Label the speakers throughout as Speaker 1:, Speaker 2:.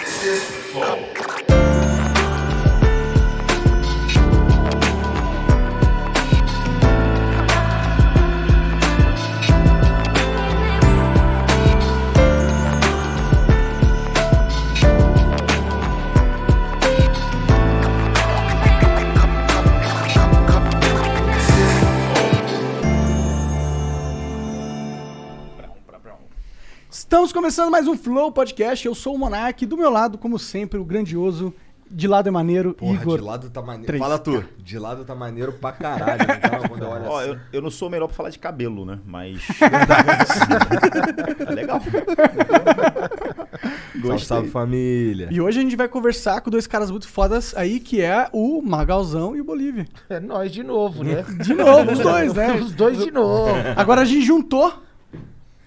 Speaker 1: sexto floor.
Speaker 2: Estamos começando mais um Flow Podcast. Eu sou o Monark. Do meu lado, como sempre, o grandioso, de lado é maneiro,
Speaker 3: Porra,
Speaker 2: Igor.
Speaker 3: de lado tá maneiro.
Speaker 2: Três.
Speaker 3: Fala tu. De lado tá maneiro pra caralho. Então, quando eu olho
Speaker 4: Ó,
Speaker 3: assim,
Speaker 4: eu, eu não sou o melhor pra falar de cabelo, né? Mas. tá legal.
Speaker 3: salve, assim. salve família.
Speaker 2: E hoje a gente vai conversar com dois caras muito fodas aí, que é o Magalzão e o Bolívia.
Speaker 5: É nós de novo, né?
Speaker 2: De novo, os dois, né? É.
Speaker 5: Os dois de novo.
Speaker 2: Agora a gente juntou.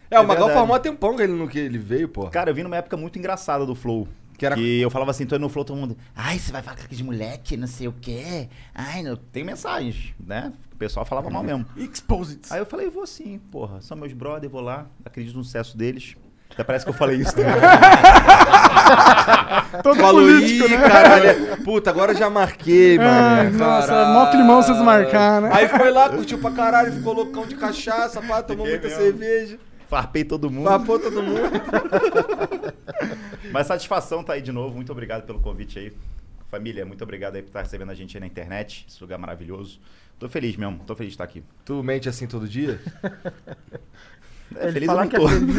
Speaker 3: É, o Magal
Speaker 4: verdade.
Speaker 3: formou há tempão que ele, não, que ele veio, pô.
Speaker 4: Cara, eu vim numa época muito engraçada do Flow.
Speaker 3: Que
Speaker 4: Que,
Speaker 3: era-
Speaker 4: eu falava assim, tô indo no Flow, todo mundo. Ai, você vai falar com aqueles moleque, não sei o quê. Ai, não. Tem mensagens, né? O pessoal falava mal mesmo.
Speaker 2: Exposed.
Speaker 4: Aí eu falei, vou sim, porra. São meus brother, vou lá. Acredito no sucesso deles. Até parece que eu falei isso também.
Speaker 2: Todo
Speaker 3: Falou,
Speaker 2: político,
Speaker 3: ih,
Speaker 2: né?
Speaker 3: caralho. é-" Puta, agora eu já marquei,
Speaker 2: Ai,
Speaker 3: mano.
Speaker 2: nossa,
Speaker 3: Caralho.
Speaker 2: mó climão vocês marcar, né?
Speaker 3: Aí foi lá, curtiu pra caralho, ficou loucão de cachaça, pá, tomou
Speaker 4: Fiquei
Speaker 3: muita
Speaker 4: mesmo.
Speaker 3: cerveja,
Speaker 4: Farpei todo mundo.
Speaker 3: papou todo mundo.
Speaker 4: Mas satisfação tá aí de novo. Muito obrigado pelo convite aí. Família, muito obrigado aí por estar recebendo a gente aí na internet. Esse lugar maravilhoso. Tô feliz mesmo, tô feliz de estar aqui.
Speaker 3: Tu mente assim todo dia?
Speaker 4: É,
Speaker 5: Ele
Speaker 4: feliz eu
Speaker 5: fala
Speaker 4: não
Speaker 5: que é
Speaker 4: tô.
Speaker 5: Feliz,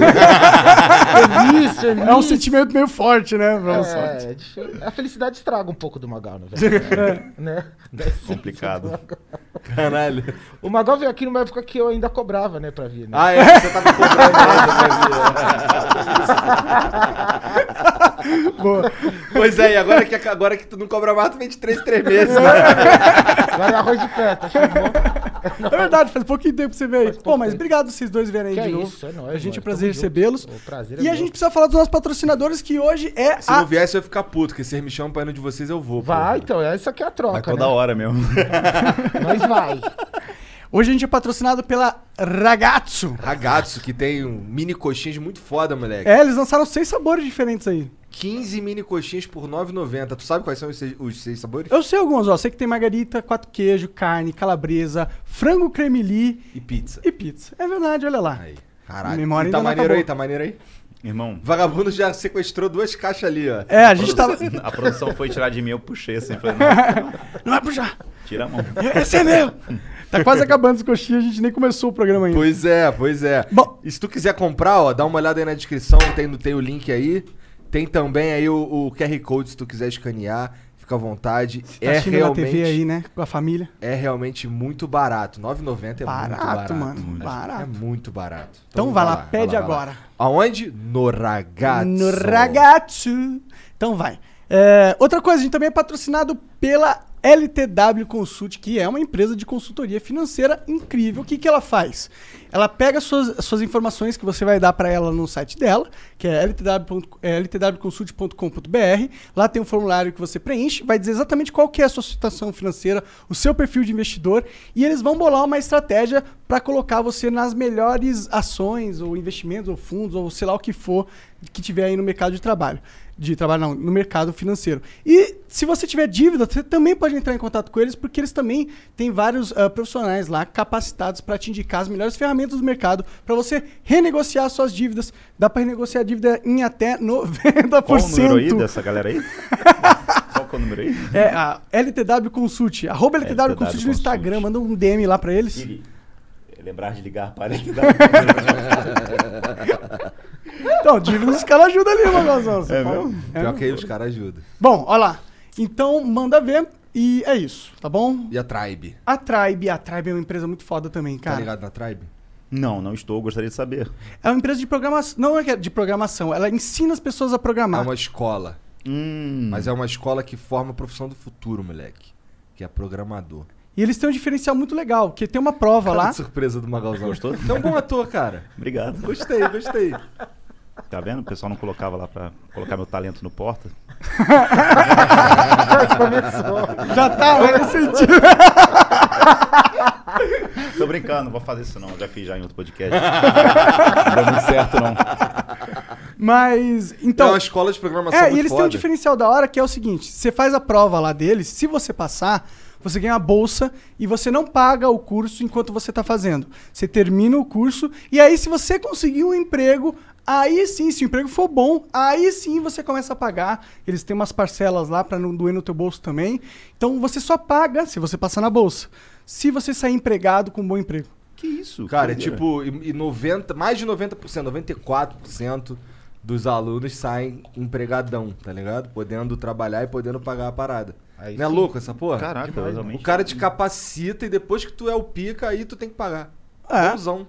Speaker 5: feliz.
Speaker 2: É um sentimento meio forte, né? Pra você.
Speaker 5: É, deixa- a felicidade estraga um pouco do Magal, né?
Speaker 2: É.
Speaker 5: velho? né? Da essência
Speaker 4: É Complicado.
Speaker 5: do Magal.
Speaker 3: Caralho.
Speaker 5: O Magal veio aqui numa época que eu ainda cobrava, né, pra vir, né?
Speaker 3: Ah, é, você tá me cobrando nada, né,
Speaker 2: Boa.
Speaker 3: Bia? né? Pois é, e agora que, agora que tu não cobra mais, tu vende três, três meses, né?
Speaker 2: Ah.
Speaker 5: Agora é arroz de pé, tá achando bom?
Speaker 2: É verdade, faz pouquinho tempo que você veio aí.
Speaker 5: Faz pouco
Speaker 2: Pô, mas
Speaker 5: tempo.
Speaker 2: obrigado vocês dois verem aí
Speaker 5: Que
Speaker 2: de
Speaker 5: é
Speaker 2: novo.
Speaker 5: isso, é nóis,
Speaker 2: A gente é um prazer
Speaker 5: mano, tamo junto.
Speaker 2: recebê-los.
Speaker 5: O prazer é
Speaker 2: E a
Speaker 5: meu.
Speaker 2: gente precisa falar dos nossos patrocinadores, que hoje é
Speaker 3: Se
Speaker 2: a
Speaker 3: não viesse, eu ia ficar puto, porque vocês me chamam pra ir no de vocês, eu vou.
Speaker 5: Vai,
Speaker 3: porra.
Speaker 5: então, essa aqui é a
Speaker 4: Vai
Speaker 5: troca,
Speaker 4: toda hora mesmo.
Speaker 5: né? Nós vai.
Speaker 2: Hoje a gente é patrocinado pela Ragazzo.
Speaker 3: Ragazzo, que tem um mini coxinhas muito foda, moleque.
Speaker 2: É, eles lançaram seis sabores diferentes aí.
Speaker 3: 15 mini coxinhas por 9,90. Tu sabe quais são os seis, os seis sabores?
Speaker 2: Eu sei alguns, ó. Sei que tem margarita, quatro queijo, carne, calabresa, frango cremeli
Speaker 3: E pizza.
Speaker 2: e pizza. É verdade, olha lá.
Speaker 3: Aí. Caralho.
Speaker 2: Memória
Speaker 3: E
Speaker 2: ainda
Speaker 3: tá
Speaker 2: não
Speaker 3: maneiro
Speaker 2: acabou.
Speaker 3: aí, tá maneiro aí.
Speaker 4: Irmão,
Speaker 3: Vagabundo já sequestrou duas caixas ali, ó.
Speaker 2: É, a gente tava.
Speaker 4: a produção foi tirar de mim, eu puxei assim. Falei, não,
Speaker 2: Não vai puxar!
Speaker 4: tira a mão.
Speaker 2: Esse é meu! Tá quase acabando as coxinhas, a gente nem começou o programa ainda.
Speaker 3: Pois é, pois é.
Speaker 2: Bom.
Speaker 3: E se tu quiser comprar, ó, dá uma olhada aí na descrição, tem, no- tem o link aí. Tem também aí o, o QR Code, se tu quiser escanear, fica à vontade.
Speaker 2: Tá
Speaker 3: é,
Speaker 2: assistindo
Speaker 3: realmente,
Speaker 2: na TV aí, né? Com a família.
Speaker 3: é realmente muito barato. 9,90 é muito
Speaker 2: barato,
Speaker 3: barato.
Speaker 2: mano. Barato.
Speaker 3: É muito barato.
Speaker 2: Então vai lá, pede
Speaker 3: vai
Speaker 2: agora.
Speaker 3: vai lá. Aonde? No ragazzo.
Speaker 2: No ragazzo. Então vai. É, outra coisa, a gente também é patrocinado pela LTW Consult, que é uma empresa de consultoria financeira incrível. O que, que ela faz? Ela pega suas, suas informações que você vai dar para ela no site dela, que é LTW, é, ltwconsult.com.br. Lá tem um formulário que você preenche, vai dizer exatamente qual que é a sua situação financeira, o seu perfil de investidor, e eles vão bolar uma estratégia para colocar você nas melhores ações, ou investimentos, ou fundos, ou sei lá o que for que tiver aí no mercado de trabalho. De trabalho, não, no mercado financeiro. E se você tiver dívida, você também pode entrar em contato com eles, porque eles também têm vários ah, profissionais lá capacitados para te indicar as melhores ferramentas do mercado para você renegociar suas dívidas. Dá para renegociar a dívida em até 90%.
Speaker 4: Qual o número aí dessa galera aí? Qual que é o número aí?
Speaker 2: É, a LTW Consult, arroba LTW,
Speaker 4: LTW
Speaker 2: Consult no
Speaker 4: Consult.
Speaker 2: Instagram, manda um DM lá pra eles.
Speaker 4: Siri, Lembrar de ligar para ele.
Speaker 2: Então, dívida dos caras ajuda ali, Magalzão. você
Speaker 4: É
Speaker 2: fala.
Speaker 4: mesmo?
Speaker 2: É.
Speaker 3: Pior que aí os caras ajudam.
Speaker 2: Bom, ó lá. Então, manda ver e é isso, tá bom?
Speaker 3: E a Tribe?
Speaker 2: A Tribe, a Tribe é uma empresa muito foda também,
Speaker 3: Tá
Speaker 2: cara.
Speaker 3: ligado na Tribe?
Speaker 4: Não, não estou, gostaria de saber.
Speaker 2: é uma empresa de programação, não é que é de programação, ela ensina as pessoas a
Speaker 3: É
Speaker 2: programar.
Speaker 3: uma escola.
Speaker 4: Hum,
Speaker 3: Mas é uma escola que forma a profissão do futuro, moleque. Que é programador.
Speaker 2: E eles têm um diferencial muito legal, que tem uma prova
Speaker 3: Cara
Speaker 2: lá.
Speaker 3: de surpresa do Magalzão.
Speaker 4: Gostou?
Speaker 3: É um bom ator, cara.
Speaker 4: obrigado.
Speaker 3: Gostei, gostei.
Speaker 4: Tá vendo? O pessoal não colocava lá pra colocar meu talento no porta.
Speaker 5: Começou.
Speaker 2: Já tá, olha esse sentido.
Speaker 4: Tô brincando, não vou fazer isso não. Já fiz já em outro podcast. não deu muito certo não.
Speaker 2: Mas,
Speaker 3: Então, é
Speaker 2: então...
Speaker 3: uma escola de programação
Speaker 2: É,
Speaker 3: muito
Speaker 2: e eles têm um
Speaker 3: foda.
Speaker 2: diferencial da hora que é o seguinte: você faz a prova lá deles, se você passar, você ganha a bolsa e você não paga o curso enquanto você tá fazendo. Você termina o curso e aí, se você conseguir um emprego, aí sim, se o emprego for bom, aí sim você começa a pagar. Eles têm umas parcelas lá pra não doer no teu bolso também. Então você só paga se você passar na bolsa. Se você sair empregado com um bom emprego.
Speaker 4: Que isso?
Speaker 3: Cara, é
Speaker 4: doideira.
Speaker 3: tipo, e e 90, mais de 90%, 94% dos alunos saem empregadão, tá ligado? Podendo trabalhar e podendo pagar a parada.
Speaker 5: Aí
Speaker 3: Não é
Speaker 5: sim. é
Speaker 3: louco essa porra?
Speaker 4: Caraca,
Speaker 5: demais,
Speaker 4: realmente.
Speaker 3: tipo, O cara é te capacita e depois que tu é o pica, aí tu tem que pagar.
Speaker 2: É.
Speaker 3: Bonzão.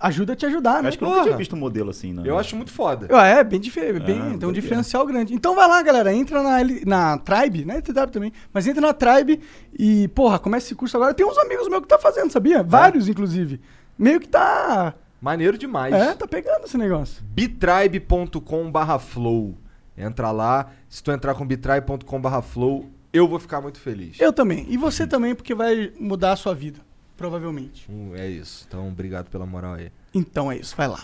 Speaker 2: Ajuda a te ajudar, né?
Speaker 4: Acho que eu nunca tinha
Speaker 3: Porra.
Speaker 4: visto um modelo assim, não.
Speaker 3: Eu acho muito foda.
Speaker 2: Ah, É, bem diferente. Bem, tem
Speaker 4: Ah,
Speaker 2: um
Speaker 4: doideira.
Speaker 2: diferencial grande. Então vai lá, galera. Entra na, L- na Tribe, na LTW também. Mas entra na Tribe e, porra, começa esse curso agora. Tem uns amigos meus que tá fazendo, sabia?
Speaker 3: É?
Speaker 2: Vários, inclusive. Meio que tá.
Speaker 3: Maneiro demais.
Speaker 2: É, tá pegando esse negócio.
Speaker 3: bitribe.com.br flow. Entra lá. Se tu entrar com bitribe.com.br flow, eu vou ficar muito feliz.
Speaker 2: Eu também. E você também, porque vai mudar a sua vida. Provavelmente.
Speaker 3: Hum, É isso. Então, obrigado pela moral aí.
Speaker 2: Então é isso, vai lá.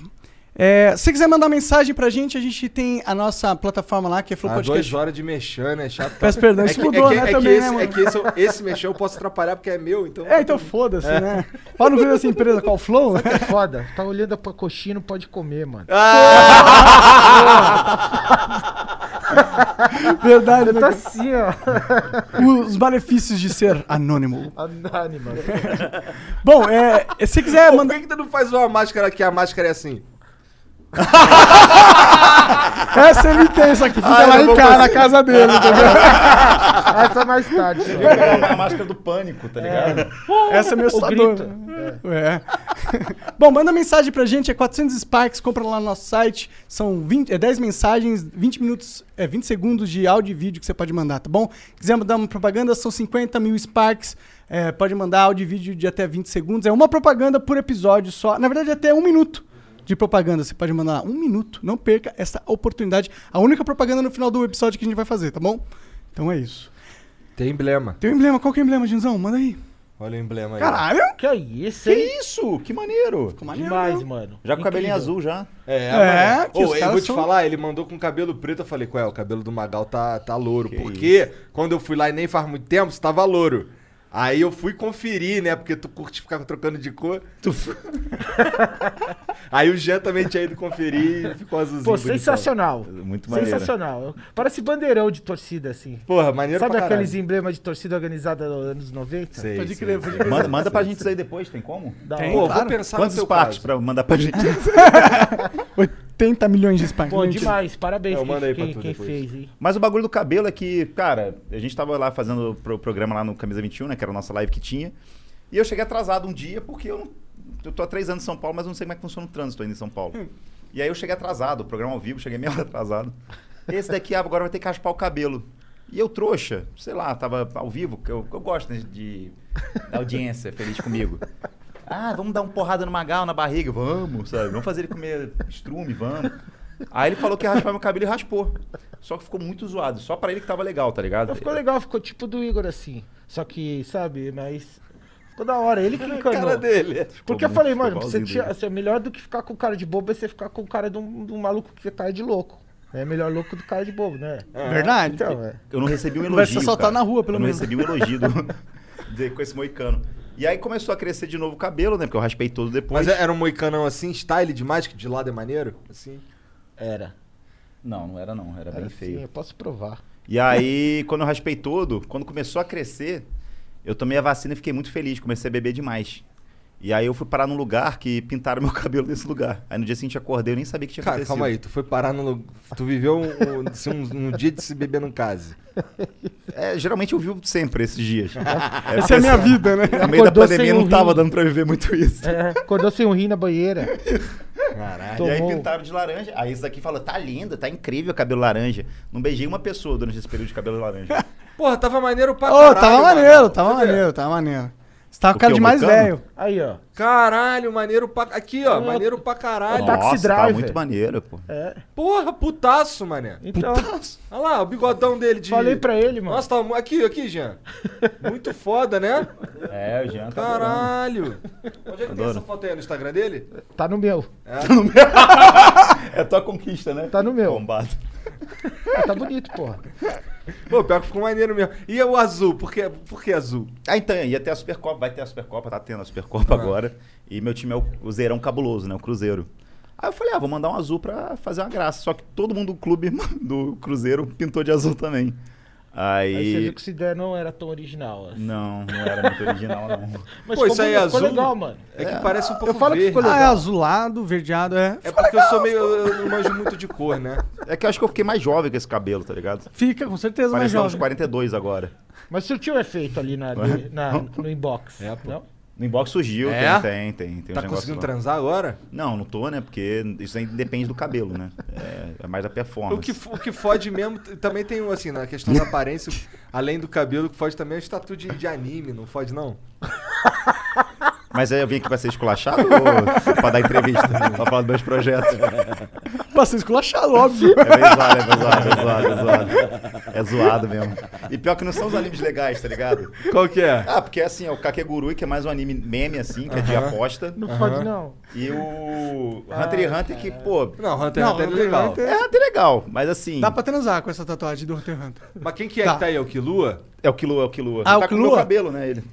Speaker 2: É, se quiser mandar mensagem pra gente, a gente tem a nossa plataforma lá, que é Flow
Speaker 3: Ah, duas
Speaker 2: Podcast.
Speaker 3: horas de mexer, né? Chato. pra-
Speaker 2: Peço perdão, isso
Speaker 3: que-
Speaker 2: mudou,
Speaker 3: que-
Speaker 2: né,
Speaker 3: que
Speaker 2: também,
Speaker 3: esse,
Speaker 2: né, mano?
Speaker 3: É que esse, eu- esse mexer eu posso atrapalhar porque é meu, então...
Speaker 2: É, então foda-se, né? Pau no cu dessa empresa, qual Flow? né?
Speaker 5: É foda. Tá olhando pra coxinha, não pode comer, mano.
Speaker 2: Ah. Verdade,
Speaker 5: Eu
Speaker 2: né?
Speaker 5: tô assim, ó.
Speaker 2: Os benefícios de ser anônimo.
Speaker 5: Anônimo.
Speaker 2: Bom, é, se quiser
Speaker 3: Por
Speaker 2: mandar.
Speaker 3: que que tu não faz uma máscara que a máscara é assim?
Speaker 2: Essa é ele tem, só que fica
Speaker 3: Ah,
Speaker 2: lá
Speaker 3: eu
Speaker 2: em
Speaker 3: vou
Speaker 2: casa, na
Speaker 3: conseguir.
Speaker 2: casa dele, entendeu?
Speaker 5: Essa é mais tarde.
Speaker 4: Eu queria uma máscara do pânico, tá ligado?
Speaker 2: Essa é meu assustador.
Speaker 5: grito.
Speaker 2: É. Bom, manda mensagem pra gente, é 400 Sparks, compra lá no nosso site. São 20, é 10 mensagens, 20 minutos, é 20 segundos de áudio e vídeo que você pode mandar, tá bom? Quiser mandar uma propaganda, são 50 mil Sparks. é, pode mandar áudio e vídeo de até 20 segundos. É uma propaganda por episódio só. Na verdade, até um minuto de propaganda. Você pode mandar lá um minuto. Não perca essa oportunidade. A única propaganda no final do episódio que a gente vai fazer, tá bom? Então é isso.
Speaker 3: Tem emblema.
Speaker 2: Tem um emblema. Qual que é o emblema, Ginzão? Manda aí.
Speaker 3: Olha o emblema aí.
Speaker 2: Caralho!
Speaker 5: Que isso,
Speaker 4: Que
Speaker 5: hein?
Speaker 4: isso? Que maneiro.
Speaker 2: Ficou maneiro,
Speaker 5: É. Demais,
Speaker 2: né?
Speaker 5: mano.
Speaker 4: Já com o cabelinho
Speaker 5: Incrível.
Speaker 4: azul, já.
Speaker 3: É,
Speaker 2: É,
Speaker 3: mano.
Speaker 2: que
Speaker 3: Ô,
Speaker 2: os
Speaker 3: eu
Speaker 2: caras
Speaker 3: vou te
Speaker 2: são-
Speaker 3: falar, ele mandou com cabelo preto. Eu falei, qual é? O cabelo do Magal tá, tá louro. porque quando eu fui lá e nem faz muito tempo, você tava louro. Aí eu fui conferir, né? Porque tu curte ficar trocando de cor. Tu... Aí o Jean também tinha ido conferir e ficou azulzinho.
Speaker 5: Pô,
Speaker 3: bonitão.
Speaker 5: sensacional.
Speaker 4: Muito maneiro.
Speaker 5: Sensacional. Parece bandeirão de torcida, assim.
Speaker 3: Porra, maneiro
Speaker 5: Sabe
Speaker 3: pra caralho.
Speaker 5: aqueles emblemas de torcida organizada dos anos 90?
Speaker 3: Sei,
Speaker 2: Pode
Speaker 3: sei,
Speaker 2: crer,
Speaker 3: sei.
Speaker 2: pode crer.
Speaker 4: Manda, manda pra gente isso aí depois, tem como?
Speaker 5: Da
Speaker 2: Tem.
Speaker 5: hora.
Speaker 3: Pô,
Speaker 2: Claro.
Speaker 3: vou pensar
Speaker 4: Quantos
Speaker 3: no teu
Speaker 4: partes
Speaker 3: caso.
Speaker 4: pra mandar pra gente?
Speaker 2: 80 milhões de Sparks.
Speaker 5: Pô,
Speaker 2: Mentira.
Speaker 5: demais. Parabéns
Speaker 3: Eu
Speaker 5: quem-
Speaker 3: mando aí pra
Speaker 5: quem,
Speaker 3: tu
Speaker 5: quem
Speaker 3: depois.
Speaker 5: fez, hein?
Speaker 4: Mas o bagulho do cabelo é que, cara, a gente tava lá fazendo o pro programa lá no Camisa 21, né? Que era a nossa live que tinha. E eu cheguei atrasado um dia, porque eu, não- eu tô há três anos em São Paulo, mas eu não sei como é que funciona o trânsito ainda em São Paulo. E aí eu cheguei atrasado, o programa ao vivo, cheguei meia hora atrasado. Esse daqui ah, agora vai ter que raspar o cabelo. E eu, trouxa, sei lá, tava ao vivo, que eu, eu gosto né, de, da audiência feliz comigo. Ah, vamos dar uma porrada no Magal, na barriga, vamos, sabe? Vamos fazer ele comer estrume, vamos. Aí ele falou que ia raspar meu cabelo e raspou. Só que ficou muito zoado, só pra ele que tava legal, tá ligado?
Speaker 5: Então
Speaker 3: É.
Speaker 5: ficou legal, ficou tipo do Igor, assim. Só que, sabe, mas... Ficou da hora, ele que encanou.
Speaker 3: Cara dele.
Speaker 5: Porque
Speaker 4: Ficou
Speaker 5: eu falei,
Speaker 4: muito-
Speaker 5: mano,
Speaker 4: ficou
Speaker 5: você
Speaker 4: igualzinho
Speaker 5: tinha, assim, é melhor do que ficar com cara de bobo é você ficar com cara de um, de um maluco que tá de louco. É melhor louco do cara de bobo, né?
Speaker 2: Verdade.
Speaker 5: Então, é.
Speaker 4: Eu não recebi um elogio.
Speaker 2: Vai se assaltar
Speaker 4: cara.
Speaker 2: na rua, pelo
Speaker 4: eu não
Speaker 2: menos.
Speaker 4: recebi um elogio do- de- com esse moicano. E aí começou a crescer de novo o cabelo, né? Porque eu raspei todo depois.
Speaker 3: Mas
Speaker 5: é-
Speaker 3: era um moicanão assim, style demais, que de lado é maneiro? Assim.
Speaker 5: Era.
Speaker 4: Não, não era não. Era,
Speaker 5: Era
Speaker 4: bem
Speaker 5: assim,
Speaker 4: é feio.
Speaker 5: eu posso provar.
Speaker 4: E aí, quando eu raspei todo, quando começou a crescer, eu tomei a vacina e fiquei muito feliz. Comecei a beber demais. E aí eu fui parar num lugar que pintaram meu cabelo nesse lugar. Aí no dia seguinte eu acordei, eu nem sabia que tinha
Speaker 3: Cara,
Speaker 4: acontecido.
Speaker 3: calma aí, tu foi parar no lugar. Tu viveu um, um- assim, um- um dia de se beber num case.
Speaker 4: É, geralmente eu vivo sempre esses dias. É,
Speaker 2: Essa é a minha vida, né?
Speaker 4: No meio da
Speaker 5: Acordou sem
Speaker 4: pandemia não
Speaker 5: um
Speaker 4: tava
Speaker 5: rim.
Speaker 4: dando pra viver muito isso.
Speaker 5: É, acordou sem um rim na banheira.
Speaker 3: Caralho.
Speaker 4: E aí
Speaker 5: É. Tomou.
Speaker 4: pintaram de laranja. Aí esse daqui fala, tá linda, tá incrível o cabelo laranja. Não beijei uma pessoa durante esse período de cabelo laranja.
Speaker 3: Porra, tava maneiro pra
Speaker 2: Ô,
Speaker 3: caralho.
Speaker 2: tava
Speaker 3: mano.
Speaker 2: maneiro, tava
Speaker 3: Entendeu?
Speaker 2: maneiro, tava maneiro. Você tava com
Speaker 4: O
Speaker 2: cara
Speaker 4: quê,
Speaker 2: de
Speaker 4: o
Speaker 2: mais
Speaker 4: Vulcano?
Speaker 2: velho.
Speaker 5: Aí, ó.
Speaker 3: Caralho, maneiro pra. Aqui, ó, maneiro pra caralho.
Speaker 5: Tá- Taxi
Speaker 4: tá
Speaker 5: Driver.
Speaker 4: muito maneiro, pô.
Speaker 5: É.
Speaker 3: Porra, putaço, mané.
Speaker 5: Então,
Speaker 3: Olha lá, o bigodão dele de.
Speaker 5: falei pra ele, mano.
Speaker 3: Nossa, tava. mu- Aqui, aqui, Jean. Muito foda, né?
Speaker 4: É, o Jean tá adorando.
Speaker 3: Caralho. Onde é que tem
Speaker 4: Adoro.
Speaker 3: essa foto aí? No Instagram dele?
Speaker 5: Tá no meu.
Speaker 4: É É tua conquista, né?
Speaker 5: Tá no meu.
Speaker 4: Bombado.
Speaker 5: Ah, tá bonito, porra.
Speaker 3: Pô, pior que ficou maneiro mesmo. E é o azul? Por que, por que azul?
Speaker 4: Ah, então, ia ter a Supercopa, vai ter a Supercopa, tá tendo a Supercopa agora. E meu time é o Cruzeirão Cabuloso, né? O Cruzeiro. Aí eu falei, ah, vou mandar um azul pra fazer uma graça. Só que todo mundo do clube do Cruzeiro pintou de azul também. Aí.
Speaker 5: Aí você viu que essa ideia não era tão original. assim.
Speaker 4: Não, não era muito original, não.
Speaker 5: Mas
Speaker 3: Pô, isso aí é
Speaker 5: ficou
Speaker 3: azul?
Speaker 5: legal, mano.
Speaker 3: É que parece um pouco
Speaker 5: eu falo que
Speaker 3: verde.
Speaker 5: ficou
Speaker 2: Ah, é
Speaker 5: legal.
Speaker 2: azulado, verdeado, é.
Speaker 3: É porque eu sou meio. Eu não manjo muito de cor, né?
Speaker 4: É que eu acho que eu fiquei mais jovem com esse cabelo, tá ligado?
Speaker 2: Fica, com certeza, mais
Speaker 4: Parece uns
Speaker 2: jovem.
Speaker 4: 42 agora.
Speaker 5: Mas surtiu um efeito ali na, de- na- no inbox.
Speaker 3: Uhum. É, pô.
Speaker 5: Não?
Speaker 4: No inbox surgiu,
Speaker 3: É?
Speaker 4: tem, tem, tem.
Speaker 3: Tá
Speaker 4: tem uns negócios
Speaker 3: conseguindo
Speaker 4: lá.
Speaker 3: transar agora?
Speaker 4: Não, não tô, né? Porque isso aí depende do cabelo, né? É, é mais da performance.
Speaker 3: O que, f- o que fode mesmo, t- também tem um, assim, na questão da aparência, além do cabelo, o que fode também é o estatuto de, de anime, não fode não?
Speaker 4: Mas aí eu vim aqui pra ser esculachado ou pra dar entrevista? pra falar dos meus projetos?
Speaker 2: Passei esculachado, óbvio.
Speaker 4: É bem zoado, é bem zoado, é zoado, é zoado. É zoado mesmo. E pior que não são os animes legais, tá ligado?
Speaker 3: Qual que é?
Speaker 4: Ah, porque assim, é o Kakegurui, que é mais um anime meme, assim, que é de
Speaker 3: Aham.
Speaker 4: aposta.
Speaker 5: Não pode, Ah, não.
Speaker 4: E o Hunter x Hunter, que, pô,
Speaker 3: Não, Hunter
Speaker 2: Não, Hunter
Speaker 3: x Hunter é
Speaker 2: x
Speaker 3: legal.
Speaker 2: Hunter-
Speaker 4: é até legal, mas assim,
Speaker 2: Dá pra transar com essa tatuagem do Hunter x Hunter.
Speaker 3: Mas quem que é
Speaker 2: Tá.
Speaker 3: que tá aí? É o Kilua?
Speaker 4: é o Killua, é o Killua.
Speaker 2: Ah,
Speaker 4: tá
Speaker 2: o
Speaker 4: com o meu
Speaker 2: Killua?
Speaker 4: cabelo, né, ele.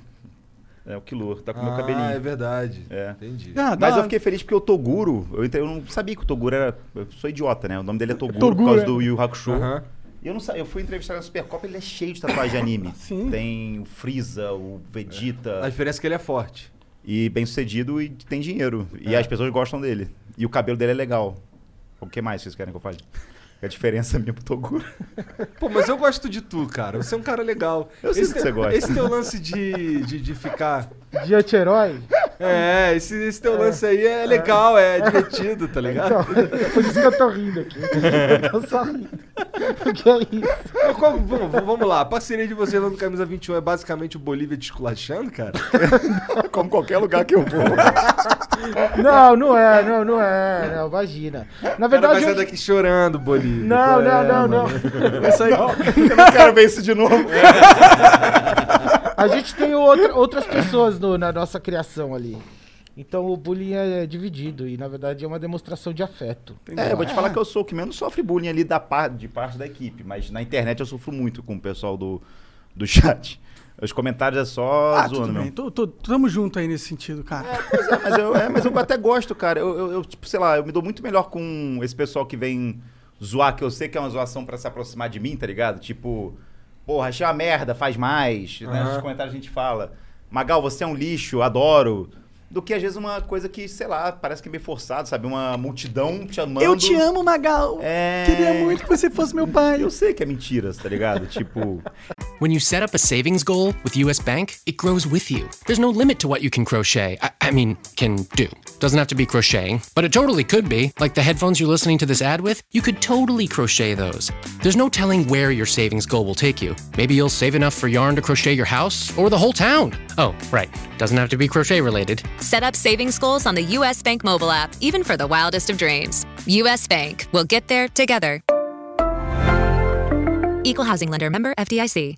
Speaker 4: É o Killua, tá com o meu cabelinho.
Speaker 3: Ah, é verdade.
Speaker 4: É.
Speaker 3: Entendi.
Speaker 2: Ah,
Speaker 4: Mas
Speaker 2: dá-
Speaker 4: eu fiquei feliz porque o Toguro, eu, entrei- eu não sabia que o Toguro era. Eu sou idiota, né? O nome dele é Toguro,
Speaker 2: Toguro,
Speaker 4: por causa
Speaker 2: é.
Speaker 4: do Yu Yu Hakusho.
Speaker 3: Aham.
Speaker 4: E eu não sabia, eu fui entrevistar na Supercopa, ele é cheio de tatuagem de anime.
Speaker 2: Sim.
Speaker 4: Tem o Freeza, o
Speaker 3: A
Speaker 4: Vegeta.
Speaker 3: diferença é que ele é forte.
Speaker 4: E bem sucedido e tem dinheiro. E as pessoas gostam dele. E o cabelo dele é legal. O que mais vocês querem que eu fale? A diferença é minha pro Toguro.
Speaker 3: Pô, mas eu gosto de tu, cara. Você é um cara legal.
Speaker 4: Eu sei
Speaker 3: esse
Speaker 4: que
Speaker 3: teu-
Speaker 4: você gosta.
Speaker 3: Esse teu lance de, de, de ficar.
Speaker 5: De anti-herói?
Speaker 3: É, esse, esse teu lance aí é legal, é divertido, tá ligado?
Speaker 5: Então, por isso que eu tô rindo aqui. Eu tô só rindo. O que é isso?
Speaker 3: Mas qual- vamos, vamos lá, a parceria de vocês lá no Camisa 21 é basicamente o Bolívia te esculachando, cara?
Speaker 4: Como qualquer lugar que eu vou.
Speaker 5: Não, não é, não, não é. Não, imagina. Na
Speaker 3: O cara vai
Speaker 5: verdade.
Speaker 3: sair
Speaker 5: Eu...
Speaker 3: daqui chorando, Bolívia.
Speaker 5: Não,
Speaker 3: É,
Speaker 5: não,
Speaker 3: mano.
Speaker 5: não, não.
Speaker 2: Essa aí.
Speaker 4: eu não tá quero ver isso de novo.
Speaker 5: A gente tem outra- outras pessoas no- na nossa criação ali. Então o bullying é dividido e na verdade é uma demonstração de afeto.
Speaker 4: É, eu vou te falar que eu sou o que menos sofre bullying ali da par- de parte da equipe, mas na internet eu sofro muito com o pessoal do, do chat. Os comentários é só
Speaker 2: Ah, tudo
Speaker 4: zoando,
Speaker 2: bem.
Speaker 4: meu.
Speaker 2: Tô, tô- tamo junto aí nesse sentido, cara.
Speaker 4: Pois é, mas eu, é, mas eu até gosto, cara. Eu, eu- eu, tipo, sei lá, eu me dou muito melhor com esse pessoal que vem zoar, que eu sei que é uma zoação pra se aproximar de mim, tá ligado? Tipo, porra, achei uma merda, faz mais. Né?
Speaker 3: Aham.
Speaker 4: Nos comentários a gente fala. Magal, você é um lixo, adoro. Do que às vezes uma coisa que, sei lá, parece que é meio forçado, sabe? Uma multidão te amando.
Speaker 2: Eu te amo, Magal.
Speaker 4: É.
Speaker 2: Queria muito que você fosse meu pai.
Speaker 4: Eu sei que é mentira, tá ligado? tipo,
Speaker 1: When you set up a savings goal with US Bank, it grows with you. There's no limit to what you can crochet. I, I mean, can do. Doesn't have to be crocheting, but it totally could be. Like the headphones you're listening to this ad with, you could totally crochet those. There's no telling where your savings goal will take you. Maybe you'll save enough for yarn to crochet your house or the whole town. Oh, right. Doesn't have to be crochet related.
Speaker 6: Set up savings goals on the U.S. Bank mobile app, even for the wildest of dreams. U.S. Bank. We'll get there together. Equal Housing Lender member FDIC.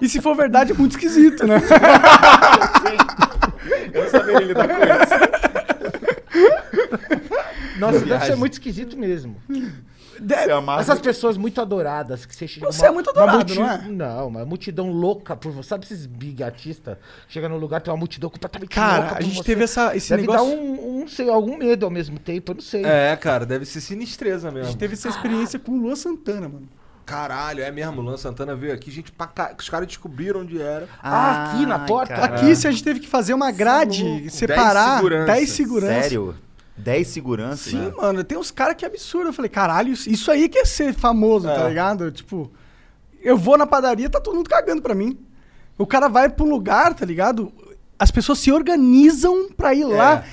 Speaker 2: E se for verdade, é muito esquisito, né?
Speaker 4: eu não saberia lidar com
Speaker 5: Nossa, deve
Speaker 4: Viagem.
Speaker 5: ser é muito esquisito mesmo.
Speaker 4: isso. É uma marca-
Speaker 5: Essas pessoas muito adoradas que você chega.
Speaker 2: Você é muito adorado,
Speaker 5: multi-
Speaker 2: não é?
Speaker 5: Não, uma multidão louca por você. Sabe esses big artistas? Chega num lugar, tem uma multidão completamente louca
Speaker 2: Cara,
Speaker 5: por
Speaker 2: a gente
Speaker 5: você.
Speaker 2: teve essa, esse
Speaker 5: Deve
Speaker 2: negócio.
Speaker 5: dar um, um, sei, algum medo ao mesmo tempo, eu não sei.
Speaker 3: É, cara, deve ser sinistreza
Speaker 2: A
Speaker 3: mesmo.
Speaker 2: gente teve essa experiência com o Luan Santana, mano.
Speaker 3: Caralho, é mesmo. O Luan Santana veio aqui, gente, pra ca... os caras descobriram onde era.
Speaker 5: Ah, aqui na
Speaker 4: Ai,
Speaker 5: porta?
Speaker 4: cara.
Speaker 2: Aqui, se a gente teve que fazer uma grade,
Speaker 3: Dez
Speaker 2: separar 10
Speaker 3: segurança.
Speaker 2: seguranças.
Speaker 4: Sério? 10 seguranças?
Speaker 2: Sim,
Speaker 4: né?
Speaker 2: mano, tem uns caras que é absurdo. Eu falei, caralho, isso- isso aí que é ser famoso, tá
Speaker 3: É.
Speaker 2: ligado? Tipo, eu vou na padaria, tá todo mundo cagando pra mim. um O cara vai pro lugar, tá ligado? As pessoas se organizam pra ir lá.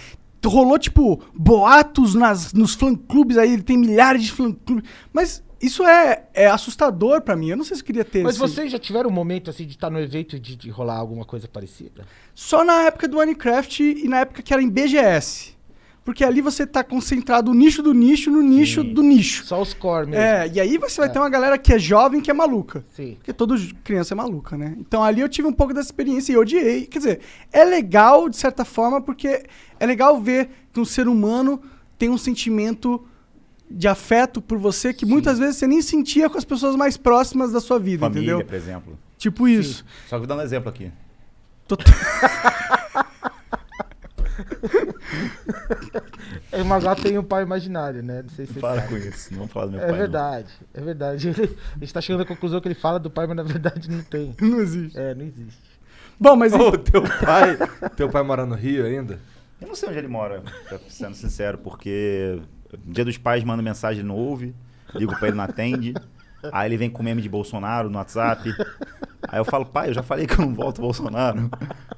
Speaker 2: rolou, tipo, boatos nas, nos fã-clubes, aí ele tem milhares de fã-clubes. Mas isso é, é assustador pra mim. Eu não sei se eu queria ter
Speaker 5: Mas
Speaker 2: esse-
Speaker 5: vocês já tiveram um momento assim de estar no evento e de, de rolar alguma coisa parecida?
Speaker 2: Só na época do Minecraft e na época que era em BGS. Porque ali você tá concentrado o nicho do nicho no nicho do nicho.
Speaker 5: Só os core mesmo.
Speaker 2: É, e aí você vai ter uma galera que é jovem que é maluca.
Speaker 5: Sim.
Speaker 2: Porque toda criança é maluca, né? Então ali eu tive um pouco dessa experiência e eu odiei. Quer dizer, é legal de certa forma, porque é legal ver que um ser humano tem um sentimento de afeto por você que muitas vezes você nem sentia com as pessoas mais próximas da sua vida,
Speaker 4: Família,
Speaker 2: entendeu?
Speaker 4: por exemplo.
Speaker 2: Tipo isso.
Speaker 4: Só que vou dar um exemplo aqui.
Speaker 5: É, o Magal tem um pai imaginário, né? Não sei se vocês
Speaker 4: Para
Speaker 5: sabem.
Speaker 4: com isso. Não vamos falar do meu
Speaker 5: É
Speaker 4: pai. não.
Speaker 5: verdade, é verdade. A gente tá chegando à conclusão que ele fala do pai, mas na verdade não tem.
Speaker 2: Não existe.
Speaker 5: É, não existe.
Speaker 2: Bom, mas
Speaker 3: Ô, teu pai. teu pai mora no Rio ainda?
Speaker 4: Eu não sei onde ele mora, pra- sendo sincero, porque dia dos pais manda mensagem, ele não ouve, ligo pra ele, não atende. Aí ele vem com meme de Bolsonaro no WhatsApp. Aí eu falo, pai, eu já falei que eu não volto Bolsonaro.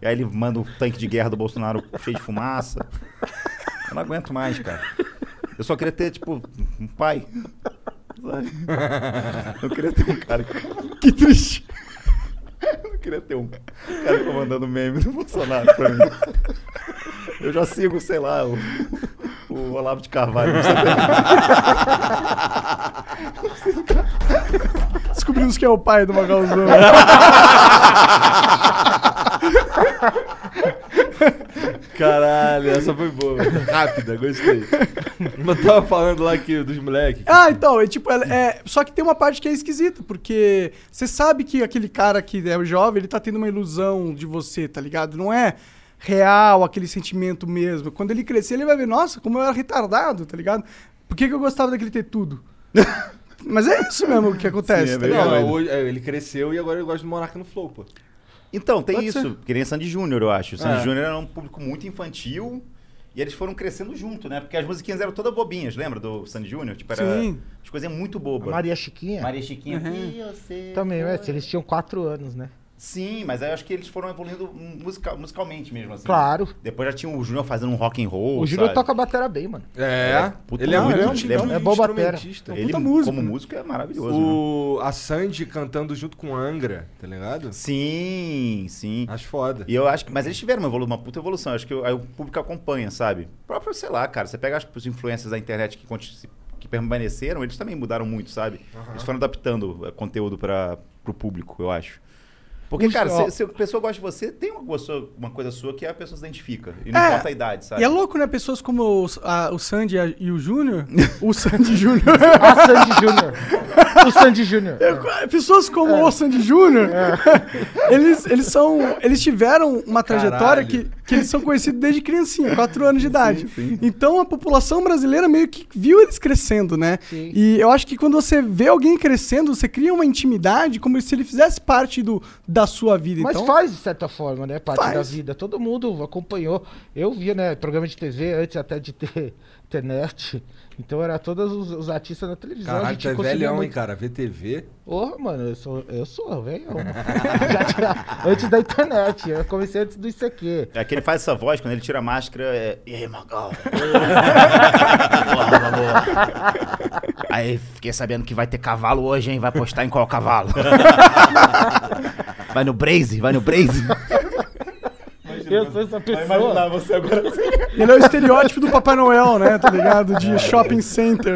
Speaker 4: E aí ele manda o tanque de guerra do Bolsonaro cheio de fumaça. Eu não aguento mais, cara. Eu só queria ter, tipo, um pai. Sabe? Eu queria ter um cara que.
Speaker 2: que triste.
Speaker 4: Eu não queria ter um cara comandando meme do Bolsonaro pra mim. Eu já sigo, sei lá, o, o Olavo de Carvalho. não sei o quê.
Speaker 2: Descobrimos que é o pai do Magalzão.
Speaker 3: Caralho, essa foi boa. Rápida, gostei. Mas tava falando lá que dos moleques.
Speaker 2: Ah, então, é tipo, é, é- só que tem uma parte que é esquisita, porque você sabe que aquele cara que é o jovem, ele tá tendo uma ilusão de você, tá ligado? Não é real aquele sentimento mesmo. Quando ele crescer, ele vai ver, nossa, como eu era retardado, tá ligado? Por que, que eu gostava daquele ter tudo? Mas é isso mesmo que acontece,
Speaker 4: Sim, é
Speaker 2: tá
Speaker 4: verdade.
Speaker 2: ligado?
Speaker 4: doido.
Speaker 3: Não, hoje, é, ele cresceu e agora ele gosta do Monarca no Flow, pô.
Speaker 4: Então, tem
Speaker 2: Pode
Speaker 4: isso. Que nem Sandy Júnior, eu acho. O Sandy
Speaker 3: É.
Speaker 4: Júnior era um público muito infantil. E eles foram crescendo junto, né? Porque as musiquinhas eram todas bobinhas, lembra do Sandy Júnior? Tipo, era
Speaker 2: Sim.
Speaker 4: as coisas muito bobas.
Speaker 5: Maria Chiquinha?
Speaker 4: Maria Chiquinha. "E você
Speaker 5: Uhum. Também,
Speaker 4: foi?"
Speaker 5: é, se eles tinham quatro anos, né?
Speaker 4: Sim, mas aí eu acho que eles foram evoluindo musica- musicalmente mesmo, assim.
Speaker 5: Claro.
Speaker 4: Depois já tinha o Júnior fazendo um rock and roll,
Speaker 5: O Júnior
Speaker 4: sabe?
Speaker 5: toca a batera bem, mano.
Speaker 3: É.
Speaker 4: Puta,
Speaker 3: ele é
Speaker 4: não,
Speaker 3: muito
Speaker 4: ele é um-
Speaker 3: ele é
Speaker 5: é
Speaker 3: muito
Speaker 5: bom batera.
Speaker 3: instrumentista.
Speaker 4: Ele,
Speaker 2: Puta músico,
Speaker 4: como
Speaker 2: né?
Speaker 4: músico, é maravilhoso, né?
Speaker 3: O, a Sandy cantando junto com Angra, tá ligado?
Speaker 4: Sim, sim.
Speaker 3: Acho foda.
Speaker 4: E eu acho que. Mas eles tiveram uma, evolu- uma puta evolução. Eu acho que o- aí o público acompanha, sabe? O próprio, sei lá, cara. Você pega as os influencers da internet que, conti- que permaneceram, eles também mudaram muito, sabe? Eles foram adaptando eh, conteúdo para pro público, eu acho. Porque,
Speaker 5: Os-
Speaker 4: cara,
Speaker 5: ó.
Speaker 4: se, se a pessoa gosta de você, tem uma, coisa sua- uma coisa sua que a pessoa se identifica. E não
Speaker 2: É.
Speaker 4: importa a idade,
Speaker 3: Tá
Speaker 4: sabe?
Speaker 2: E é louco, né? Pessoas como o, a- o Sandy e a- e o Júnior. É. O Sandy Júnior.
Speaker 5: Ah, Sandy Júnior. O Sandy Júnior. É.
Speaker 2: Pessoas como o Sandy Júnior, eles, eles são. Eles tiveram uma trajetória
Speaker 3: Caralho.
Speaker 2: que, que eles são conhecidos desde criancinha, 4 anos de idade. Então a população brasileira meio que viu eles crescendo, né?
Speaker 5: Sim.
Speaker 2: E eu acho que quando você vê alguém crescendo, você cria uma intimidade como se ele fizesse parte do, da sua vida.
Speaker 5: Mas
Speaker 2: então,
Speaker 5: faz, de certa forma, né? Parte da
Speaker 2: Faz.
Speaker 5: vida. Todo mundo acompanhou. Eu via, né? Programa de TV antes até de ter internet. Então era todos os, os artistas na televisão. a
Speaker 3: Caralho,
Speaker 5: gente
Speaker 3: tu é
Speaker 5: consumia
Speaker 3: velhão, hein,
Speaker 5: muito.
Speaker 3: cara? VTV.
Speaker 5: Porra, mano, eu sou, eu sou velhão. Já tinha- antes da internet. Eu comecei antes do ICQ.
Speaker 4: É que ele faz essa voz, quando ele tira a máscara, é... E aí, Magal? Aí, fiquei sabendo que vai ter cavalo hoje, hein? Vai postar em qual cavalo? vai no Braze, vai no Braze.
Speaker 5: Eu sou essa pessoa.
Speaker 4: você agora...
Speaker 2: ele é o estereótipo do Papai Noel, né? Tá ligado?
Speaker 3: É.
Speaker 2: De shopping center.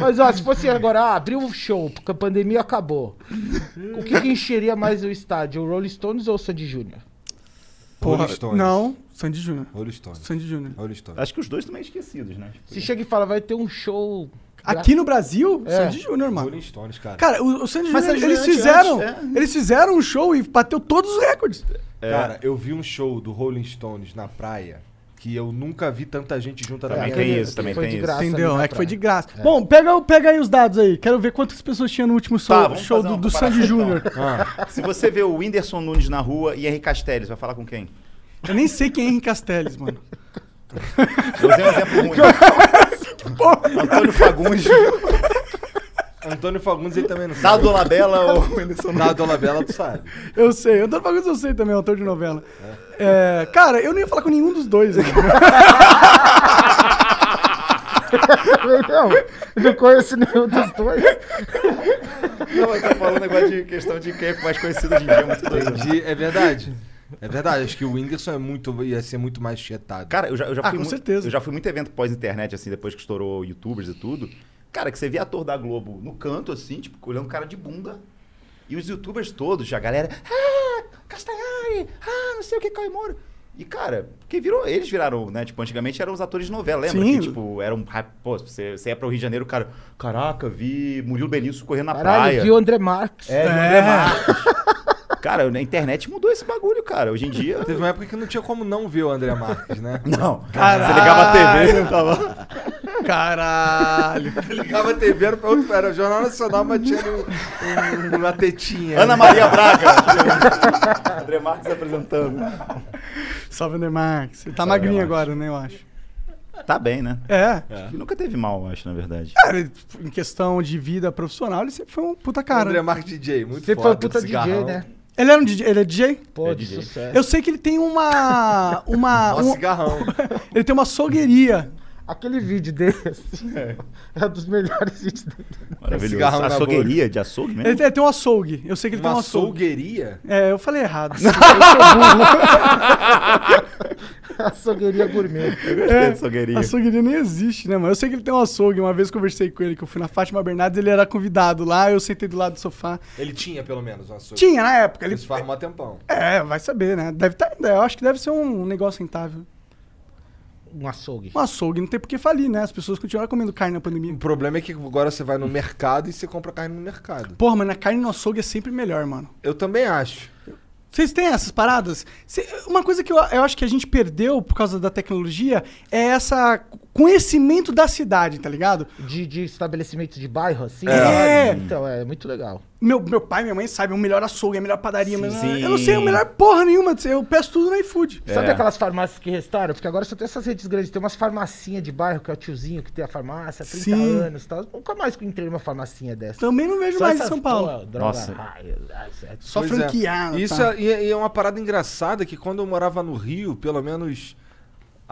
Speaker 5: Mas ó, se fosse agora, ah, abriu o show, porque a pandemia acabou. O que, que encheria mais o estádio? O Rolling Stones ou o Sandy Júnior?
Speaker 3: Rolling Stones.
Speaker 2: Não, Sandy Júnior.
Speaker 3: Rolling Stones.
Speaker 2: Sandy Júnior.
Speaker 3: Rolling Stones.
Speaker 4: Acho que os dois também esquecidos, né?
Speaker 5: Se chega e fala, vai ter um show.
Speaker 2: Aqui no Brasil,
Speaker 5: É.
Speaker 2: Sandy Júnior, mano.
Speaker 3: Rolling Stones, cara.
Speaker 2: Cara, o, o Sandy
Speaker 4: Mas
Speaker 2: Júnior,
Speaker 4: Sandy
Speaker 2: eles
Speaker 4: Júnior antes, é.
Speaker 2: fizeram.
Speaker 4: antes,
Speaker 2: Eles fizeram um show e bateu todos os recordes.
Speaker 4: É.
Speaker 3: Cara, eu vi um show do Rolling Stones na praia que eu nunca vi tanta gente junta na
Speaker 4: Também
Speaker 3: praia.
Speaker 4: tem
Speaker 5: foi-
Speaker 4: isso, também
Speaker 5: foi
Speaker 4: tem
Speaker 5: de
Speaker 4: isso.
Speaker 5: graça. né,
Speaker 2: Entendeu?
Speaker 5: ali na
Speaker 2: É que foi de
Speaker 4: né?
Speaker 5: praia.
Speaker 2: graça. Bom, pega, o- pega aí os dados aí. Quero ver quantas pessoas tinha no último show,
Speaker 4: Tá, vamos
Speaker 2: show
Speaker 4: fazer
Speaker 2: do,
Speaker 4: uma
Speaker 2: do Sandy
Speaker 4: comparação, então.
Speaker 2: Júnior.
Speaker 3: Ah,
Speaker 4: Se você vê o Whindersson Nunes na rua e Henrique Castells, vai falar com quem?
Speaker 2: Eu nem sei quem é Henrique Castells, mano.
Speaker 4: Eu usei um exemplo ruim. Antônio Fagundes.
Speaker 3: Antônio Fagundes ele também não sabe.
Speaker 4: Dado Dolabella ou Whindersson Nunes?
Speaker 3: Dado Dolabella, tu sabe.
Speaker 2: Eu sei, Antônio Fagundes eu sei também, é autor de novela. É, cara, eu não ia falar com nenhum dos dois. né?
Speaker 5: Não, não conheço nenhum dos dois.
Speaker 4: Não, mas tá falando negócio de questão de quem é mais conhecido de dia, muito doido.
Speaker 3: Entendi, é verdade. É verdade, acho que o Whindersson é muito, ia ser muito mais chetado.
Speaker 4: Cara, eu já, eu já
Speaker 2: Ah,
Speaker 4: fui
Speaker 2: com
Speaker 4: muito,
Speaker 2: certeza.
Speaker 4: Eu já fui muito evento pós-internet, assim, depois que estourou youtubers e tudo. Cara, que você vê ator da Globo no canto, assim, tipo, olhando cara de bunda. E os youtubers todos, já a galera. Ah, Castanhari! Ah, não sei o que, Caio Moro. E, cara, que virou. Eles viraram, né? Tipo, antigamente eram os atores de novela, lembra?
Speaker 2: Sim.
Speaker 4: Que, tipo, eram. ah, Pô, você, você ia pro Rio de Janeiro, o cara. Caraca, vi Murilo Benício correndo na praia.
Speaker 5: Caralho, viu o André Marques.
Speaker 4: É, Murilo Benício. Cara, na internet mudou esse bagulho, cara. Hoje em dia.
Speaker 3: Teve uma época que não tinha como não ver o André Marques, né?
Speaker 4: Não.
Speaker 2: Caralho.
Speaker 4: Você ligava a TV, tava.
Speaker 2: Caralho.
Speaker 3: Ligava a TV, era, pra outro- era o Jornal Nacional, mas tinha um- um- uma tetinha.
Speaker 4: Ana Maria Braga. André Marques apresentando.
Speaker 2: Salve, André Marques. Ele tá magrinho
Speaker 4: Marques.
Speaker 2: agora, né, eu acho.
Speaker 4: Tá bem, né?
Speaker 2: É.
Speaker 4: Ele nunca teve mal, eu acho, na verdade.
Speaker 2: Cara, ele, em questão de vida profissional, ele sempre foi um puta
Speaker 3: Cara,
Speaker 2: cara.
Speaker 3: André Marques DJ, muito
Speaker 5: Você foi
Speaker 3: foda.
Speaker 5: um puta DJ,
Speaker 3: cigarrão.
Speaker 5: né?
Speaker 2: Ele era um DJ? Ele é DJ?
Speaker 5: Pô,
Speaker 4: É
Speaker 5: de
Speaker 4: DJ.
Speaker 5: sucesso.
Speaker 2: Eu sei que ele tem uma. uma
Speaker 3: Nossa,
Speaker 2: um-
Speaker 3: cigarrão.
Speaker 2: ele tem uma açougueria.
Speaker 5: Aquele vídeo dele, assim, é um dos melhores vídeos dele.
Speaker 4: Maravilhoso.
Speaker 3: Cigarrão É, na
Speaker 4: Açougueria de açougue
Speaker 2: Ele
Speaker 4: mesmo?
Speaker 2: tem, tem um açougue. Eu sei que ele tem
Speaker 3: Uma
Speaker 2: um açougue.
Speaker 3: açougueria?
Speaker 2: É, eu falei errado.
Speaker 5: Açougueria gourmet.
Speaker 3: É,
Speaker 4: Gostei de açougueria.
Speaker 2: açougueria É, nem existe, né, mano? Eu sei que ele tem um açougue. Uma vez conversei com ele, que eu fui na Fátima Bernardes, ele era convidado lá, eu sentei do lado do sofá.
Speaker 3: Ele tinha, pelo menos, um açougue.
Speaker 2: Tinha na época. Ele,
Speaker 3: Isso faz um mó tempão.
Speaker 2: é, vai saber, né? Deve estar ainda. Eu acho que deve ser um negócio rentável.
Speaker 5: Um açougue.
Speaker 2: Um açougue não tem por que falir, né? As pessoas continuaram comendo carne na pandemia.
Speaker 3: O problema é que agora você vai no mercado e você compra carne no mercado.
Speaker 2: Porra, mano, a carne no açougue é sempre melhor, mano.
Speaker 3: Eu também acho.
Speaker 2: Vocês têm essas paradas? Cê- uma coisa que eu, eu acho que a gente perdeu por causa da tecnologia é essa conhecimento da cidade, tá ligado?
Speaker 5: De, de estabelecimento de bairro, assim.
Speaker 2: É.
Speaker 5: sabe? Então, é muito legal.
Speaker 2: Meu, meu pai e minha mãe sabem o melhor açougue, a melhor padaria.
Speaker 4: Sim,
Speaker 2: mas
Speaker 4: sim. É.
Speaker 2: Eu não sei a melhor porra nenhuma. Eu peço tudo no iFood.
Speaker 5: Sabe aquelas farmácias que restaram? Porque agora só tem essas redes grandes. Tem umas farmacinhas de bairro, que é o tiozinho que tem a farmácia há 30
Speaker 2: Sim.
Speaker 5: anos e tal. Nunca mais entrei numa farmacinha dessa.
Speaker 2: Também não vejo mais em São Paulo.
Speaker 4: Nossa.
Speaker 5: Nossa. Ai, ai, ai.
Speaker 2: Só
Speaker 3: Pois é.
Speaker 2: franqueado.
Speaker 3: Isso
Speaker 2: tá?
Speaker 3: é, e é- e é uma parada engraçada que quando eu morava no Rio, pelo menos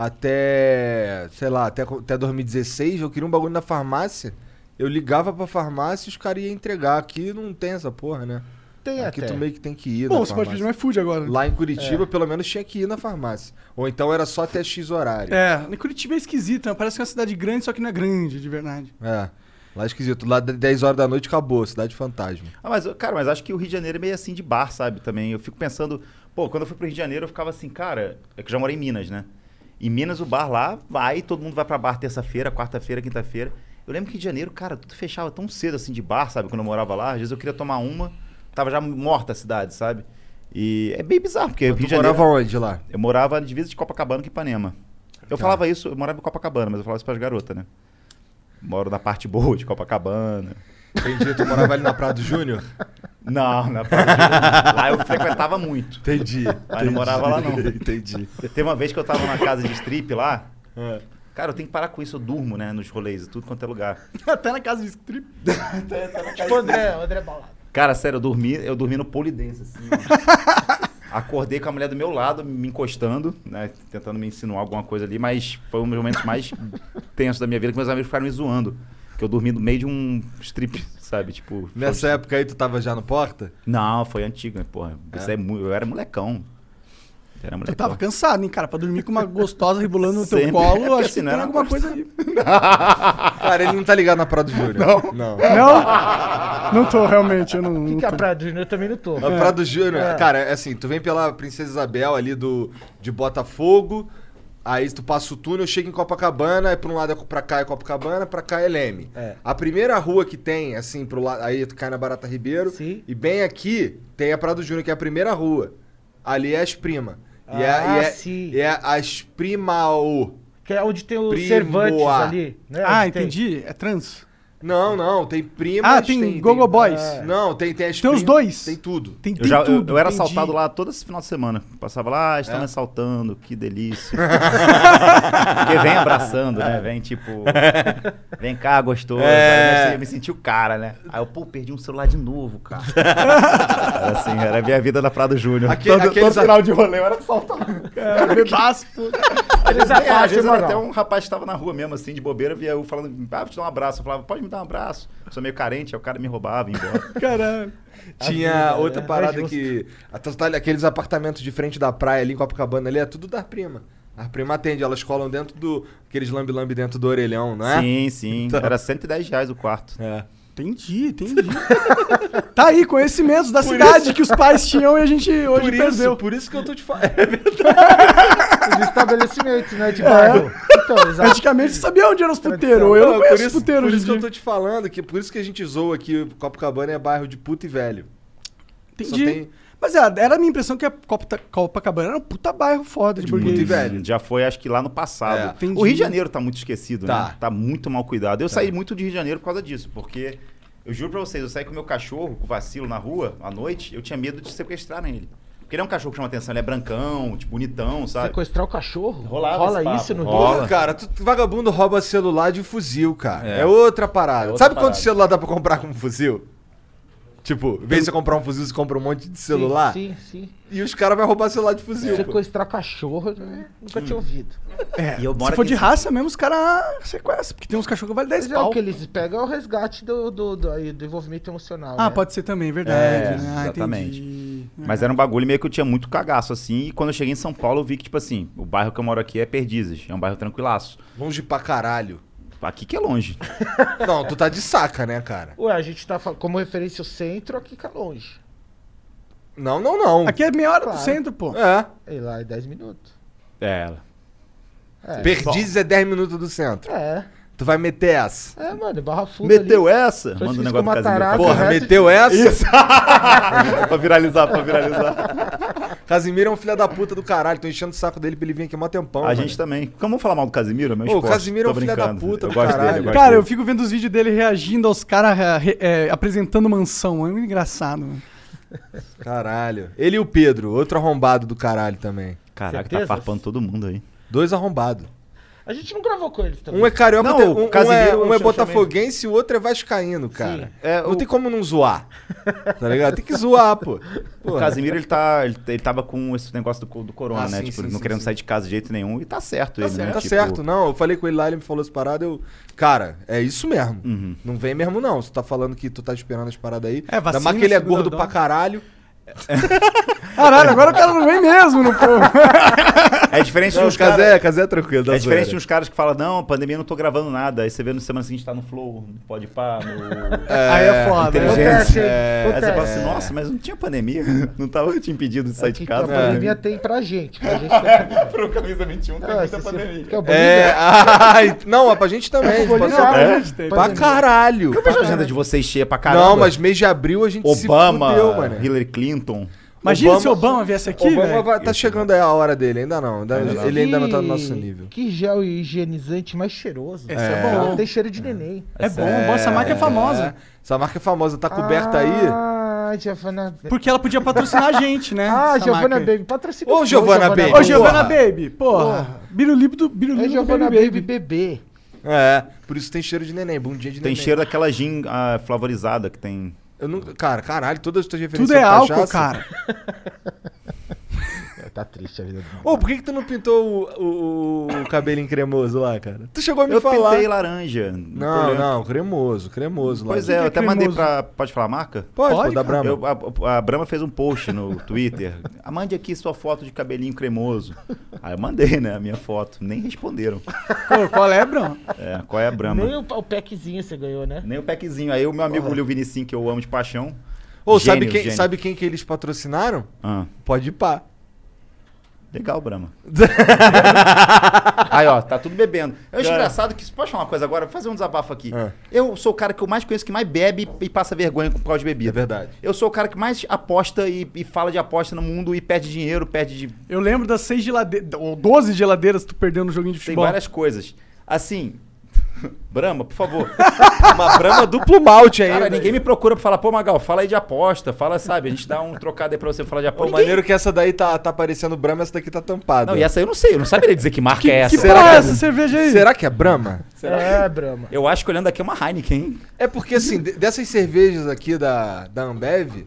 Speaker 3: até, sei lá, até, co- até 2016, eu queria um bagulho na farmácia. Eu ligava pra farmácia e os caras iam entregar. Aqui não tem essa porra, né?
Speaker 5: Tem
Speaker 3: Aqui
Speaker 5: até.
Speaker 3: tu meio que tem que ir
Speaker 2: Bom,
Speaker 3: na
Speaker 2: você pode pedir
Speaker 3: farmácia.
Speaker 2: no iFood agora.
Speaker 3: Lá em Curitiba, pelo menos tinha que ir na farmácia. Ou então era só até X horário. É.
Speaker 2: É, Curitiba é esquisito. né? Parece que é uma cidade grande, só que não é grande, de verdade.
Speaker 3: Lá é esquisito. Lá de- 10 horas da noite acabou, cidade fantasma.
Speaker 4: Ah, mas, cara, mas acho que o Rio de Janeiro é meio assim de bar, sabe? Também. Eu fico pensando, pô, quando eu fui pro Rio de Janeiro, eu ficava assim, cara, é que eu já morei em Minas, né? Em Minas, o bar lá vai, todo mundo vai pra bar terça-feira, quarta-feira, quinta-feira. Eu lembro que em janeiro, cara, tudo fechava tão cedo assim de bar, sabe? Quando eu morava lá, às vezes eu queria tomar uma, tava já morta a cidade, sabe? E é bem bizarro, porque o Rio de
Speaker 3: Tu
Speaker 4: Janeiro.
Speaker 3: morava onde lá?
Speaker 4: Eu morava de divisa de Copacabana com Ipanema. Eu
Speaker 2: Tá.
Speaker 4: falava isso, eu morava em Copacabana, mas eu falava isso pras garotas, né? Moro na parte boa de Copacabana.
Speaker 3: Entendi, tu morava ali na Praia do Júnior?
Speaker 4: Não, na parte de... Lá eu frequentava muito.
Speaker 3: Entendi.
Speaker 4: Mas não morava lá, não.
Speaker 3: Entendi.
Speaker 4: Teve uma vez que eu tava numa casa de strip lá.
Speaker 2: É.
Speaker 4: Cara, eu tenho que parar com isso, eu durmo, né? Nos rolês e tudo quanto é lugar.
Speaker 2: Até na casa de strip.
Speaker 5: Tipo, André, André Balado.
Speaker 4: Cara, sério, eu dormi, eu dormi no polidense, assim, ó. Acordei com a mulher do meu lado, me encostando, né? Tentando me insinuar alguma coisa ali, mas foi um dos momentos mais tensos da minha vida que meus amigos ficaram me zoando. Que eu dormi no meio de um strip, sabe? Tipo.
Speaker 3: Nessa época aí tu tava já no porta?
Speaker 4: Não, foi antigo, né? Porra, isso é mu- eu era molecão. Eu era
Speaker 2: Eu
Speaker 4: molecão.
Speaker 2: tava cansado, hein, cara? Pra dormir com uma gostosa rebolando no teu
Speaker 4: Sempre.
Speaker 2: colo,
Speaker 4: É porque
Speaker 2: acho
Speaker 4: assim,
Speaker 2: que
Speaker 4: não
Speaker 2: tem
Speaker 4: era
Speaker 2: alguma
Speaker 4: gostosa.
Speaker 2: coisa aí.
Speaker 3: Cara, ele não tá ligado na Praia do Júnior. Não. É.
Speaker 2: Não? Não tô, realmente. Eu não,
Speaker 5: O que,
Speaker 2: não
Speaker 5: que é a
Speaker 2: tô.
Speaker 5: Praia do Júnior? Eu também não tô.
Speaker 3: Na Praia do Júnior,
Speaker 5: É.
Speaker 3: cara, é assim, tu vem pela Princesa Isabel ali do, de Botafogo, aí tu passa o túnel, chega em Copacabana, aí pra um lado é co- pra cá é Copacabana, pra cá é Leme. A primeira rua que tem, assim, pro lado, aí tu cai na Barata Ribeiro,
Speaker 5: Sim.
Speaker 3: e bem aqui tem a Praia do Júnior, que é a primeira rua. Ali é as prima. E é,
Speaker 5: Ah,
Speaker 3: e é,
Speaker 5: sim.
Speaker 3: e é as primao.
Speaker 5: Que é onde tem o
Speaker 3: Primo
Speaker 5: Cervantes
Speaker 3: A.
Speaker 5: ali. Né?
Speaker 2: Ah,
Speaker 5: Onde tem-
Speaker 2: entendi. É trans.
Speaker 3: Não, não, tem primas.
Speaker 2: Ah, tem Gogo Boys.
Speaker 3: Não, tem, tem as
Speaker 2: Tem os
Speaker 3: primas,
Speaker 2: dois.
Speaker 3: Tem tudo.
Speaker 2: Tem, tem
Speaker 4: Eu, já, eu-
Speaker 2: tudo.
Speaker 4: eu era
Speaker 2: entendi.
Speaker 4: assaltado lá todo esse final de semana. Passava lá, ah,
Speaker 3: É.
Speaker 4: estão me assaltando, que delícia. Porque vem abraçando,
Speaker 3: É.
Speaker 4: né? Vem tipo, vem cá, gostoso. Aí Eu me senti o cara, né? Aí eu, pô, perdi um celular de novo, cara. era assim, era a minha vida na Prado Júnior.
Speaker 3: Aque- aqueles a-
Speaker 4: de rolê eu era assaltado. Às vezes, nem-
Speaker 5: Eles
Speaker 4: às
Speaker 5: afastam,
Speaker 4: vezes era
Speaker 5: mano.
Speaker 4: até um rapaz que tava na rua mesmo, assim, de bobeira, via eu falando, ah, vou te dar um abraço. Eu falava, pode me dar um abraço. Eu sou meio carente, aí o cara me roubava, ia embora.
Speaker 2: Caralho.
Speaker 3: Tinha outra
Speaker 5: é
Speaker 3: parada
Speaker 5: justo.
Speaker 3: que. a- tá- tá- Aqueles apartamentos de frente da praia ali, em Copacabana ali, é tudo das primas. As primas atendem, elas colam dentro do. Aqueles lambe-lambe dentro do orelhão, não é?
Speaker 4: Sim, sim. Era 110 reais o quarto.
Speaker 3: É.
Speaker 2: Entendi, entendi. tá aí, conhecimentos da cidade que os pais tinham e a gente hoje
Speaker 3: Por
Speaker 2: perdeu.
Speaker 3: isso, por isso que eu tô te falando. É verdade.
Speaker 5: Os estabelecimentos, né?
Speaker 2: É.
Speaker 5: De bairro. Então, exato.
Speaker 2: Antigamente você sabia onde eram os puteiros. Eu não
Speaker 3: Não,
Speaker 2: conheço
Speaker 3: por isso,
Speaker 2: puteiro
Speaker 3: Por
Speaker 2: hoje
Speaker 3: isso que eu
Speaker 2: em
Speaker 3: tô
Speaker 2: dia.
Speaker 3: te falando, que por isso que a gente zoa aqui, Copacabana é bairro de puta e velho. só
Speaker 2: Entendi.
Speaker 3: tem-
Speaker 2: Mas é, era a minha impressão que a Copa- Copacabana era um puta bairro
Speaker 4: É
Speaker 2: foda de
Speaker 3: muito
Speaker 2: burguês.
Speaker 3: e velho.
Speaker 4: Já foi, acho que lá no passado.
Speaker 2: É.
Speaker 4: O Rio de Janeiro tá muito esquecido,
Speaker 3: Tá.
Speaker 4: né? Tá muito mal cuidado. Eu saí muito do Rio de Janeiro por causa disso, porque eu juro pra vocês, eu saí com meu cachorro, com o vacilo na rua, à noite, eu tinha medo de sequestrar ele. Porque ele é um cachorro que chama atenção, ele é brancão, tipo, bonitão, sabe?
Speaker 5: Sequestrar o cachorro?
Speaker 4: Rolava
Speaker 5: Rola
Speaker 4: esse papo,
Speaker 5: isso no
Speaker 4: rola.
Speaker 5: Rio?
Speaker 3: Porra, cara, tu- vagabundo rouba celular de fuzil, cara. É, outra parada.
Speaker 4: É outra
Speaker 3: Sabe quanto
Speaker 4: parada.
Speaker 3: celular dá pra comprar com fuzil? Tipo, em vez de você comprar um fuzil, você compra um monte de celular.
Speaker 5: Sim, sim.
Speaker 3: E os caras vão roubar celular de fuzil. pô.
Speaker 5: Sequestrar cachorro, né?
Speaker 2: É.
Speaker 5: nunca tinha ouvido.
Speaker 4: E eu moro
Speaker 2: Se for
Speaker 4: aqui
Speaker 2: de
Speaker 4: em
Speaker 2: raça mesmo, os caras sequestram. Porque tem uns cachorros que valem 10
Speaker 5: Mas é o
Speaker 2: pau.
Speaker 5: que eles pegam é o resgate do, do, do, aí, do envolvimento emocional.
Speaker 2: Ah,
Speaker 5: né?
Speaker 2: pode ser também, verdade.
Speaker 4: É,
Speaker 2: né? Ah,
Speaker 4: exatamente.
Speaker 2: entendi.
Speaker 4: Mas era um bagulho meio que eu tinha muito cagaço, assim. E quando eu cheguei em São Paulo, eu vi que, tipo assim, o bairro que eu moro aqui é Perdizes. É um bairro tranquilaço.
Speaker 3: Longe pra caralho.
Speaker 4: Aqui que é longe.
Speaker 3: Não, tu tá de saca, né, cara?
Speaker 5: Ué, a gente tá fa- como referência o centro, aqui que é longe.
Speaker 3: Não, não, não.
Speaker 2: Aqui é meia hora do
Speaker 5: Claro.
Speaker 2: centro, pô.
Speaker 3: É.
Speaker 5: E lá é 10 minutos.
Speaker 4: É.
Speaker 5: É.
Speaker 3: Perdizes é 10 minutos do centro.
Speaker 5: É,
Speaker 3: Tu vai meter essa.
Speaker 5: é, mano, Barra Funda
Speaker 4: Meteu
Speaker 5: ali.
Speaker 4: essa?
Speaker 5: Francisco
Speaker 4: Manda um negócio pro Casimiro.
Speaker 5: Matarazzo.
Speaker 4: Porra,
Speaker 3: Porra,
Speaker 5: resto-
Speaker 3: meteu essa?
Speaker 4: pra viralizar, pra viralizar.
Speaker 3: Casimiro é um filho da puta do caralho. Tô enchendo o saco dele pra ele vir aqui mó tempão.
Speaker 4: a
Speaker 3: mano.
Speaker 4: gente também. Como vamos falar mal do Casimiro? É meu
Speaker 3: Pô, o
Speaker 4: esporte.
Speaker 3: Casimiro é
Speaker 4: Tô
Speaker 3: um filho da
Speaker 4: brincando.
Speaker 3: puta
Speaker 4: Eu
Speaker 3: do
Speaker 4: gosto dele,
Speaker 3: caralho.
Speaker 4: eu gosto
Speaker 2: Cara,
Speaker 4: dele.
Speaker 2: eu fico vendo os vídeos dele reagindo aos caras re- é, apresentando mansão. É muito engraçado. mano.
Speaker 3: Caralho. Ele e o Pedro, outro arrombado do caralho também.
Speaker 4: Caraca, tá
Speaker 5: Certezas?
Speaker 4: farpando todo mundo aí.
Speaker 3: Dois arrombados.
Speaker 5: A gente não gravou com eles também.
Speaker 3: Um é carioca,
Speaker 4: Não,
Speaker 3: tem-
Speaker 4: o
Speaker 3: um, um é,
Speaker 4: Casimiro
Speaker 3: um
Speaker 4: eu
Speaker 3: é
Speaker 4: chamei-
Speaker 3: botafoguense e o outro é vascaíno, cara. É, não tem como não zoar. Tá ligado? Tem que zoar, pô.
Speaker 4: O Casimiro, ele, tá, ele, ele tava com esse negócio do, co- do corona,
Speaker 3: Ah,
Speaker 4: né?
Speaker 3: sim,
Speaker 4: tipo,
Speaker 3: sim,
Speaker 4: ele não
Speaker 3: sim,
Speaker 4: querendo
Speaker 3: sim.
Speaker 4: sair de casa de jeito nenhum. E tá
Speaker 3: Tá,
Speaker 4: certo ele, né?
Speaker 3: certo, tá
Speaker 4: Tipo,
Speaker 3: certo. Não, eu falei com ele lá, ele me falou essa parada, eu... Cara, é isso mesmo. Não vem mesmo não. Se tu tá falando que tu tá esperando as paradas aí.
Speaker 2: É, vacina,
Speaker 3: Ainda mais que ele é
Speaker 2: segunda
Speaker 3: gordo
Speaker 2: dose.
Speaker 3: pra caralho.
Speaker 2: Caralho, agora o cara não vem mesmo, não, pô.
Speaker 4: É diferente dos
Speaker 3: Casé,
Speaker 4: caras...
Speaker 3: Casé é tranquilo. dá
Speaker 4: É diferente de
Speaker 3: zoeira.
Speaker 4: uns caras que falam, não, pandemia eu não tô gravando nada. Aí você vê no semana seguinte tá no Flow, no Pode Pá, no.
Speaker 2: Aí é foda. né?
Speaker 4: inteligente.
Speaker 5: Acontece, hein?
Speaker 3: é,
Speaker 4: Aí você fala
Speaker 5: Acontece.
Speaker 4: assim, nossa, mas não tinha pandemia. Não tava te impedido de
Speaker 3: É
Speaker 4: sair de
Speaker 5: Que
Speaker 3: tá
Speaker 4: casa.
Speaker 5: Então,
Speaker 4: É.
Speaker 5: a
Speaker 3: né?
Speaker 5: pandemia tem pra gente. Pra gente tem
Speaker 4: Pro camisa
Speaker 3: tá
Speaker 4: 21
Speaker 5: Ah, esse- esse- que é o
Speaker 3: É,
Speaker 5: Bolívia.
Speaker 3: ai, não, é pra gente também.
Speaker 5: Bolívia,
Speaker 3: pode ser
Speaker 5: né?
Speaker 2: pra-
Speaker 3: pra
Speaker 5: Pandemia.
Speaker 3: caralho.
Speaker 4: Eu vejo Tá a agenda de vocês cheia pra caramba.
Speaker 3: Não, mas mês de abril a gente
Speaker 4: Obama,
Speaker 3: se fudeu, mano.
Speaker 4: Hillary Clinton.
Speaker 2: Imagina
Speaker 3: Obama-
Speaker 2: se o Obama viesse aqui,
Speaker 3: Obama
Speaker 2: velho.
Speaker 3: vai- tá chegando aí a hora dele, ainda não. ainda- Ele ainda não tá no nosso
Speaker 5: Que-
Speaker 3: nível.
Speaker 5: Que gel higienizante mais cheiroso.
Speaker 2: Esse é bom.
Speaker 5: Não tem cheiro de neném.
Speaker 2: É bom, bom, essa marca é famosa.
Speaker 3: Essa marca é famosa, tá coberta aí.
Speaker 5: Ah, Giovanna Baby.
Speaker 2: Porque ela podia patrocinar a gente, né?
Speaker 5: Ah,
Speaker 2: essa
Speaker 5: Giovanna
Speaker 2: marca aí.
Speaker 5: Baby. Patrocina
Speaker 3: Ô,
Speaker 5: o Flow,
Speaker 3: Giovanna Baby.
Speaker 2: Ô,
Speaker 3: Porra.
Speaker 2: Giovanna Baby, porra. Birulibe do Birulibe
Speaker 5: É
Speaker 2: do
Speaker 5: Giovanna
Speaker 2: Baby
Speaker 5: Baby bebê.
Speaker 3: É, por isso tem cheiro de neném, bundinha de
Speaker 4: Tem
Speaker 3: neném.
Speaker 4: cheiro daquela gin ah, flavorizada que tem.
Speaker 3: Eu nunca, cara, caralho, todas as tuas referências
Speaker 2: Tudo é
Speaker 3: à
Speaker 2: álcool,
Speaker 3: cachaça.
Speaker 2: cara.
Speaker 5: Tá triste a vida do
Speaker 3: Ô, por que que tu não pintou o, o, o- o cabelo em cremoso lá, cara? Tu chegou a me
Speaker 4: Eu
Speaker 3: falar.
Speaker 4: pintei laranja.
Speaker 3: Não, não, cremoso, cremoso Tá lá.
Speaker 4: Pois é, eu até
Speaker 2: cremoso?
Speaker 4: mandei pra. Pode falar a marca?
Speaker 3: Pode,
Speaker 2: Pode,
Speaker 3: pô, da
Speaker 2: cara.
Speaker 3: Brahma.
Speaker 4: Eu- a, a Brahma fez um post no Twitter. "Ah, Mande aqui sua foto de cabelinho cremoso. Aí eu mandei, né? A minha foto. Nem responderam.
Speaker 2: Pô, qual é, Bruno?
Speaker 4: É, qual é a Brahma?
Speaker 5: Nem
Speaker 4: Nem o,
Speaker 5: o, o packzinho você ganhou, né?
Speaker 4: packzinho. Aí o meu amigo Lil Vinicim, que eu amo de paixão.
Speaker 3: Ô, sabe,
Speaker 4: Gênio,
Speaker 3: quem,
Speaker 4: gênio.
Speaker 3: sabe quem que eles patrocinaram?
Speaker 4: Ah,
Speaker 3: Pode ir pá.
Speaker 4: legal, Brahma. Aí, ó, tá tudo bebendo. Eu acho engraçado que. Pode falar uma coisa agora? Vou fazer um desabafo aqui.
Speaker 3: Ah.
Speaker 4: Eu sou o cara que eu mais conheço, que mais bebe e passa vergonha com pau de bebida.
Speaker 3: É verdade.
Speaker 4: Eu sou o cara que mais aposta e, e fala de aposta no mundo e perde dinheiro, perde de
Speaker 2: Eu lembro das seis geladeiras, ou 12 geladeiras que tu perdeu no joguinho de
Speaker 4: Tem
Speaker 2: futebol.
Speaker 4: várias coisas. Assim, Brahma, por favor. Uma Brahma duplo malte aí.
Speaker 3: né?
Speaker 4: Cara, ninguém me procura pra falar, pô, Magal, fala aí de aposta. Fala, sabe? A gente dá um trocado aí pra você falar de
Speaker 3: O
Speaker 4: aposta.
Speaker 3: maneiro que essa daí tá, tá aparecendo Brahma, essa daqui tá tampada.
Speaker 4: Não, e essa eu não sei. Eu não saberia dizer que marca é essa.
Speaker 2: Que porra é essa cerveja aí?
Speaker 3: Será que é Brahma?
Speaker 5: É, Brahma.
Speaker 4: Eu acho que olhando aqui é uma Heineken, hein?
Speaker 3: É porque, assim, de- dessas cervejas aqui da, da Ambev,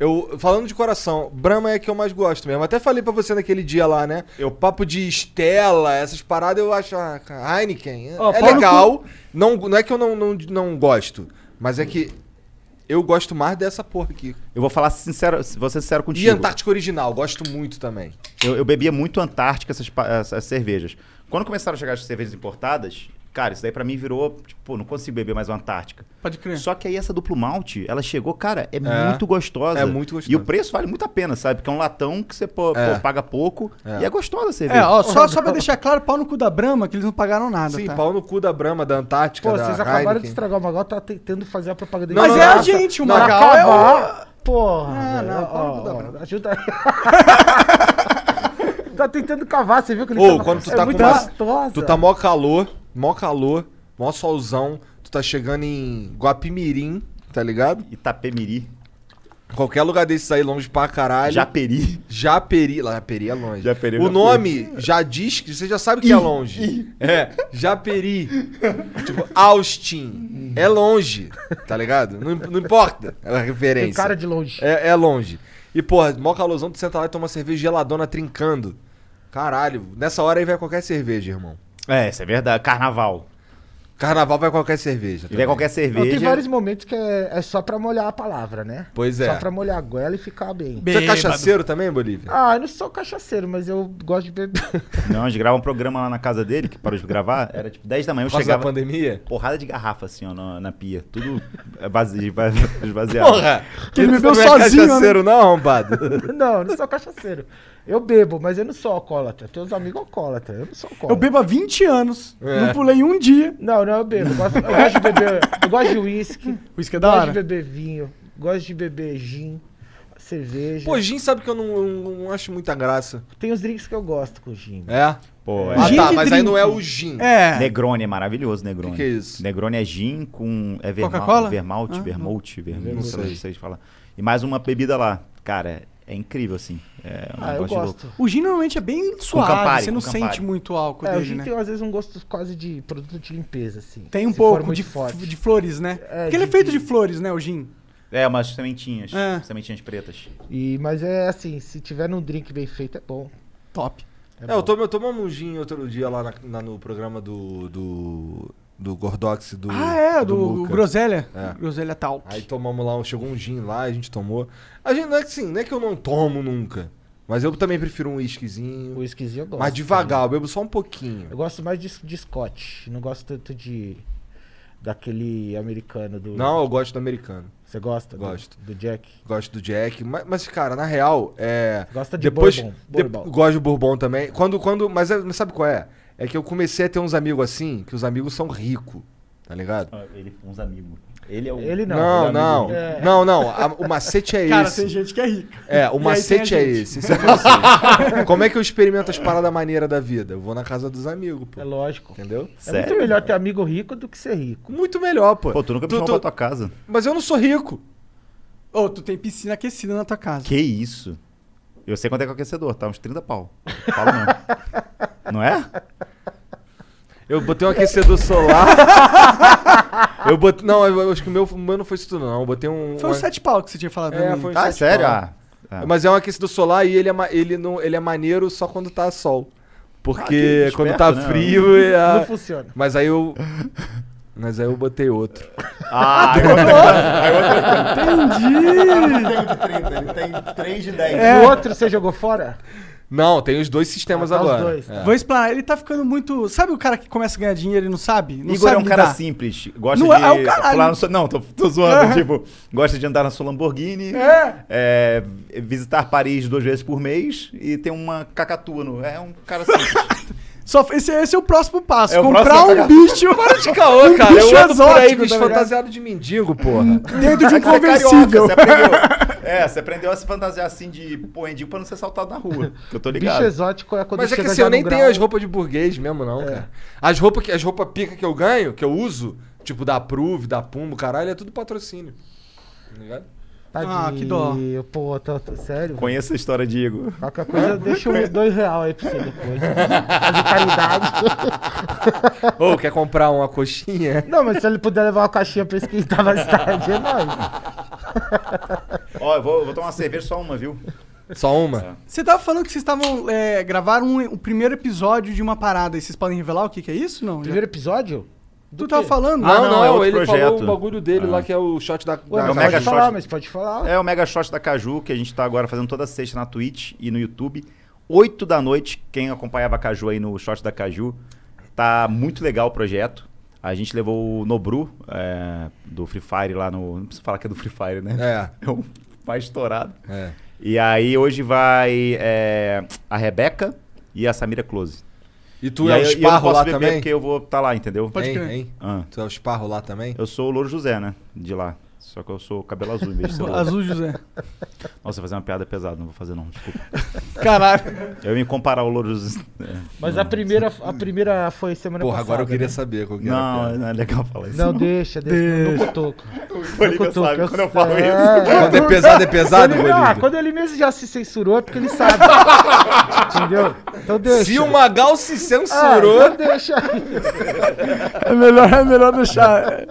Speaker 3: eu, falando de coração, Brahma é a que eu mais gosto mesmo. Até falei pra você naquele dia lá, né? O papo de Estela, essas paradas, eu acho. Ah, cara, Heineken. é-
Speaker 2: Ó,
Speaker 3: é
Speaker 2: pau no
Speaker 3: legal. Não, não é que eu não, não, não gosto, mas é que eu gosto mais dessa porra aqui.
Speaker 4: Eu vou falar sincero, vou ser sincero contigo.
Speaker 3: E Antártica Original, gosto muito também.
Speaker 4: Eu, eu bebia muito Antártica essas, pa- essas cervejas. Quando começaram a chegar as cervejas importadas, cara, isso daí pra mim virou, tipo, pô, não consigo beber mais uma Antártica.
Speaker 2: Pode crer.
Speaker 4: Só que aí essa duplo malte, ela chegou, cara, é, muito gostosa.
Speaker 3: É. É muito gostosa.
Speaker 4: E o preço vale muito a pena, sabe? Porque é um latão que você pô,
Speaker 3: É.
Speaker 4: pô, paga pouco e é gostosa a cerveja.
Speaker 2: É, ó, só, só pra deixar claro, pau no cu da Brahma, que eles não pagaram nada,
Speaker 3: Sim,
Speaker 2: tá?
Speaker 3: pau no cu da Brahma, da Antártica,
Speaker 5: Ah, Pô,
Speaker 3: da
Speaker 5: vocês acabaram de
Speaker 3: Heineken.
Speaker 5: estragar o Magal, tá tentando fazer a propaganda.
Speaker 3: Não,
Speaker 2: Mas
Speaker 3: não,
Speaker 2: é a
Speaker 3: não,
Speaker 2: gente, o
Speaker 3: não,
Speaker 2: Magal é
Speaker 5: tá
Speaker 2: o...
Speaker 5: Porra.
Speaker 2: não,
Speaker 5: velho,
Speaker 2: fala
Speaker 5: ó,
Speaker 2: do da
Speaker 5: ó,
Speaker 2: Brahma.
Speaker 5: ajuda tá tentando cavar, você viu que ele
Speaker 3: Ô,
Speaker 5: tava-
Speaker 3: quando tu
Speaker 5: é
Speaker 3: tá
Speaker 5: muito
Speaker 3: com uma-
Speaker 5: gostosa.
Speaker 3: Tu tá mó calor, mó calor, mó solzão. Tu tá chegando em Guapimirim, tá ligado?
Speaker 4: Itapemiri,
Speaker 3: Qualquer lugar desses aí, longe pra caralho.
Speaker 4: Japeri.
Speaker 3: Japeri. Lá, Japeri é longe.
Speaker 4: Japeri,
Speaker 3: o
Speaker 4: eu já
Speaker 3: nome já diz que você já sabe que é longe. É, Japeri. tipo, Austin. É longe, tá ligado? Não, não importa a referência.
Speaker 5: Tem cara de longe.
Speaker 3: É, é longe. E, porra, mó calorzão, tu senta lá e toma uma cerveja geladona trincando. Caralho, nessa hora aí vai qualquer cerveja, irmão.
Speaker 4: É, isso é verdade. Carnaval.
Speaker 3: Carnaval vai qualquer cerveja. tá
Speaker 4: Ele é
Speaker 3: também.
Speaker 4: qualquer
Speaker 5: Não,
Speaker 4: cerveja.
Speaker 5: tem vários momentos que é, é só pra molhar a palavra, né?
Speaker 3: Pois é.
Speaker 5: Só pra molhar a goela e ficar bem.
Speaker 3: Você é cachaceiro também, Bolívia?
Speaker 5: Ah, eu não sou cachaceiro, mas eu gosto de beber.
Speaker 4: Não, a gente grava um programa lá na casa dele, que parou de gravar. Era tipo 10 da manhã, eu
Speaker 3: Por causa da
Speaker 4: chegava...
Speaker 3: pandemia?
Speaker 4: porrada de garrafa, assim, ó, na, na pia. Tudo é vazio, esvaziado.
Speaker 3: Porra!
Speaker 2: Que ele
Speaker 3: tu
Speaker 2: bebeu
Speaker 3: não é
Speaker 2: sozinho,
Speaker 3: cachaceiro não, arrombado.
Speaker 5: não, eu não sou cachaceiro. Eu bebo, mas eu não sou alcoólatra. Tenho uns amigos alcoólatras, eu não sou alcoólatra.
Speaker 2: Eu bebo há 20 anos,
Speaker 3: É.
Speaker 2: não pulei um dia.
Speaker 5: Não, não, eu bebo. Eu gosto, eu gosto de beber. Eu gosto de uísque.
Speaker 2: Uísque é da
Speaker 5: Gosto de
Speaker 2: hora.
Speaker 5: beber vinho. Gosto de beber gin, cerveja.
Speaker 3: Pô, Gin sabe que eu não, não- não acho muita graça.
Speaker 5: Tem os drinks que eu gosto com gin.
Speaker 3: É?
Speaker 4: Pô,
Speaker 3: Ah
Speaker 4: é.
Speaker 2: Gin
Speaker 3: tá,
Speaker 2: de
Speaker 3: mas
Speaker 2: drink.
Speaker 3: aí não é o Gin.
Speaker 2: É,
Speaker 4: Negroni é maravilhoso, Negroni.
Speaker 3: Que que é isso?
Speaker 4: Negroni é gin com. É vermal,
Speaker 2: Coca-Cola?
Speaker 4: vermalte,
Speaker 2: Ah,
Speaker 4: vermouth, vermouth,
Speaker 3: Não
Speaker 4: sei lá,
Speaker 3: sei.
Speaker 4: não sei se fala. E mais uma bebida lá. Cara, é incrível, assim. É um
Speaker 5: Ah, eu
Speaker 4: negócio de louco.
Speaker 5: gosto.
Speaker 2: o gin normalmente é bem suave,
Speaker 4: Campari,
Speaker 2: você não
Speaker 4: com Campari.
Speaker 2: sente muito o álcool
Speaker 5: É, o
Speaker 2: dele,
Speaker 5: gin
Speaker 2: né?
Speaker 5: tem às vezes um gosto quase de produto de limpeza, assim.
Speaker 2: Tem um
Speaker 5: se for
Speaker 2: pouco
Speaker 5: muito
Speaker 2: de,
Speaker 5: forte.
Speaker 2: de flores, né?
Speaker 5: É,
Speaker 2: Porque ele é
Speaker 5: de-
Speaker 2: feito de flores, né, o gin?
Speaker 4: É, umas sementinhas.
Speaker 2: É.
Speaker 4: Sementinhas pretas.
Speaker 5: E, mas é assim, se tiver num drink bem feito, é bom.
Speaker 2: Top.
Speaker 3: É, eu, tomo, eu tomamos um Gin outro dia lá na- na- no programa do. do. do Gordox e do.
Speaker 2: Ah, é, do,
Speaker 3: Muca.
Speaker 2: Groselha.
Speaker 3: É.
Speaker 2: Groselha tal.
Speaker 3: Aí tomamos lá, um- chegou um gin lá, a gente tomou. A gente não é que sim, não é que eu não tomo nunca. Mas eu também prefiro um
Speaker 5: O
Speaker 3: whiskyzinho.
Speaker 5: whiskyzinho eu
Speaker 2: é
Speaker 5: gosto.
Speaker 3: Mas devagar, eu bebo só um pouquinho.
Speaker 5: Eu gosto mais de, de Scott. Não gosto tanto de. Daquele americano do.
Speaker 3: Não, eu gosto do americano.
Speaker 5: Você gosta? do-
Speaker 3: Gosto.
Speaker 5: Do, Jack.
Speaker 3: Gosto do Jack. Mas, mas, cara, na real, é.
Speaker 5: Gosta de
Speaker 3: depois,
Speaker 5: bourbon.
Speaker 3: de-
Speaker 5: Bourbon.
Speaker 3: Gosto de bourbon também. Quando, quando, mas é- mas sabe qual é? É que eu comecei a ter uns amigos assim, que os amigos são ricos, tá ligado?
Speaker 4: Ah, Ele, uns amigos. Ele é o.
Speaker 5: Ele não.
Speaker 3: Não,
Speaker 4: amigo
Speaker 3: não.
Speaker 4: rico.
Speaker 5: É.
Speaker 3: Não, não. a- o macete é
Speaker 2: Cara, tem
Speaker 3: esse.
Speaker 2: gente que é rica.
Speaker 3: É, o
Speaker 2: E
Speaker 3: macete
Speaker 2: aí
Speaker 3: é
Speaker 2: tem a gente.
Speaker 3: esse. Isso é pra você. Como é que eu experimento as paradas maneiras da vida? Eu vou na casa dos amigos, pô.
Speaker 5: É lógico.
Speaker 3: Entendeu?
Speaker 5: É
Speaker 4: Sério?
Speaker 5: muito melhor ter amigo rico do que ser rico.
Speaker 3: Muito melhor, pô.
Speaker 4: Pô, tu nunca me chamou pra tua casa.
Speaker 3: Mas eu não sou rico.
Speaker 2: Ô, tu tem piscina aquecida na tua casa.
Speaker 4: Que isso? Eu sei quanto é que é o aquecedor, tá? Uns 30 pau. Falo não. não é?
Speaker 3: Eu botei um aquecedor solar. eu botei. Não, eu, eu acho que o meu, o meu não foi isso tudo, não. Eu botei um.
Speaker 2: Foi
Speaker 3: um
Speaker 2: um sete pau que você tinha falado pra
Speaker 3: É,
Speaker 2: mim.
Speaker 3: foi um
Speaker 4: Ah,
Speaker 3: sete
Speaker 4: sério?
Speaker 3: pau.
Speaker 4: Ah, ah.
Speaker 3: Mas é um aquecedor solar e ele é, ma- ele não, ele é maneiro só quando tá sol. Porque
Speaker 4: Ah, que
Speaker 3: quando
Speaker 4: esperto,
Speaker 3: tá
Speaker 4: né?
Speaker 3: frio. é a-
Speaker 5: Não funciona.
Speaker 3: Mas aí eu. Mas aí eu botei outro.
Speaker 4: Ah,
Speaker 7: Ele tem 3 de 10.
Speaker 2: É,
Speaker 3: É.
Speaker 5: O outro você jogou fora?
Speaker 3: Não, tem os dois sistemas
Speaker 5: Ah, tá os
Speaker 3: agora.
Speaker 5: dois, tá.
Speaker 3: É.
Speaker 2: Vou explanar, ele tá ficando muito... Sabe o cara que começa a ganhar dinheiro e não sabe? Não
Speaker 4: Igor
Speaker 2: sabe
Speaker 4: é um cara
Speaker 2: lidar.
Speaker 4: simples, gosta
Speaker 2: Não é-
Speaker 4: de
Speaker 2: é o caralho. É.
Speaker 4: pular no seu- Não, tô, tô zoando, tipo, gosta de andar na sua Lamborghini, é, visitar Paris duas vezes por mês e ter uma cacatua no... É um cara simples.
Speaker 2: Só, esse, esse é o próximo passo.
Speaker 4: É o
Speaker 2: Comprar
Speaker 4: próximo
Speaker 2: um bicho
Speaker 3: Para de caô, cara. Eu
Speaker 2: bicho
Speaker 3: ando por aí,
Speaker 2: exótico,
Speaker 3: bicho
Speaker 2: tá ligado?
Speaker 3: fantasiado de mendigo, porra.
Speaker 2: dentro de um
Speaker 4: Você é carioca,
Speaker 2: conversível.
Speaker 4: você aprendeu. É, você aprendeu a se fantasiar assim de poendinho pra não ser saltado na rua. Que eu tô
Speaker 5: Bicho
Speaker 4: ligado.
Speaker 5: exótico é quando
Speaker 3: Mas é que
Speaker 5: chega
Speaker 3: assim,
Speaker 5: já
Speaker 3: eu
Speaker 5: no
Speaker 3: nem
Speaker 5: grau-
Speaker 3: tenho as roupas de burguês mesmo, não, cara. As roupas, que, as roupas pica que eu ganho, que eu uso, tipo da Prove, da Pumbo, caralho, é tudo patrocínio. Tá ligado?
Speaker 5: Tadinho,
Speaker 2: Ah, que dó.
Speaker 5: Pô, tá, tá- sério. velho.
Speaker 4: Conheça a história, Diego.
Speaker 5: Qualquer coisa, eu deixo um- dois real aí pra você depois. Fazer caridade.
Speaker 3: Ou quer comprar uma coxinha?
Speaker 5: Não, mas se ele puder levar uma caixinha pra esquentar mais tarde, é nóis.
Speaker 4: Ó, eu vou, eu vou tomar uma cerveja só uma, viu?
Speaker 3: Só
Speaker 4: É.
Speaker 3: uma?
Speaker 2: Você tava falando que vocês estavam. É, gravaram um- o primeiro episódio de uma parada e vocês podem revelar o que, que é isso? Não?
Speaker 5: Primeiro episódio?
Speaker 2: tu
Speaker 3: tá
Speaker 2: tava falando?
Speaker 4: Ah, não, é outro
Speaker 3: ele falou
Speaker 4: projeto.
Speaker 3: o bagulho dele
Speaker 4: Ah.
Speaker 3: lá que é o shot da.
Speaker 5: Ué,
Speaker 4: Não, é o
Speaker 5: mas pode
Speaker 3: da
Speaker 4: Mega
Speaker 5: falar,
Speaker 4: Shot.
Speaker 5: mas pode falar.
Speaker 4: É o Mega Shot da Caju, que a gente tá agora fazendo toda sexta na Twitch e no YouTube. 8 da noite, quem acompanhava a Caju aí no Shot da Caju, tá muito legal o projeto. A gente levou o Nobru, é, do Free Fire lá no... Não preciso falar que é do Free Fire, né?
Speaker 3: É,
Speaker 4: É o mais estourado.
Speaker 3: é.
Speaker 4: E aí hoje vai é, a Rebeca e a Samira Close.
Speaker 3: E tu
Speaker 4: e
Speaker 3: é
Speaker 4: aí,
Speaker 3: o
Speaker 4: eu- e eu não
Speaker 3: esparro
Speaker 4: posso
Speaker 3: lá
Speaker 4: beber
Speaker 3: também?
Speaker 4: porque eu vou estar lá, entendeu?
Speaker 2: Pode
Speaker 3: Hein,
Speaker 2: crer.
Speaker 3: hein?
Speaker 4: Ah,
Speaker 3: Tu é o esparro lá também?
Speaker 4: eu sou o Louro José, né? De lá. Só que eu sou cabelo azul em vez de ser louro.
Speaker 2: Azul José.
Speaker 4: Nossa, eu vou fazer uma piada pesada, não vou fazer não, desculpa.
Speaker 2: Caralho.
Speaker 4: Eu ia me comparar o Louro José. é,
Speaker 5: Mas
Speaker 4: não.
Speaker 5: a primeira, a primeira foi semana
Speaker 3: Porra,
Speaker 5: passada.
Speaker 3: agora eu queria
Speaker 5: né?
Speaker 3: saber qual que era a
Speaker 4: Não,
Speaker 3: piada.
Speaker 4: não é legal falar isso.
Speaker 5: Não, deixa, deixa. No cotoco.
Speaker 4: Bolívia
Speaker 5: No cotoco,
Speaker 4: sabe quando eu falo
Speaker 5: sei.
Speaker 4: isso.
Speaker 5: É.
Speaker 3: Quando é pesado, é pesado,
Speaker 5: Quando ele- ah,
Speaker 3: Bolívia?
Speaker 5: quando ele mesmo já se censurou, é porque ele sabe. Entendeu? Então
Speaker 4: é
Speaker 5: deixa.
Speaker 3: Se o Magal se
Speaker 5: Ah,
Speaker 3: censurou.
Speaker 5: então deixa aí.
Speaker 2: É melhor, é melhor deixar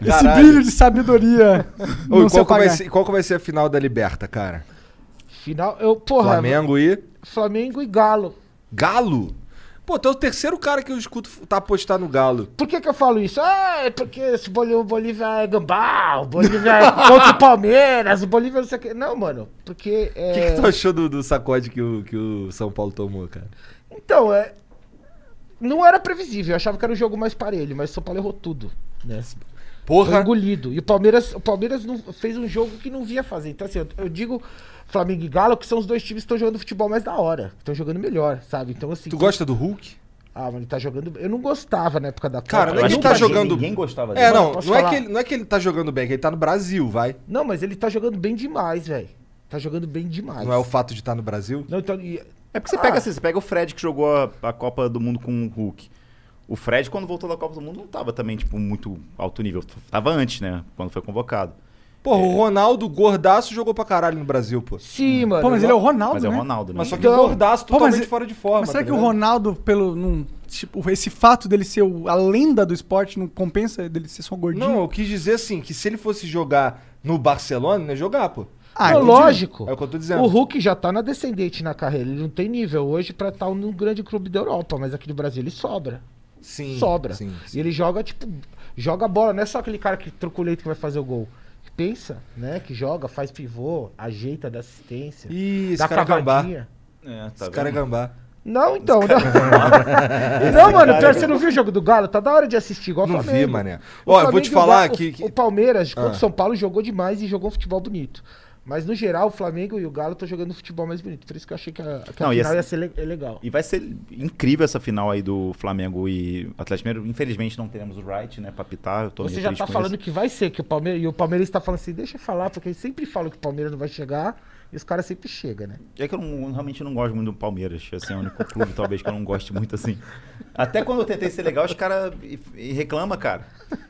Speaker 2: esse
Speaker 3: Caralho.
Speaker 2: brilho de sabedoria.
Speaker 3: Ô,
Speaker 2: não
Speaker 3: e
Speaker 2: se
Speaker 3: qual, é. que vai
Speaker 2: apagar.
Speaker 3: ser, qual que vai ser a final da Liberta, cara?
Speaker 5: Final, eu, porra, Flamengo,
Speaker 3: Flamengo e.
Speaker 5: e Galo.
Speaker 3: Galo? Pô, tu é o terceiro cara que eu escuto f- tá apostar no Galo.
Speaker 5: Por que que eu falo isso? Ah, é porque esse Bolí- o Bolívia é gambá, o Bolívia é contra o Palmeiras, o Bolívia não sei o quê. Não, mano, porque...
Speaker 3: O
Speaker 5: é,
Speaker 3: que, que tu achou do, do sacode que o, que o São Paulo tomou, cara?
Speaker 5: Então, é... Não era previsível, eu achava que era um jogo mais parelho, mas o São Paulo errou tudo, né? Foi
Speaker 3: Porra!
Speaker 5: engolido. E o Palmeiras, o Palmeiras não, fez um jogo que não via fazer. Então, assim, eu, eu digo Flamengo e Galo, que são os dois times que estão jogando futebol mais da hora. que Estão jogando melhor, sabe? Então, assim.
Speaker 3: Tu gosta do Hulk?
Speaker 5: Ah, mano, ele tá jogando. Eu não gostava na época da Copa.
Speaker 3: Cara, não
Speaker 4: Eu
Speaker 3: é que
Speaker 4: acho
Speaker 3: ele
Speaker 4: que
Speaker 3: tá
Speaker 4: ninguém-
Speaker 3: jogando.
Speaker 4: ninguém gostava
Speaker 3: É,
Speaker 4: dele.
Speaker 3: não,
Speaker 5: Posso
Speaker 3: não é,
Speaker 5: falar?
Speaker 3: que ele, não é que ele tá jogando bem, é que ele tá no Brasil, vai.
Speaker 5: Não, mas ele tá jogando bem demais, velho. Tá jogando bem demais.
Speaker 3: Não é o fato de estar no Brasil?
Speaker 5: Não, então, e-
Speaker 4: É porque você
Speaker 5: Ah.
Speaker 4: pega assim, você pega o Fred que jogou a, a Copa do Mundo com o Hulk. O Fred, quando voltou da Copa do Mundo, não tava também, tipo, muito alto nível. Tava antes, né? Quando foi convocado.
Speaker 2: É.
Speaker 3: Porra, o Ronaldo gordaço jogou pra caralho no Brasil, pô.
Speaker 5: Sim, mano.
Speaker 2: Pô, mas ele é o Ronaldo,
Speaker 4: Mas é o
Speaker 2: né?
Speaker 4: Ronaldo, né?
Speaker 3: Mas só que
Speaker 2: Então-
Speaker 3: gordaço
Speaker 2: Pô, mas
Speaker 3: totalmente
Speaker 2: e-
Speaker 3: fora de forma.
Speaker 2: Mas será
Speaker 3: tá
Speaker 2: que o
Speaker 3: ligado?
Speaker 2: Ronaldo, pelo. num- tipo, esse fato dele ser o- a lenda do esporte não compensa dele ser só gordinho?
Speaker 3: Não, eu quis dizer assim, que se ele fosse jogar no Barcelona, não ia jogar, pô.
Speaker 2: Ah,
Speaker 5: Não,
Speaker 2: entendi.
Speaker 5: lógico.
Speaker 3: É o que eu tô dizendo.
Speaker 5: O Hulk já tá na descendente na carreira. Ele não tem nível hoje pra estar num grande clube da Europa, mas aqui no Brasil ele sobra.
Speaker 3: Sim.
Speaker 5: sobra.
Speaker 3: Sim, sim.
Speaker 5: E ele joga, tipo, joga a bola, não é só aquele cara que troca o leite que vai fazer o gol. Que Pensa, né? Que joga, faz pivô, ajeita, dá assistência.
Speaker 3: Ih, esse
Speaker 5: dá
Speaker 3: cara é gambá.
Speaker 5: cavadinha.
Speaker 4: É, tá
Speaker 3: Esse cara é
Speaker 4: vendo?
Speaker 3: gambá.
Speaker 5: Não, então. Não, não mano, pior, você não viu o jogo do Galo? Tá da hora de assistir, igual o
Speaker 3: é Não
Speaker 5: Flamengo.
Speaker 3: vi, mané.
Speaker 5: O
Speaker 3: Ó, eu vou
Speaker 5: Flamengo
Speaker 3: te
Speaker 5: e o
Speaker 3: falar
Speaker 5: Galo-
Speaker 3: que.
Speaker 5: O
Speaker 3: que-
Speaker 5: Palmeiras, contra o
Speaker 3: Ah.
Speaker 5: São Paulo, jogou demais e jogou um futebol bonito. Mas no geral, o Flamengo e o Galo estão jogando um futebol mais bonito. Por isso que eu achei que a, que a
Speaker 4: Não, e
Speaker 5: final
Speaker 4: esse-
Speaker 5: ia ser le- é legal.
Speaker 4: E vai ser incrível essa final aí do Flamengo e Atlético Mineiro. Infelizmente não teremos o Wright, né, pra pitar. Eu tô
Speaker 5: Você
Speaker 4: meio
Speaker 5: já
Speaker 4: triste
Speaker 5: tá
Speaker 4: com
Speaker 5: falando
Speaker 4: isso.
Speaker 5: que vai ser, que o Palmeiras. E o Palmeiras tá falando assim, deixa eu falar, porque eles sempre falam que o Palmeiras não vai chegar e os caras sempre chegam, né?
Speaker 4: É que eu não- realmente não gosto muito do Palmeiras. Assim, é o único clube, talvez, que eu não goste muito assim. Até quando eu tentei ser legal, os caras e- e reclama, cara.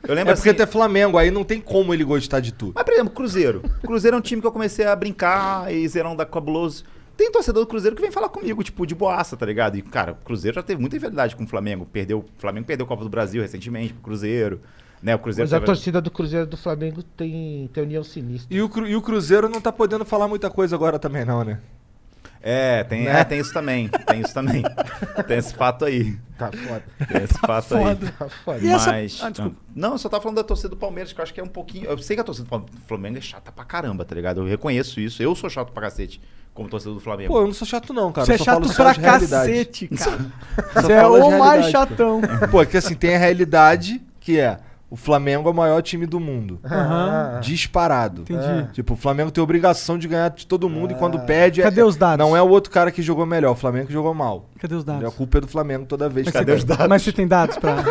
Speaker 4: Eu lembro
Speaker 3: É porque
Speaker 4: assim,
Speaker 3: tu é Flamengo, aí não tem como ele gostar de tu.
Speaker 4: Mas, por exemplo, Cruzeiro. Cruzeiro é um time que eu comecei a brincar e zerão da cabuloso. Tem torcedor do Cruzeiro que vem falar comigo, tipo, de boaça, tá ligado? E, cara, o Cruzeiro já teve muita rivalidade com o Flamengo. Perdeu, o Flamengo perdeu a Copa do Brasil recentemente pro Cruzeiro. Né, o Cruzeiro
Speaker 5: Mas a
Speaker 4: teve-
Speaker 5: torcida do Cruzeiro e do Flamengo tem, tem união sinistra.
Speaker 3: E o, Cru- e o Cruzeiro não tá podendo falar muita coisa agora também, não, né?
Speaker 4: É, tem,
Speaker 5: né?
Speaker 4: é, tem isso também. Tem isso também. tem esse fato aí.
Speaker 5: Tá foda.
Speaker 4: Tem esse fato aí.
Speaker 5: Tá foda.
Speaker 2: E essa-
Speaker 4: Mas.
Speaker 2: Ah, desculpa.
Speaker 4: Não, eu só tava falando da torcida do Palmeiras, que eu acho que é um pouquinho. Eu sei que a torcida do Pal- Flamengo é chata pra caramba, tá ligado? Eu reconheço isso. Eu sou chato pra cacete como torcedor do Flamengo.
Speaker 3: Pô, eu não sou chato, não, cara.
Speaker 2: Você
Speaker 3: eu
Speaker 2: é
Speaker 3: só
Speaker 2: chato
Speaker 3: falo só
Speaker 2: pra
Speaker 3: as realidades.
Speaker 2: cacete, cara.
Speaker 3: Só
Speaker 2: Você é
Speaker 3: falo as
Speaker 2: o mais
Speaker 3: realidades, pô.
Speaker 2: chatão.
Speaker 3: Pô, é que assim, tem a realidade que é o Flamengo é o maior time do mundo.
Speaker 5: Aham.
Speaker 3: Disparado.
Speaker 2: Ah. Entendi. Ah.
Speaker 3: Tipo, o Flamengo tem obrigação de ganhar de todo mundo e quando perde. é-
Speaker 2: Cadê os dados?
Speaker 3: Não é o outro cara que jogou melhor, é o Flamengo que jogou mal.
Speaker 2: Cadê os
Speaker 3: A
Speaker 2: dados?
Speaker 4: tá
Speaker 3: culpa é do Flamengo toda vez.
Speaker 4: Cadê os dados?
Speaker 2: Mas você tem dados pra.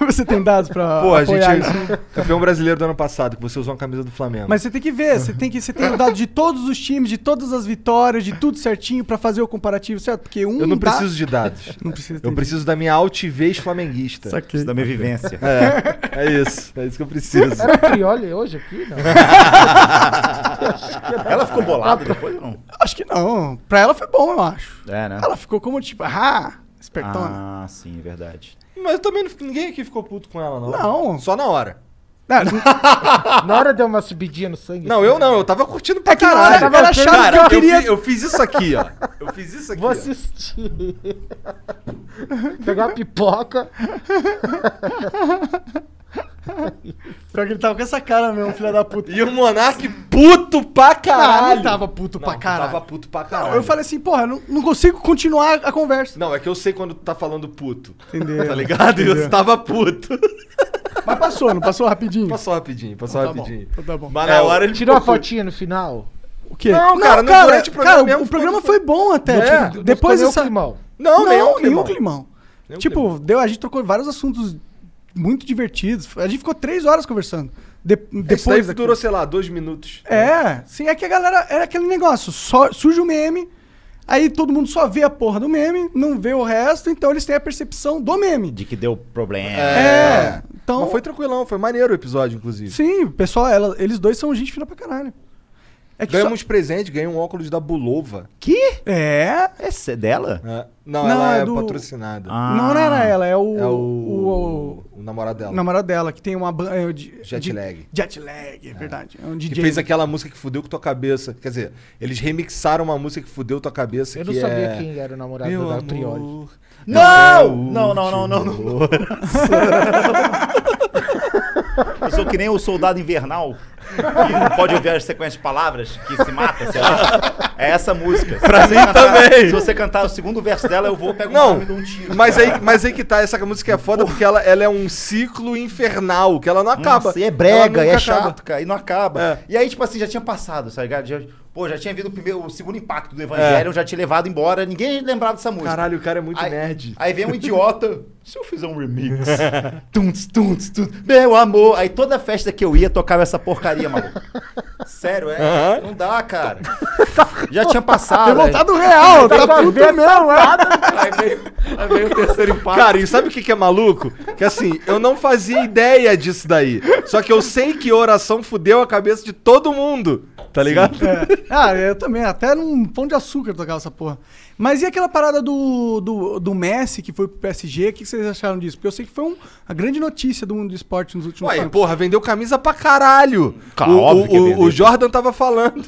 Speaker 2: Você tem dados pra
Speaker 3: Pô, a gente
Speaker 2: apoiar
Speaker 3: é
Speaker 2: isso?
Speaker 3: campeão brasileiro do ano passado, que você usou uma camisa do Flamengo.
Speaker 2: Mas você tem que ver, você tem que você tem o dado de todos os times, de todas as vitórias, de tudo certinho pra fazer o comparativo, certo? Porque um
Speaker 3: eu não
Speaker 2: dá-
Speaker 3: preciso de dados.
Speaker 2: não precisa.
Speaker 3: Eu preciso da minha altivez flamenguista.
Speaker 4: Isso da minha vivência.
Speaker 3: É, é isso. É isso que eu preciso.
Speaker 5: Era um Prioli hoje aqui? Não.
Speaker 4: Ela ficou bolada depois ou não?
Speaker 2: Acho que não. Pra ela foi bom, eu acho.
Speaker 4: É, né?
Speaker 2: Ela ficou como tipo, ah, espertona.
Speaker 4: Ah, sim, verdade.
Speaker 3: Mas eu também não- ninguém aqui ficou puto com ela, não.
Speaker 2: Não.
Speaker 3: Só na hora.
Speaker 2: Não, não.
Speaker 5: Na hora deu uma subidinha no sangue.
Speaker 3: Não,
Speaker 5: assim.
Speaker 3: eu não. Eu tava curtindo pra
Speaker 2: É que na hora
Speaker 3: caralho.
Speaker 2: eu tava
Speaker 3: Cara,
Speaker 2: achando
Speaker 3: cara,
Speaker 2: que eu queria-
Speaker 3: fi- Eu fiz, isso aqui, ó. Eu fiz isso aqui.
Speaker 5: Vou
Speaker 3: ó.
Speaker 5: assistir. Pegar uma pipoca.
Speaker 2: Pior que ele tava com essa cara mesmo, filha da puta.
Speaker 3: E o Monark puto pra
Speaker 2: Ah,
Speaker 3: caralho.
Speaker 2: não tava puto
Speaker 3: Não,
Speaker 2: pra
Speaker 3: não
Speaker 2: caralho.
Speaker 3: Tava puto pra
Speaker 2: Não,
Speaker 3: caralho.
Speaker 2: eu falei assim, porra, não, não consigo continuar a conversa.
Speaker 3: Não, é que eu sei quando tu tá falando puto.
Speaker 2: Entendeu?
Speaker 3: Tá ligado? E eu tava puto.
Speaker 2: Mas passou, não passou rapidinho?
Speaker 3: Passou rapidinho, passou
Speaker 2: Tá bom,
Speaker 3: rapidinho.
Speaker 2: então tá bom.
Speaker 3: Mas na hora ele
Speaker 5: Tirou a
Speaker 3: ficou puto.
Speaker 5: fotinha no final.
Speaker 2: O quê?
Speaker 3: Não, cara, não, durante o programa
Speaker 2: cara,
Speaker 3: mesmo
Speaker 2: o programa
Speaker 3: foi-
Speaker 2: foi bom até.
Speaker 3: É,
Speaker 2: tipo, depois
Speaker 5: dessa...
Speaker 2: dessa...
Speaker 5: Climão.
Speaker 3: Não, nenhum
Speaker 2: nenhum
Speaker 3: climão.
Speaker 2: climão.
Speaker 3: Nenhum
Speaker 2: tipo,
Speaker 3: climão.
Speaker 2: Deu, a gente trocou vários assuntos muito divertidos. A gente ficou três horas conversando. De-
Speaker 3: Esse daí
Speaker 2: depois daquilo.
Speaker 3: durou, sei lá, dois minutos.
Speaker 2: É, sim, é que a galera. Era aquele negócio. Só, surge o meme, aí todo mundo só vê a porra do meme, não vê o resto, então eles têm a percepção do meme.
Speaker 4: De que deu problema.
Speaker 2: É. Então.
Speaker 3: Mas foi tranquilão, foi maneiro o episódio, inclusive.
Speaker 2: Sim, o pessoal, ela- eles dois são gente fina pra caralho. É que.
Speaker 3: Ganhamos presente, ganhei um óculos da Bulova.
Speaker 4: Que?
Speaker 2: só- É.
Speaker 4: Essa é dela?
Speaker 3: É. Não,
Speaker 2: Não,
Speaker 3: ela é,
Speaker 2: é do-
Speaker 3: patrocinada.
Speaker 4: Ah.
Speaker 2: Não, não era ela, é o.
Speaker 3: é o...
Speaker 2: o-
Speaker 3: o... namorado dela.
Speaker 2: o namorado dela, que tem uma. ban- é, o de-
Speaker 3: Jet
Speaker 2: de-
Speaker 3: lag.
Speaker 2: Jet lag, é verdade. É um
Speaker 3: Que
Speaker 2: DJ.
Speaker 3: fez aquela música que fudeu com tua cabeça. Quer dizer, eles remixaram uma música que fudeu tua cabeça.
Speaker 5: Eu não
Speaker 3: que
Speaker 5: sabia
Speaker 3: é...
Speaker 5: quem era o namorado
Speaker 3: Meu
Speaker 5: da Prioli.
Speaker 3: amor. é
Speaker 4: Não! Não, não, não, não, não. Eu sou que nem o soldado invernal. Que não pode ouvir as sequências de palavras, que se mata, sei lá. É essa música. Se
Speaker 3: Pra
Speaker 4: você
Speaker 3: mim
Speaker 4: cantar-
Speaker 3: também.
Speaker 4: Se você cantar o segundo verso dela, eu vou pegar um
Speaker 3: Não,
Speaker 4: nome e dou um tiro.
Speaker 3: mas aí, mas aí que tá, essa música é foda porque ela, ela é um ciclo infernal, que ela não acaba.
Speaker 4: Nossa, e é
Speaker 3: Ela
Speaker 4: brega,
Speaker 3: nunca
Speaker 4: e é
Speaker 3: acaba.
Speaker 4: chato, cara, e não acaba.
Speaker 3: É.
Speaker 4: E aí, tipo assim, já tinha passado, sabe? ligado? Já, pô, já tinha vindo o, primeiro, o segundo impacto
Speaker 3: É.
Speaker 4: do Evangelho, já tinha levado embora, ninguém lembrava dessa música.
Speaker 3: Caralho, o cara é muito
Speaker 4: aí,
Speaker 3: nerd.
Speaker 4: Aí vem um idiota, se eu fizer um remix, tunts, tunts, tunts, meu amor. Aí toda festa que eu ia tocava essa porcaria, maluco. Sério, é? Não dá, cara. Já tinha passado. é.
Speaker 2: Tem voltado real, tá puto mesmo, é.
Speaker 4: Aí, aí veio, aí veio o terceiro impacto.
Speaker 3: Cara, e sabe o que, que é maluco? Que assim, eu não fazia ideia disso daí. Só que eu sei que oração fudeu a cabeça de todo mundo. Tá ligado?
Speaker 2: Ah, eu também. Até num pão de açúcar tocava essa porra. Mas e aquela parada do, do, do Messi que foi pro PSG? O que vocês acharam disso? Porque eu sei que foi um- uma grande notícia do mundo do esporte nos últimos
Speaker 3: Ué,
Speaker 2: tempos.
Speaker 3: porra, vendeu camisa pra caralho.
Speaker 4: Cara,
Speaker 3: o,
Speaker 4: óbvio
Speaker 3: o-
Speaker 4: que
Speaker 3: o-
Speaker 4: vendeu.
Speaker 3: o Jordan tava falando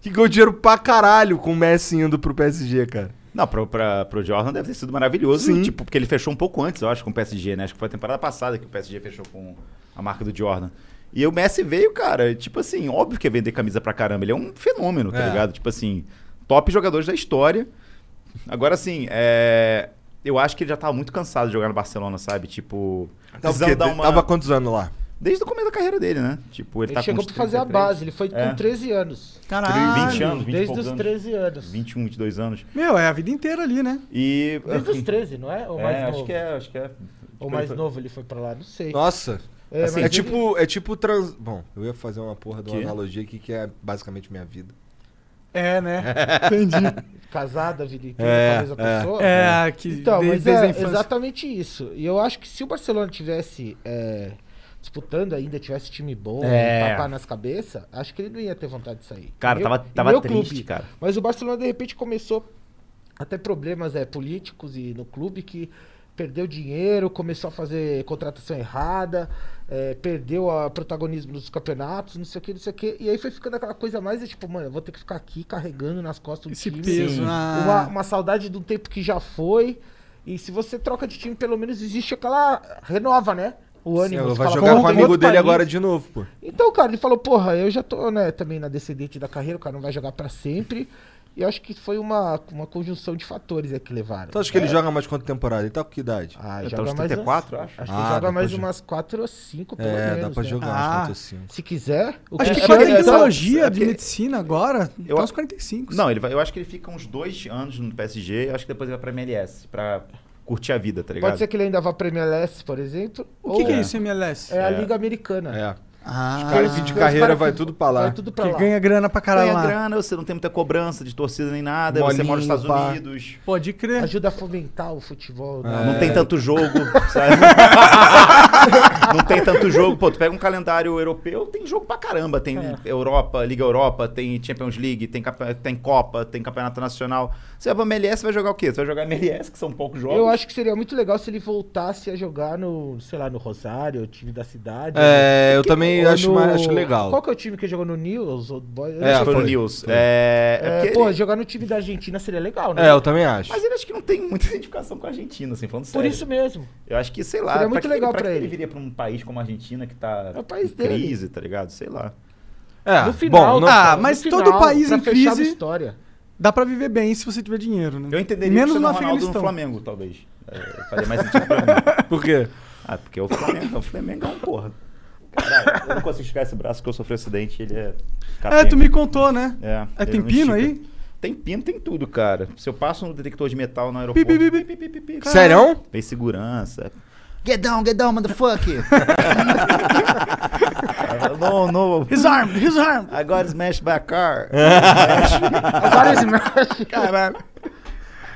Speaker 3: que ganhou dinheiro pra caralho com o Messi indo pro PSG, cara.
Speaker 4: Não, pro, pra, pro Jordan deve ter sido maravilhoso,
Speaker 3: Sim.
Speaker 4: tipo, porque ele fechou um pouco antes, eu acho, com o PSG, né? Acho que foi a temporada passada que o PSG fechou com a marca do Jordan. E o Messi veio, cara, tipo assim, óbvio que é vender camisa pra caramba. Ele é um fenômeno, tá
Speaker 3: É.
Speaker 4: ligado? Tipo assim, top jogadores da história. Agora, assim, é... eu acho que ele já tava muito cansado de jogar no Barcelona, sabe? Tipo,
Speaker 3: Tava,
Speaker 4: precisando dar uma-
Speaker 3: tava quantos anos lá?
Speaker 4: desde o começo da carreira dele, né? Tipo, ele,
Speaker 5: Ele
Speaker 4: tá
Speaker 5: chegou
Speaker 4: com uns
Speaker 5: pra fazer a
Speaker 4: 33,
Speaker 5: base, ele foi
Speaker 4: É.
Speaker 5: com 13 anos.
Speaker 2: Caralho.
Speaker 4: 20 anos, 20 e
Speaker 5: Desde
Speaker 4: poucos
Speaker 5: os
Speaker 4: anos.
Speaker 5: 13 anos.
Speaker 4: 21, 22 anos.
Speaker 2: Meu, é a vida inteira ali, né?
Speaker 4: E.
Speaker 5: Desde os 13, não é? Ou mais
Speaker 4: é,
Speaker 5: novo?
Speaker 4: acho que é, acho que é.
Speaker 5: Ou mais novo ele foi pra lá, não sei.
Speaker 3: Nossa.
Speaker 5: É,
Speaker 3: Assim,
Speaker 5: mas
Speaker 3: é
Speaker 5: ele-
Speaker 3: tipo, é tipo trans. Bom, eu ia fazer uma porra de uma
Speaker 4: Que?
Speaker 3: analogia aqui que é basicamente minha vida.
Speaker 2: É, né? Entendi.
Speaker 5: Casada a vida inteira
Speaker 3: É,
Speaker 5: com a mesma
Speaker 3: é.
Speaker 5: pessoa.
Speaker 2: É, que
Speaker 5: Então,
Speaker 2: de-
Speaker 5: mas
Speaker 2: desde a
Speaker 5: é
Speaker 2: infância.
Speaker 5: exatamente isso. E eu acho que se o Barcelona tivesse é, disputando ainda, tivesse time bom,
Speaker 4: É.
Speaker 5: papar nas cabeças, acho que ele não ia ter vontade de sair.
Speaker 4: Cara,
Speaker 5: E
Speaker 4: tava-
Speaker 5: e
Speaker 4: tava
Speaker 5: meu
Speaker 4: triste, cara.
Speaker 5: Mas o Barcelona, de repente, começou a ter problemas é, políticos e no clube que perdeu dinheiro, começou a fazer contratação errada, é, perdeu o protagonismo nos campeonatos, não sei o que, não sei o que. E aí foi ficando aquela coisa mais, é, tipo, mano, eu vou ter que ficar aqui carregando nas costas do
Speaker 2: Esse
Speaker 5: time.
Speaker 2: peso, ah.
Speaker 5: Uma, uma saudade do tempo que já foi. E se você troca de time, pelo menos existe aquela. renova, né? O ânimo.
Speaker 3: Sim,
Speaker 5: você
Speaker 3: vai
Speaker 5: fala,
Speaker 3: jogar
Speaker 5: "Pô,
Speaker 3: com o
Speaker 5: tem
Speaker 3: amigo
Speaker 5: outro
Speaker 3: dele
Speaker 5: país".
Speaker 3: agora de novo, pô.
Speaker 5: Então, cara, ele falou, porra, eu já tô, né, também na descendente da carreira, o cara não vai jogar pra sempre. E eu acho que foi uma, uma conjunção de fatores é que levaram.
Speaker 3: Tu acha que ele joga mais quanto temporada? Ele tá com que idade?
Speaker 5: Ah,
Speaker 4: Ele tá
Speaker 5: joga
Speaker 4: uns
Speaker 5: mais
Speaker 4: 34,
Speaker 5: uns-
Speaker 4: acho.
Speaker 5: que
Speaker 3: Ah,
Speaker 5: ele
Speaker 3: dá
Speaker 5: joga mais
Speaker 3: pra
Speaker 5: umas 4 ou 5, pelo
Speaker 3: é,
Speaker 5: menos.
Speaker 3: dá pra
Speaker 5: né?
Speaker 3: jogar
Speaker 2: Ah.
Speaker 3: mais quanto assim.
Speaker 5: Se quiser, o
Speaker 2: Acho que com a
Speaker 5: Cristiano é tão-
Speaker 2: tecnologia
Speaker 4: é
Speaker 2: de
Speaker 4: que-
Speaker 2: medicina agora,
Speaker 4: Eu-
Speaker 2: tá uns 45.
Speaker 4: Não, ele vai, eu acho que ele fica uns dois anos no PSG, eu acho que depois ele vai pra MLS, pra curtir a vida, tá ligado?
Speaker 5: Pode ser que ele ainda vá pra MLS, por exemplo.
Speaker 2: O que, que é isso, MLS?
Speaker 5: É a Liga Americana. Então,
Speaker 3: É.
Speaker 2: Ah,
Speaker 3: Cara, fim de carreira vai tudo pra lá.
Speaker 5: Vai tudo pra
Speaker 2: que
Speaker 5: lá.
Speaker 2: ganha grana pra caralho
Speaker 4: Ganha
Speaker 2: lá.
Speaker 4: grana, você não tem muita cobrança de torcida nem nada, você mora nos
Speaker 3: Bolinho,
Speaker 4: Estados
Speaker 3: pá.
Speaker 4: Unidos.
Speaker 2: Pode crer.
Speaker 5: Ajuda a fomentar o futebol.
Speaker 3: É.
Speaker 5: né?
Speaker 4: Não tem tanto jogo, sabe? não tem tanto jogo. Pô, tu pega um calendário europeu, tem jogo pra caramba. Tem
Speaker 5: É.
Speaker 4: Europa, Liga Europa, tem Champions League, tem, campe- tem Copa, tem Campeonato Nacional. Você vai pra MLS, vai jogar o quê? Você vai jogar MLS, que são poucos jogos.
Speaker 5: Eu acho que seria muito legal se ele voltasse a jogar no, sei lá, no Rosário, o time da cidade.
Speaker 3: É, eu
Speaker 5: Que-
Speaker 3: também
Speaker 5: ou
Speaker 3: acho,
Speaker 5: no-
Speaker 3: mais- acho legal.
Speaker 5: Qual que é o time que jogou no News? Old Boys? Eu
Speaker 3: É,
Speaker 5: acho
Speaker 4: Foi
Speaker 3: foi.
Speaker 4: o News. É, é
Speaker 5: É,
Speaker 4: porque
Speaker 5: pô,
Speaker 4: ele-
Speaker 5: jogar no time da Argentina seria legal, né?
Speaker 3: É, eu também acho.
Speaker 4: Mas ele acho que não tem muita identificação com a Argentina, assim, falando
Speaker 5: Por
Speaker 4: sério.
Speaker 5: isso mesmo.
Speaker 4: Eu acho que, sei lá.
Speaker 5: Seria
Speaker 4: pra
Speaker 5: muito
Speaker 4: que-
Speaker 5: legal
Speaker 4: pra
Speaker 5: pra
Speaker 4: que
Speaker 5: ele.
Speaker 4: ele viria pra um país como a Argentina que tá
Speaker 5: É o país
Speaker 4: em
Speaker 5: dele.
Speaker 4: crise, tá ligado? Sei lá.
Speaker 3: É,
Speaker 5: no final,
Speaker 3: bom, não-
Speaker 2: Ah,
Speaker 5: cara, no
Speaker 2: mas
Speaker 5: final,
Speaker 2: todo país
Speaker 5: pra
Speaker 2: em
Speaker 5: fechar
Speaker 2: crise-
Speaker 5: a história.
Speaker 2: Dá pra viver bem se você tiver dinheiro, né?
Speaker 4: Eu entenderia
Speaker 2: Menos
Speaker 4: Menos o
Speaker 2: no
Speaker 4: Cristiano é Ronaldo no
Speaker 2: Afeganistão.
Speaker 4: Flamengo, talvez. É, faria mais sentido pra mim.
Speaker 3: por quê?
Speaker 4: Ah, porque o Flamengo, o Flamengo é um porra. Caralho, eu não consigo esticar esse braço porque eu sofri um acidente ele é...
Speaker 2: É,
Speaker 4: capenga.
Speaker 2: tu me contou, né?
Speaker 4: É,
Speaker 2: É,
Speaker 4: ele
Speaker 2: tem
Speaker 4: não
Speaker 2: pino
Speaker 4: estica.
Speaker 2: aí?
Speaker 4: Tem pino, tem tudo, cara. Se eu passo um detector de metal no
Speaker 2: Pi,
Speaker 4: aeroporto...
Speaker 2: pi, pi, pi.
Speaker 4: pi, pi, pi,
Speaker 3: Sério?
Speaker 4: Vem segurança.
Speaker 7: Get down, get down, motherfucker.
Speaker 4: Ah, No, no...
Speaker 7: His arm, his arm.
Speaker 4: Agora smash by car.
Speaker 3: É.
Speaker 5: Agora esse mexe.
Speaker 2: Caralho.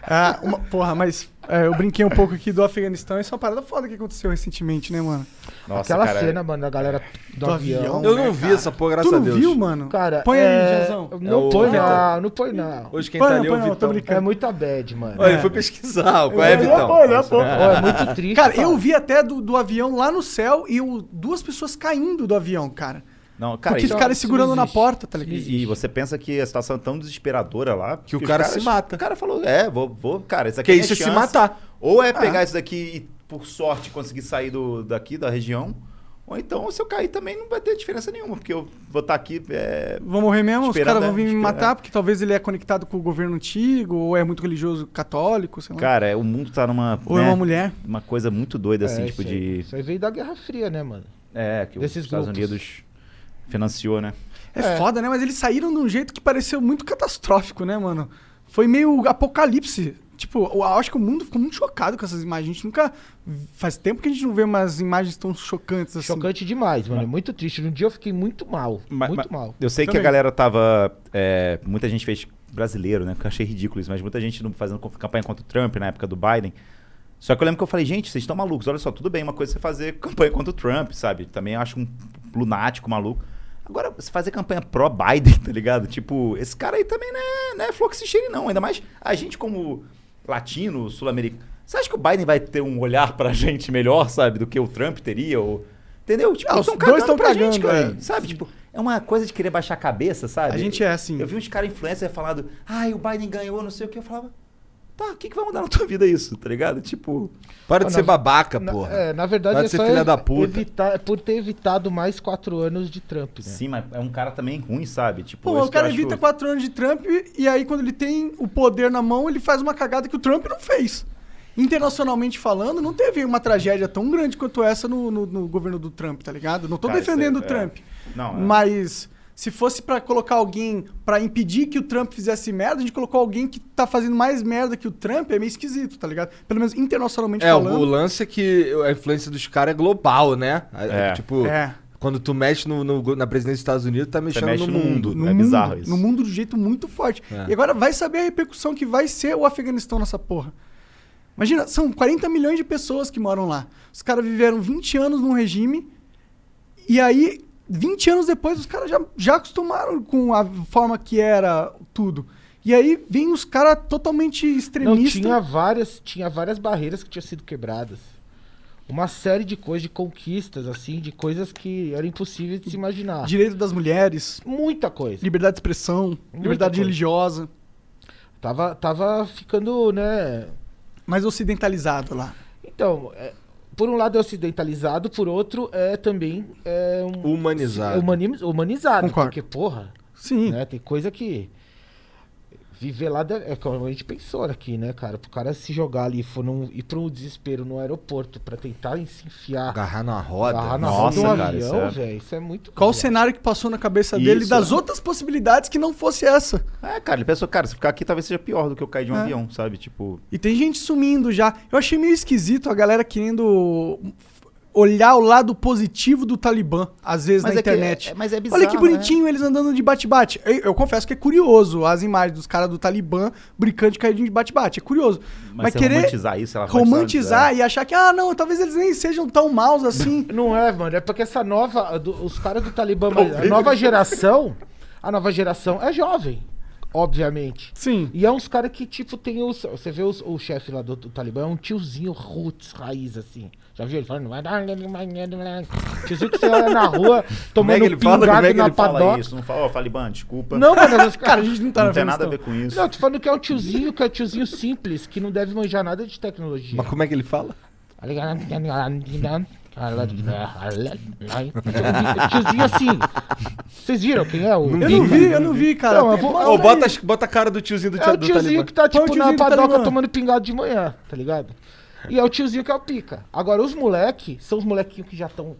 Speaker 2: Ah, uma- porra, mas é, eu brinquei um pouco aqui do Afeganistão. Isso é uma parada foda que aconteceu recentemente, né, mano?
Speaker 4: Nossa,
Speaker 5: Aquela
Speaker 4: cara. é-
Speaker 5: cena, mano, da galera do,
Speaker 2: Do avião.
Speaker 5: avião.
Speaker 3: Eu não vi essa porra, graças
Speaker 2: tu
Speaker 3: a
Speaker 2: não
Speaker 3: Deus.
Speaker 2: viu, mano?
Speaker 5: Cara,
Speaker 2: Põe
Speaker 5: é-
Speaker 2: aí, Jezão.
Speaker 5: Não
Speaker 3: o
Speaker 5: põe,
Speaker 3: Vitão.
Speaker 5: não. Não põe, não.
Speaker 3: Hoje quem
Speaker 2: Põe
Speaker 3: tá
Speaker 2: não,
Speaker 3: ali é
Speaker 2: põe
Speaker 3: o
Speaker 2: não, tô
Speaker 3: Vitão.
Speaker 2: brincando.
Speaker 5: É muita bad, mano.
Speaker 3: Ó, ele foi pesquisar, qual é,
Speaker 2: Eu-
Speaker 3: Vitão?
Speaker 2: olha, pô.
Speaker 5: Ó, é muito triste.
Speaker 2: Cara,
Speaker 5: cara.
Speaker 2: eu vi até do, do avião lá no céu e o- duas pessoas caindo do avião, cara.
Speaker 4: Não, cara,
Speaker 2: porque
Speaker 4: isso-
Speaker 2: ficaram
Speaker 5: isso não
Speaker 2: segurando na
Speaker 5: existe.
Speaker 2: porta, tá ligado?
Speaker 4: E, e você pensa que a situação é tão desesperadora lá
Speaker 3: Que o
Speaker 4: os
Speaker 3: cara
Speaker 4: caras-
Speaker 3: se mata.
Speaker 4: O cara falou: é, vou, vou cara, isso aqui
Speaker 3: Que
Speaker 4: é
Speaker 3: isso é
Speaker 4: minha
Speaker 3: se
Speaker 4: chance.
Speaker 3: matar. Ah.
Speaker 4: Ou é pegar isso daqui e, por sorte, conseguir sair do, daqui, da região. Ou então, se eu cair também, não vai ter diferença nenhuma, porque eu vou estar aqui. É...
Speaker 2: Vão morrer mesmo? Os
Speaker 4: Esperar,
Speaker 2: caras
Speaker 4: né?
Speaker 2: vão vir me
Speaker 4: Esperar.
Speaker 2: matar porque talvez ele é conectado com o governo antigo ou é muito religioso católico, sei lá.
Speaker 4: Cara, é, o mundo tá numa.
Speaker 2: ou é
Speaker 4: né,
Speaker 2: uma mulher.
Speaker 4: Uma coisa muito doida, assim,
Speaker 5: É,
Speaker 4: tipo
Speaker 5: isso aí.
Speaker 4: de.
Speaker 5: Isso aí veio da Guerra Fria, né, mano?
Speaker 4: É, que os
Speaker 5: Desses
Speaker 4: Estados
Speaker 5: grupos.
Speaker 4: Unidos financiou, né?
Speaker 2: É,
Speaker 5: É.
Speaker 2: foda, né? Mas eles saíram de um jeito que pareceu muito catastrófico, né, mano? Foi meio apocalipse. Tipo, eu acho que o mundo ficou muito chocado com essas imagens. A gente nunca. Faz tempo que a gente não vê umas imagens tão chocantes assim.
Speaker 5: Chocante demais, mano. É muito triste. Um dia eu fiquei muito mal.
Speaker 4: Ma-
Speaker 5: muito
Speaker 4: ma-
Speaker 5: mal.
Speaker 4: Eu sei que
Speaker 2: Também.
Speaker 4: a galera tava. é, muita gente fez brasileiro, né? Que eu achei ridículo isso, mas muita gente não- fazendo campanha contra o Trump na época do Biden. Só que eu lembro que eu falei, gente, vocês estão malucos. Olha só, tudo bem, uma coisa é você fazer campanha contra o Trump, sabe? Também acho um lunático maluco. Agora, você fazer campanha pró-Biden, tá ligado? Tipo, esse cara aí também não é, não é flor que se cheire, não. Ainda mais a gente como latino, sul-americano. Você acha que o Biden vai ter um olhar pra gente melhor, sabe? Do que o Trump teria? Ou... Entendeu? Tipo,
Speaker 2: Ah,
Speaker 4: eles
Speaker 2: os
Speaker 4: tão
Speaker 2: dois tão
Speaker 4: pra gente,
Speaker 2: cagando,
Speaker 4: cara.
Speaker 2: é.
Speaker 4: Sabe? Tipo, é uma coisa de querer baixar a cabeça, sabe?
Speaker 2: A gente é assim.
Speaker 4: Eu vi uns caras influencers falando, ai, o Biden ganhou, não sei o que. Eu falava, tá, o que, que vai mudar na tua vida isso, tá ligado? Tipo,
Speaker 3: Para de
Speaker 5: Não,
Speaker 3: ser
Speaker 5: na-
Speaker 3: babaca,
Speaker 5: Na,
Speaker 3: porra.
Speaker 5: é, na verdade,
Speaker 3: Para
Speaker 5: é
Speaker 3: de ser
Speaker 5: só
Speaker 3: filha
Speaker 5: ev-
Speaker 3: da puta.
Speaker 5: evitar- é por ter evitado mais quatro anos de Trump, né?
Speaker 4: sim, mas é um cara também ruim, sabe? Tipo,
Speaker 2: Pô,
Speaker 4: isso
Speaker 2: o
Speaker 4: que eu
Speaker 2: cara
Speaker 4: acho-
Speaker 2: evita quatro anos de Trump e aí quando ele tem o poder na mão, ele faz uma cagada que o Trump não fez. Internacionalmente falando, não teve uma tragédia tão grande quanto essa no, no- no governo do Trump, tá ligado? Não tô
Speaker 4: Cara, isso
Speaker 2: defendendo
Speaker 4: aí,
Speaker 2: o
Speaker 4: é.
Speaker 2: Trump.
Speaker 4: Não, é.
Speaker 2: Mas se fosse pra colocar alguém pra impedir que o Trump fizesse merda, a gente colocou alguém que tá fazendo mais merda que o Trump, é meio esquisito, tá ligado? Pelo menos internacionalmente
Speaker 3: É, o,
Speaker 2: falando.
Speaker 3: o lance é que a influência dos caras é global, né? A-
Speaker 4: É.
Speaker 3: Tipo,
Speaker 2: É.
Speaker 3: quando tu mexe no, no- na presidência dos Estados Unidos, tá mexendo
Speaker 4: mexe
Speaker 3: no
Speaker 4: no
Speaker 3: mundo.
Speaker 4: mundo. É bizarro isso.
Speaker 2: No mundo de jeito muito forte. E agora vai saber a repercussão que vai ser o Afeganistão nessa porra. Imagina, são 40 milhões de pessoas que moram lá. Os caras viveram 20 anos num regime e aí, 20 anos depois, os caras já, já acostumaram com a forma que era tudo. E aí vem os caras totalmente
Speaker 5: Não,
Speaker 2: extremistas.
Speaker 5: tinha várias, tinha várias barreiras que tinham sido quebradas. Uma série de coisas, de conquistas, assim, de coisas que era impossível de se imaginar.
Speaker 2: Direito das mulheres,
Speaker 5: Muita coisa.
Speaker 2: liberdade de expressão, liberdade
Speaker 5: coisa.
Speaker 2: religiosa.
Speaker 5: Tava, tava ficando, né?
Speaker 2: Mais ocidentalizado lá.
Speaker 5: Então, é, por um lado é ocidentalizado, por outro é também é um-
Speaker 3: Humanizado.
Speaker 5: humani- humanizado. né,
Speaker 2: Concordo.
Speaker 5: Porque, porra,
Speaker 2: Sim.
Speaker 5: né, tem coisa que Viver lá de- é como a gente pensou aqui, né, cara? Pro cara se jogar ali, for num, ir pro desespero no aeroporto pra tentar se enfiar.
Speaker 3: Agarrar na roda.
Speaker 5: agarrar na
Speaker 4: Nossa,
Speaker 5: roda do
Speaker 4: cara, isso
Speaker 5: avião,
Speaker 4: é-
Speaker 5: velho. Isso é muito.
Speaker 2: Qual o
Speaker 5: cruel.
Speaker 2: cenário que passou na cabeça dele
Speaker 4: Isso,
Speaker 2: das
Speaker 4: é.
Speaker 2: outras possibilidades que não fosse essa?
Speaker 4: É, cara, ele pensou, cara, se ficar aqui talvez seja pior do que eu cair
Speaker 2: É.
Speaker 4: de um avião, sabe? Tipo,
Speaker 2: E tem gente sumindo já. Eu achei meio esquisito a galera querendo olhar o lado positivo do Talibã, às vezes,
Speaker 7: Mas
Speaker 2: na
Speaker 7: é que-
Speaker 2: internet.
Speaker 7: é- mas é
Speaker 2: Olha que
Speaker 4: né?
Speaker 7: bizarro,
Speaker 2: bonitinho eles andando de bate-bate. Eu, eu confesso que é curioso as imagens dos caras do Talibã brincando de cair de bate-bate. É curioso. Mas,
Speaker 4: você
Speaker 2: querer
Speaker 4: romantizar isso, ela
Speaker 2: romantizar e achar que, ah, não, talvez eles nem sejam tão maus assim.
Speaker 5: Não é, mano. É porque essa nova. a do- os caras do Talibã, mas a nova geração. A nova geração é jovem, obviamente.
Speaker 2: Sim.
Speaker 5: E é uns caras que, tipo, tem os. Você vê os- o chefe lá do, do Talibã, é um tiozinho roots, raiz, assim. Já viu ele falando? é Tiozinho que você olha na rua
Speaker 4: Como é
Speaker 5: tomando
Speaker 4: que ele fala? Como
Speaker 5: pingado
Speaker 4: é que
Speaker 5: na
Speaker 4: ele fala
Speaker 5: padoca.
Speaker 4: isso? Não fala, ó, Falibã, desculpa.
Speaker 5: Não, mano,
Speaker 2: Cara,
Speaker 5: os
Speaker 2: a
Speaker 5: caras.
Speaker 2: gente não tá
Speaker 4: não
Speaker 2: na
Speaker 4: tem
Speaker 2: frente,
Speaker 4: nada a
Speaker 2: não.
Speaker 4: ver com isso.
Speaker 5: Não, tô falando que é um tiozinho, que é um tiozinho simples, que não deve manjar nada de tecnologia.
Speaker 3: Mas como é que ele fala?
Speaker 5: Tá Tiozinho assim. Vocês viram quem é o.
Speaker 2: Eu não vi, eu não vi, cara.
Speaker 5: Não, eu
Speaker 2: Tem-
Speaker 5: vou-
Speaker 2: mostra
Speaker 3: Ô, bota,
Speaker 2: aí.
Speaker 3: as- bota a cara do tiozinho do,
Speaker 5: É
Speaker 3: tia-
Speaker 5: o
Speaker 3: do Talibã.
Speaker 5: tiozinho que tá,
Speaker 2: Qual é o
Speaker 5: tipo,
Speaker 2: tiozinho
Speaker 5: na
Speaker 2: do
Speaker 5: padoca
Speaker 2: Talibã?
Speaker 5: tomando pingado de manhã, tá ligado? E é o tiozinho que é o pica. Agora, os moleque, são os molequinhos que já estão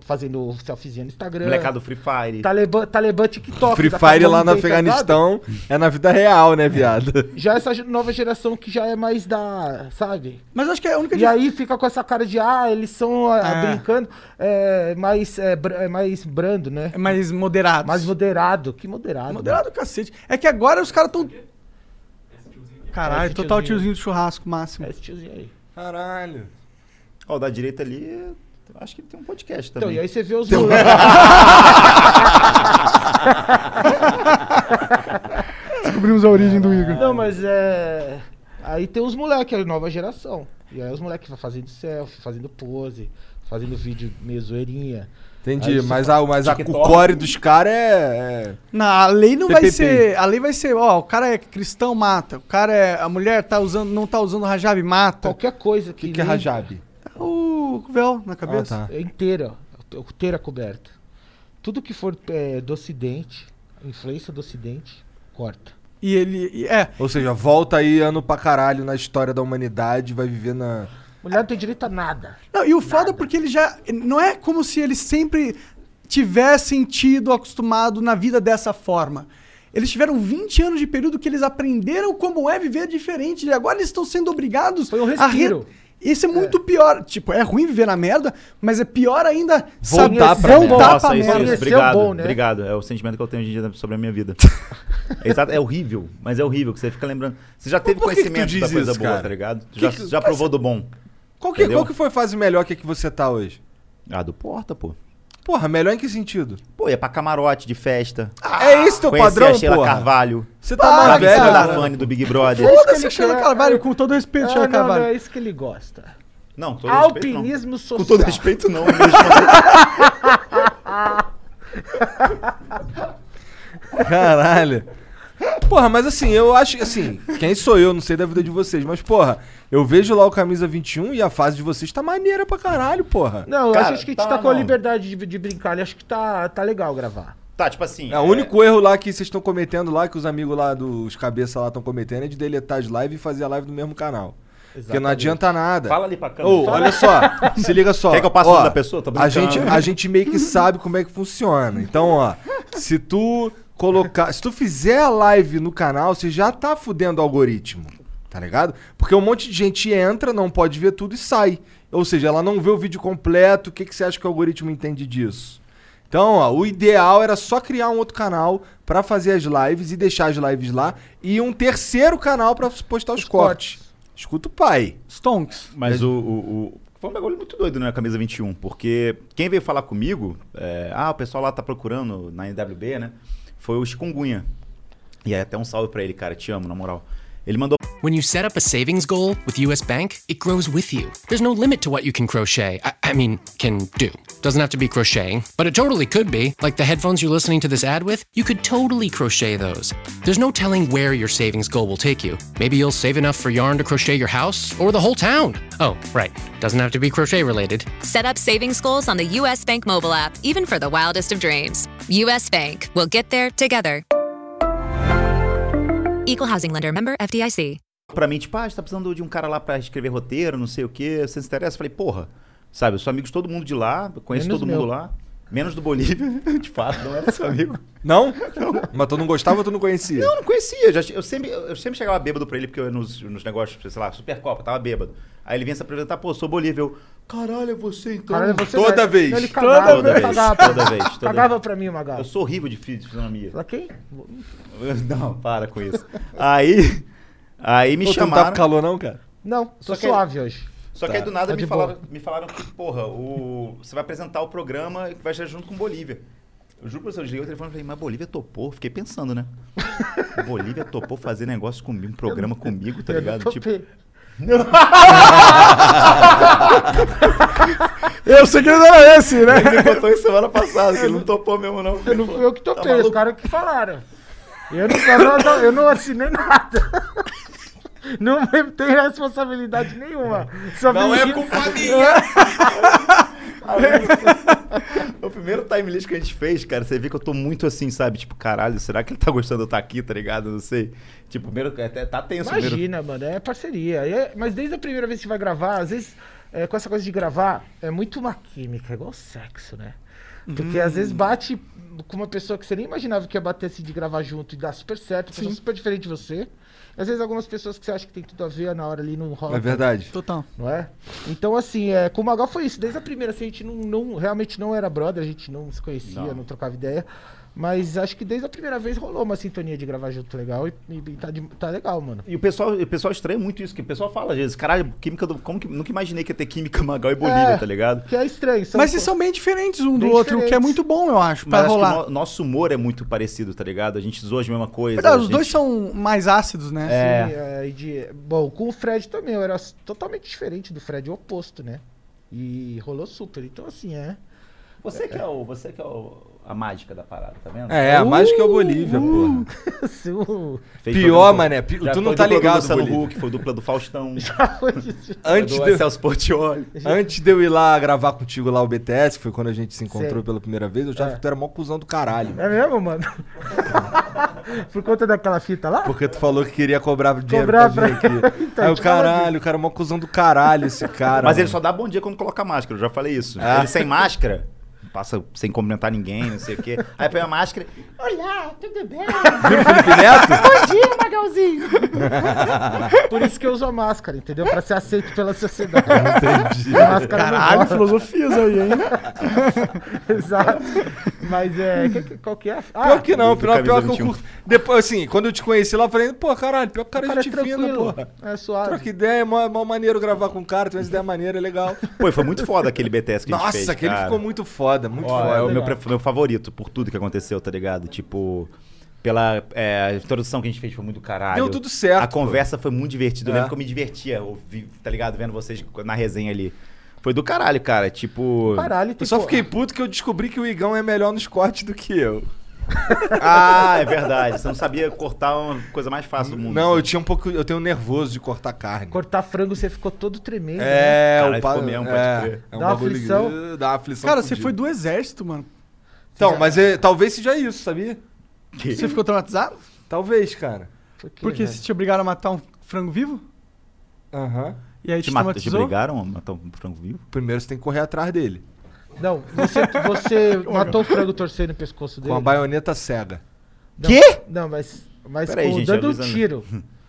Speaker 5: fazendo selfiezinho no Instagram.
Speaker 4: Molecado Free Fire.
Speaker 2: Tá.
Speaker 5: Talibã, Talibã TikTok.
Speaker 3: Free
Speaker 5: da
Speaker 3: Fire lá
Speaker 5: Paloma
Speaker 3: no
Speaker 5: Bay, tá ligado?
Speaker 3: Afeganistão é na vida real, né, viado?
Speaker 5: já é essa ge- nova geração que já é mais da. Sabe?
Speaker 2: Mas eu acho que é a única
Speaker 5: E aí fica com essa cara de, ah, eles são ah,
Speaker 2: Ah.
Speaker 5: brincando, é, mais, é, br- é mais brando, né?
Speaker 2: É mais moderado.
Speaker 5: Mais moderado. Que
Speaker 3: Ah,
Speaker 5: moderado. né?
Speaker 2: Moderado, cacete. É que agora os caras tão. Caralho,
Speaker 5: Esse
Speaker 2: total
Speaker 5: tiozinho.
Speaker 2: tiozinho do churrasco máximo.
Speaker 5: mano. É esse tiozinho aí.
Speaker 3: Caralho.
Speaker 4: Ó, o da direita ali, eu acho que ele tem um podcast
Speaker 5: Então,
Speaker 4: também.
Speaker 5: e aí você vê os moleques.
Speaker 2: Descobrimos a origem do Igor.
Speaker 5: Não, mas é. Aí tem os moleques, a nova geração. E aí os moleques fazendo selfie, fazendo pose, fazendo vídeo meio zoeirinha.
Speaker 3: Entendi,
Speaker 5: Aí você
Speaker 3: mas, a, mas a, o
Speaker 4: TikTok.
Speaker 3: core dos caras é, é-
Speaker 2: Não, a lei não vai
Speaker 3: PPP.
Speaker 2: ser. A lei vai ser, ó, o cara é cristão, mata. O cara é. A mulher tá usando, não tá usando hijab, mata. Tá
Speaker 5: Qualquer coisa
Speaker 3: O que,
Speaker 5: que.
Speaker 3: que é
Speaker 5: lembre-
Speaker 3: Rajab?
Speaker 2: O véu na cabeça.
Speaker 3: Ah,
Speaker 5: É inteira, ó, inteira coberta. Tudo que for é, do ocidente, influência do ocidente, corta.
Speaker 2: E ele. e- é.
Speaker 3: Ou seja, volta aí ano pra caralho na história da humanidade, vai viver na.
Speaker 5: Mulher não tem direito a nada.
Speaker 2: Não, e o foda é porque ele já. Não é como se ele sempre tivesse sentido acostumado na vida dessa forma. Eles tiveram 20 anos de período que eles aprenderam como é viver diferente. E agora eles estão sendo obrigados
Speaker 5: Foi um
Speaker 2: a re-
Speaker 5: respiro.
Speaker 2: Isso é muito pior. Tipo, é ruim viver na merda, mas é pior ainda
Speaker 3: Voltar
Speaker 2: saber-
Speaker 3: pra
Speaker 2: voltar
Speaker 4: Nossa,
Speaker 2: pra
Speaker 4: isso,
Speaker 2: merda.
Speaker 4: isso,
Speaker 5: Conheceu
Speaker 4: obrigado,
Speaker 5: bom, né?
Speaker 4: obrigado. É o sentimento que eu tenho hoje em dia sobre a minha vida. é, exato, é horrível, mas é horrível que você fica lembrando. Você já teve
Speaker 3: por que que tu
Speaker 4: conhecimento
Speaker 3: diz
Speaker 4: da coisa
Speaker 3: isso,
Speaker 4: boa,
Speaker 3: cara?
Speaker 4: tá ligado?
Speaker 3: Que
Speaker 4: já
Speaker 3: que-
Speaker 4: já provou do bom.
Speaker 3: Qual que,
Speaker 4: Entendeu?
Speaker 3: qual que foi a fase melhor que, a que você tá hoje?
Speaker 4: Ah, do Porta, pô.
Speaker 3: Porra, melhor em que sentido?
Speaker 4: Pô, ia pra camarote de festa.
Speaker 3: é esse teu
Speaker 4: Conheci
Speaker 3: padrão,
Speaker 4: a Sheila
Speaker 3: porra?
Speaker 4: Carvalho.
Speaker 3: Você
Speaker 2: Ah,
Speaker 3: tá
Speaker 4: Tava
Speaker 3: mais
Speaker 4: em cima
Speaker 3: velho,
Speaker 4: da
Speaker 3: cara.
Speaker 4: Fanny é do Big Brother.
Speaker 2: Foda-se,
Speaker 5: Ele
Speaker 2: Sheila
Speaker 5: quer-
Speaker 2: Carvalho, com todo respeito, Sheila
Speaker 5: Ah, não, não,
Speaker 2: Carvalho.
Speaker 5: é isso que ele gosta.
Speaker 4: Não, com todo respeito, não.
Speaker 5: Alpinismo social.
Speaker 4: Com todo respeito, não. mesmo.
Speaker 3: Caralho. Porra, mas assim, eu acho que assim, quem sou eu, não sei da vida de vocês, mas porra, eu vejo lá o camisa 21 e a fase de vocês tá maneira pra caralho, porha.
Speaker 5: Não, eu
Speaker 4: Cara,
Speaker 5: acho que a gente
Speaker 4: tá,
Speaker 5: tá com a
Speaker 4: não.
Speaker 5: liberdade de, de brincar. Ele acho que tá, tá legal gravar.
Speaker 4: Tá, tipo assim.
Speaker 3: É, o único erro lá que vocês estão cometendo lá, que os amigos lá dos cabeça lá estão cometendo, é de deletar as lives e fazer a live do mesmo canal. Porque não adianta nada.
Speaker 4: Fala ali pra câmera.
Speaker 3: Ô,
Speaker 4: Fala.
Speaker 3: olha só, se liga só.
Speaker 4: Quer que eu passe o
Speaker 3: Ó,
Speaker 4: nome da pessoa? Tô
Speaker 3: a
Speaker 4: brincando.
Speaker 3: gente, a gente meio que sabe como é que funciona. Então, ó, se tu colocar, se tu fizer a live no canal, você já tá fudendo o algoritmo, tá ligado? Porque um monte de gente entra, não pode ver tudo e sai. Ou seja, ela não vê o vídeo completo. O que, que você acha que o algoritmo entende disso? Então, ó, o ideal era só criar um outro canal pra fazer as lives e deixar as lives lá e um terceiro canal pra postar os, cortes. Escuta o pai.
Speaker 2: Stonks.
Speaker 4: Mas o, o- o- Foi um bagulho muito doido, né? A camisa 21. Porque quem veio falar comigo, é, ah, o pessoal lá tá procurando na NWB, né? Foi o Chikungunya. E aí até um salve pra ele, cara. Te amo, na moral. Ele mandou
Speaker 1: When you set up a savings goal with US Bank, it grows with you. There's no limit to what you can crochet. I, I mean, can do. Doesn't have to be crocheting, but it totally could be. Like the headphones you're listening to this ad with, you could totally crochet those. There's no telling where your savings goal will take you. Maybe you'll save enough for yarn to crochet your house or the whole town. Oh, right. Doesn't have to be crochet related.
Speaker 6: Set up savings goals on the US Bank mobile app, even for the wildest of dreams. US Bank. We'll get there together. Equal Housing Lender member FDIC.
Speaker 4: pra mim, tipo, ah, você tá precisando de um cara lá pra escrever roteiro, não sei o quê, você se interessa? Eu falei, porra, sabe, eu sou amigo de todo mundo de lá, eu conheço
Speaker 5: Menos
Speaker 4: todo
Speaker 5: meu.
Speaker 4: mundo lá, menos do Bolívia, de fato, não era seu amigo.
Speaker 3: Não? Mas tu não gostava ou tu não conhecia?
Speaker 4: Eu não conhecia, já che- eu, sempre, eu sempre chegava bêbado pra ele, porque eu ia nos, nos negócios, sei lá, Supercopa, tava bêbado. Aí ele vinha se apresentar, pô, sou Bolívia, eu, caralho, é você então.
Speaker 5: Caralho, você
Speaker 3: Toda
Speaker 5: vai-
Speaker 3: vez.
Speaker 5: Não, Ele cagava,
Speaker 4: Toda
Speaker 5: ele
Speaker 4: vez,
Speaker 5: cagava.
Speaker 4: toda vez, toda
Speaker 5: Cagava
Speaker 4: vez.
Speaker 5: pra mim, Magal.
Speaker 4: Eu sou horrível de fi- de fisionomia.
Speaker 5: Pra quem?
Speaker 4: Não, para com isso. Aí, aí me
Speaker 3: Pô, tu não
Speaker 4: chamaram.
Speaker 3: tava com calor não, cara?
Speaker 5: Não, tô
Speaker 4: Só que-
Speaker 5: suave hoje.
Speaker 4: Só que aí do nada
Speaker 5: tá Tá
Speaker 4: me,
Speaker 5: de
Speaker 4: falaram, me falaram que, porra, o, você vai apresentar o programa que vai ser junto com Bolívia. Eu juro pra você, eu desliguei o telefone e falei, mas Bolívia topou? Fiquei pensando, né? Bolívia topou fazer negócio comigo, um programa comigo, tá
Speaker 5: Eu não
Speaker 4: ligado? Tipo,
Speaker 5: topei.
Speaker 2: Eu sei que não era esse, né?
Speaker 4: ele me contou isso semana passada, que ele não topou mesmo, não.
Speaker 5: Eu não fui eu que
Speaker 4: Tá
Speaker 5: topei, os
Speaker 4: maluco?
Speaker 5: caras que falaram. Eu não, eu não- eu não assinei nada. Não tenho responsabilidade nenhuma. Só
Speaker 3: Não
Speaker 5: vim
Speaker 3: é
Speaker 5: aqui-
Speaker 3: culpa minha.
Speaker 4: É O primeiro time list que a gente fez, cara, você vê que eu tô muito assim, sabe? Tipo, caralho, será que ele tá gostando de eu estar aqui, tá ligado? Não sei. Tipo, primeiro, até tá tenso. o primeiro-
Speaker 5: Imagina, mano, é parceria. Aí é- mas desde a primeira vez que vai gravar, às vezes, é, com essa coisa de gravar, é muito uma química, é igual sexo, né? Porque às vezes bate com uma pessoa que você nem imaginava que ia bater assim de gravar junto e dar super certo, pessoa super diferente de você. Às vezes algumas pessoas que você acha que tem tudo a ver na hora ali não rola.
Speaker 3: É verdade.
Speaker 7: Total.
Speaker 5: não é? Então, assim, é, com o Magal foi isso. Desde a primeira, assim, a gente não, não- realmente não era brother, a gente não se conhecia, não, trocava ideia. Mas acho que desde a primeira vez rolou uma sintonia de gravar junto legal e, e- e tá, de- tá legal, mano.
Speaker 4: E o pessoal, o pessoal estranha muito isso, que o pessoal fala às vezes, caralho, química do. Como que, nunca imaginei que ia ter química Magal e Bolívia,
Speaker 5: É.
Speaker 4: tá ligado?
Speaker 5: Que é estranho. são-
Speaker 2: Mas vocês são bem diferentes um do
Speaker 5: Bem
Speaker 2: outro, o que é
Speaker 5: diferentes.
Speaker 2: muito bom, eu acho,
Speaker 4: Mas
Speaker 2: pra
Speaker 4: acho
Speaker 2: rolar.
Speaker 4: que o no- nosso humor é muito parecido, tá ligado? A gente zoa as mesma coisa.
Speaker 2: Verdade,
Speaker 4: a
Speaker 2: os dois
Speaker 4: gente-
Speaker 2: são mais ácidos, né?
Speaker 5: Assim, é, e de- bom, com o Fred também, eu era s- totalmente diferente do Fred, o oposto, né? E rolou super. Então, assim, é.
Speaker 4: Você que é o. Você que é o- a mágica da parada, tá vendo?
Speaker 3: É, a
Speaker 5: Uh,
Speaker 3: mágica é o Bolívia, porra.
Speaker 5: Se o-
Speaker 4: Fez
Speaker 3: pior,
Speaker 4: programa-
Speaker 3: mané, pi-
Speaker 4: Já
Speaker 3: tu não
Speaker 4: foi
Speaker 3: tá
Speaker 4: dupla do
Speaker 3: ligado,
Speaker 4: Luciano
Speaker 3: Bolívia.
Speaker 4: Huck, foi dupla do Faustão.
Speaker 3: Antes
Speaker 4: do
Speaker 3: de, eu-
Speaker 4: Celso Portioli.
Speaker 3: antes de eu ir lá gravar contigo lá o BTS, que foi quando a gente se encontrou
Speaker 5: Sei.
Speaker 3: pela primeira vez, eu já que tu era mó cuzão do caralho.
Speaker 5: É mesmo, mano? Por conta daquela fita lá?
Speaker 3: Porque tu falou que queria cobrar dinheiro
Speaker 5: Cobrar
Speaker 3: pra vir
Speaker 5: pra-
Speaker 3: aqui.
Speaker 5: Então,
Speaker 3: Aí o
Speaker 5: te fala
Speaker 3: caralho, o cara é mó cuzão do caralho esse cara.
Speaker 4: Mas ele
Speaker 3: mano.
Speaker 4: só dá bom dia quando coloca máscara, eu já falei isso.
Speaker 3: Ah.
Speaker 4: Ele sem máscara, passa sem cumprimentar ninguém, não sei o quê. Aí põe a máscara.
Speaker 5: Olá, tudo bem?
Speaker 3: Viu o Felipe Neto?
Speaker 5: Bom dia, Magalzinho! Por isso que eu uso a máscara, entendeu? Pra ser aceito pela sociedade. Entendi. A máscara não
Speaker 2: Caralho,
Speaker 5: rola.
Speaker 2: filosofias aí, hein?
Speaker 5: Exato. Mas é. que- que- qual que é? Ah,
Speaker 3: Pior que não,
Speaker 4: do
Speaker 3: pior, pior
Speaker 4: Camisa
Speaker 3: que eu
Speaker 4: 21.
Speaker 3: curto. Depois, assim, quando eu te conheci lá, eu falei, pô, caralho, pior que o cara,
Speaker 5: o
Speaker 3: é
Speaker 5: cara é
Speaker 3: gente fina,
Speaker 5: tranquilo.
Speaker 3: porra.
Speaker 5: É suave.
Speaker 3: Troca ideia, é mó, mó maneiro gravar com o cara, tem umas ideias maneiras, é legal.
Speaker 4: Pô, e foi muito foda aquele BTS que a gente fez.
Speaker 3: Nossa, aquele
Speaker 4: cara.
Speaker 3: ficou muito foda, muito
Speaker 4: Ó,
Speaker 3: foda.
Speaker 4: é o meu,
Speaker 5: legal.
Speaker 4: pref- meu favorito por tudo que aconteceu, tá ligado? Tipo, pela é, a introdução que a gente fez foi muito caralho.
Speaker 3: Deu tudo certo,
Speaker 4: A
Speaker 3: pô.
Speaker 4: conversa foi muito divertida. Eu
Speaker 3: É.
Speaker 4: lembro que eu me divertia, ouvi, tá ligado? Vendo vocês na resenha ali. Foi do caralho, cara. Tipo.
Speaker 5: Caralho,
Speaker 3: Eu
Speaker 5: tem
Speaker 3: só
Speaker 5: co-
Speaker 3: fiquei puto que eu descobri que o Igão é melhor nos cortes do que eu.
Speaker 4: Ah, é verdade. Você não sabia cortar uma coisa mais fácil do mundo. né?
Speaker 3: Não, eu tinha um pouco. Eu tenho nervoso de cortar carne.
Speaker 5: ah, Cortar frango, você ficou todo tremendo. né?
Speaker 3: É,
Speaker 4: Caralho,
Speaker 3: o pa...
Speaker 4: ficou mesmo, pode
Speaker 3: é,
Speaker 4: crer.
Speaker 3: é um
Speaker 5: Dá uma
Speaker 3: bagulho que-
Speaker 5: aflição.
Speaker 3: Dá uma aflição.
Speaker 2: Cara, você
Speaker 3: fudida.
Speaker 2: foi do exército, mano.
Speaker 3: Então, mas é, talvez seja isso, sabia?
Speaker 2: Você ficou traumatizado?
Speaker 3: Talvez, cara.
Speaker 5: Por quê,
Speaker 2: Porque
Speaker 5: velho?
Speaker 2: se te obrigaram a matar um frango vivo?
Speaker 3: Aham.
Speaker 2: E aí te,
Speaker 4: Te, mat- te
Speaker 2: traumatizou?
Speaker 4: brigaram a matar um frango vivo?
Speaker 3: Primeiro você tem que correr atrás dele.
Speaker 5: Não, você, você matou o frango torcendo o pescoço dele.
Speaker 3: Com a baioneta cega.
Speaker 5: Não, Quê? Não, mas, mas
Speaker 4: Peraí,
Speaker 5: com-
Speaker 4: gente,
Speaker 5: dando um
Speaker 4: Luiz,
Speaker 5: tiro.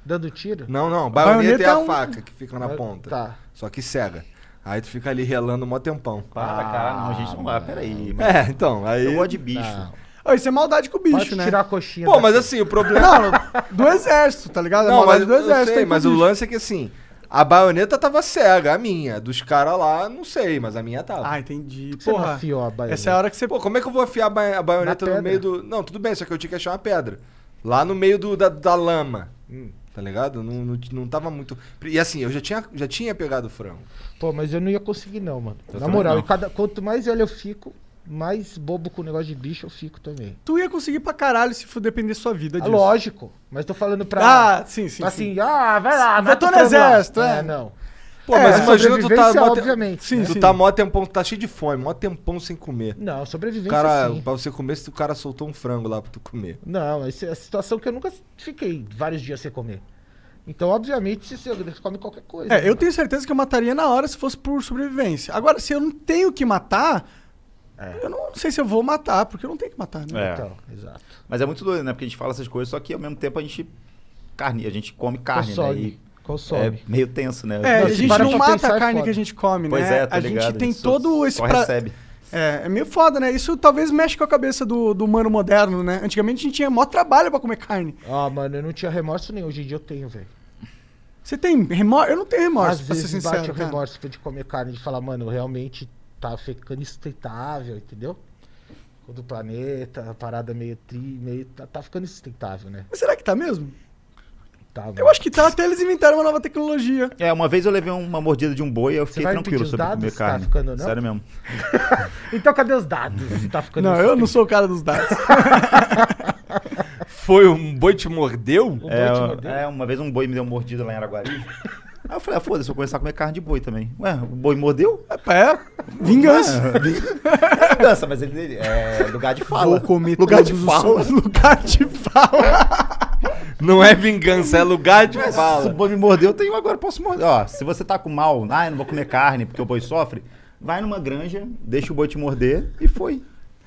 Speaker 5: Dando um tiro?
Speaker 3: Não, não. Baioneta,
Speaker 2: baioneta
Speaker 3: é a
Speaker 2: é um-
Speaker 3: faca que fica na ponta.
Speaker 5: Tá.
Speaker 3: Só que cega. Aí tu fica ali relando mó tempão.
Speaker 4: Para, caralho, não, gente, não dá. Peraí. mas
Speaker 3: É, então, aí.
Speaker 4: Eu gosto de bicho.
Speaker 2: Ó, isso é maldade com o bicho,
Speaker 5: Pode
Speaker 2: né?
Speaker 5: tirar a coxinha.
Speaker 3: Pô,
Speaker 5: da-
Speaker 3: mas assim, o problema.
Speaker 2: Não, do exército, tá ligado? É
Speaker 3: Não,
Speaker 2: maldade
Speaker 3: mas,
Speaker 2: do
Speaker 3: eu
Speaker 2: exército.
Speaker 3: sei,
Speaker 2: aí com
Speaker 3: mas
Speaker 2: o
Speaker 3: o
Speaker 2: bicho.
Speaker 3: lance é que assim, a baioneta tava cega, a minha. Dos caras lá, não sei, mas a minha tava.
Speaker 2: Ah, entendi.
Speaker 5: Você não
Speaker 2: Porra,
Speaker 5: afiou a baioneta.
Speaker 2: essa é a hora que você...
Speaker 3: Pô, como é que eu vou afiar a, ba- a baioneta
Speaker 5: Na
Speaker 3: no
Speaker 5: pedra.
Speaker 3: meio do. Não, tudo bem, só que eu tinha que achar uma pedra. Lá no meio do, da, da lama. Hum, tá ligado? Não, não, não tava muito. E assim, eu já tinha, já tinha pegado o frango.
Speaker 5: Pô, mas eu não ia conseguir, não, mano. Na
Speaker 4: também
Speaker 5: moral,
Speaker 4: não.
Speaker 5: e cada- quanto mais velho eu fico, mais bobo com o negócio de bicho eu fico também.
Speaker 2: Tu ia conseguir pra caralho se for depender sua vida
Speaker 5: Ah,
Speaker 2: disso.
Speaker 5: lógico, mas tô falando pra.
Speaker 2: Ah, sim, sim.
Speaker 5: assim,
Speaker 2: sim.
Speaker 5: ah, vai lá,
Speaker 2: Votou
Speaker 5: o
Speaker 2: no
Speaker 5: frango lá.
Speaker 2: exército, é.
Speaker 5: é. não.
Speaker 3: Pô, mas
Speaker 5: É,
Speaker 3: imagina tu tá.
Speaker 5: sobrevivência,
Speaker 3: mó te-
Speaker 5: obviamente,
Speaker 2: né?
Speaker 3: tu
Speaker 2: Sim,
Speaker 3: tá
Speaker 2: sim.
Speaker 3: mó tempão, tu tá cheio de fome, mó tempão sem comer.
Speaker 5: Não,
Speaker 3: O
Speaker 5: sobrevivência
Speaker 3: cara,
Speaker 5: sim.
Speaker 3: pra você comer, se o cara soltou um frango lá pra tu comer.
Speaker 5: Não, essa é a situação que eu nunca fiquei vários dias sem comer. Então, obviamente, se você você come qualquer coisa. né?
Speaker 2: É, eu tenho certeza que eu mataria na hora se fosse por sobrevivência. Agora, se eu não tenho que matar,
Speaker 5: É.
Speaker 2: eu não sei se eu vou matar, porque eu não tenho que matar, né?
Speaker 4: É.
Speaker 5: Então, exato.
Speaker 4: Mas é muito doido, né? Porque a gente fala essas coisas, só que ao mesmo tempo a gente carne, a gente come carne,
Speaker 5: consome.
Speaker 4: né? E é
Speaker 5: Consome.
Speaker 4: meio tenso, né?
Speaker 2: É, a
Speaker 5: se
Speaker 2: gente
Speaker 5: parar
Speaker 2: não
Speaker 5: pra
Speaker 2: mata
Speaker 5: pensar,
Speaker 2: a
Speaker 5: é
Speaker 2: carne
Speaker 5: foda.
Speaker 2: que a gente come,
Speaker 4: Pois
Speaker 2: né?
Speaker 4: é, tá
Speaker 2: a
Speaker 4: ligado?
Speaker 2: gente tem
Speaker 4: Só-
Speaker 2: todo esse
Speaker 4: só
Speaker 2: pra-
Speaker 4: recebe.
Speaker 2: É, é meio foda, né? Isso talvez mexe com a cabeça do, do humano moderno, né? Antigamente a gente tinha mó trabalho pra comer carne.
Speaker 5: Ah, mano, eu não tinha remorso nenhum. Hoje em dia eu tenho, velho.
Speaker 2: Você tem remorso? Eu não tenho remorso,
Speaker 5: Às
Speaker 2: pra ser
Speaker 5: vezes bate
Speaker 2: sincero,
Speaker 5: o
Speaker 2: cara.
Speaker 5: remorso de comer carne, de falar, mano, realmente tá ficando insustentável, entendeu? O do planeta, a parada meio tri, meio. Tá, tá ficando insustentável, né?
Speaker 2: Mas será que tá mesmo?
Speaker 5: Tá,
Speaker 2: Eu acho que tá, até eles inventaram uma nova tecnologia.
Speaker 4: É, uma vez eu levei uma mordida de um boi e eu fiquei
Speaker 5: vai me
Speaker 4: tranquilo
Speaker 5: pedir os
Speaker 4: sobre
Speaker 5: dados?
Speaker 4: comer
Speaker 5: Tá
Speaker 4: carne.
Speaker 5: ficando, não?
Speaker 4: Sério mesmo.
Speaker 5: Então cadê os dados? Se Tá ficando
Speaker 2: Não, eu não sou o cara dos dados.
Speaker 3: Foi um boi te mordeu?
Speaker 5: O boi te mordeu?
Speaker 4: É, é, uma vez um boi me deu uma mordida lá em Araguari. Aí eu falei, ah, foda-se, eu vou começar a comer carne de boi também. Ué, o boi mordeu?
Speaker 2: é, vingança.
Speaker 4: é? Dança, um mas ele- ele é lugar de fala.
Speaker 2: Vou comer
Speaker 4: lugar de
Speaker 2: todos os
Speaker 4: fala.
Speaker 2: seus- Lugar de fala.
Speaker 3: Não é vingança, é lugar de
Speaker 4: Se o
Speaker 3: fala.
Speaker 4: boi me mordeu, eu tenho agora, eu posso morder. Ó, se você tá com mal, ah, eu não vou comer carne porque o boi sofre, vai numa granja, deixa o boi te morder e foi.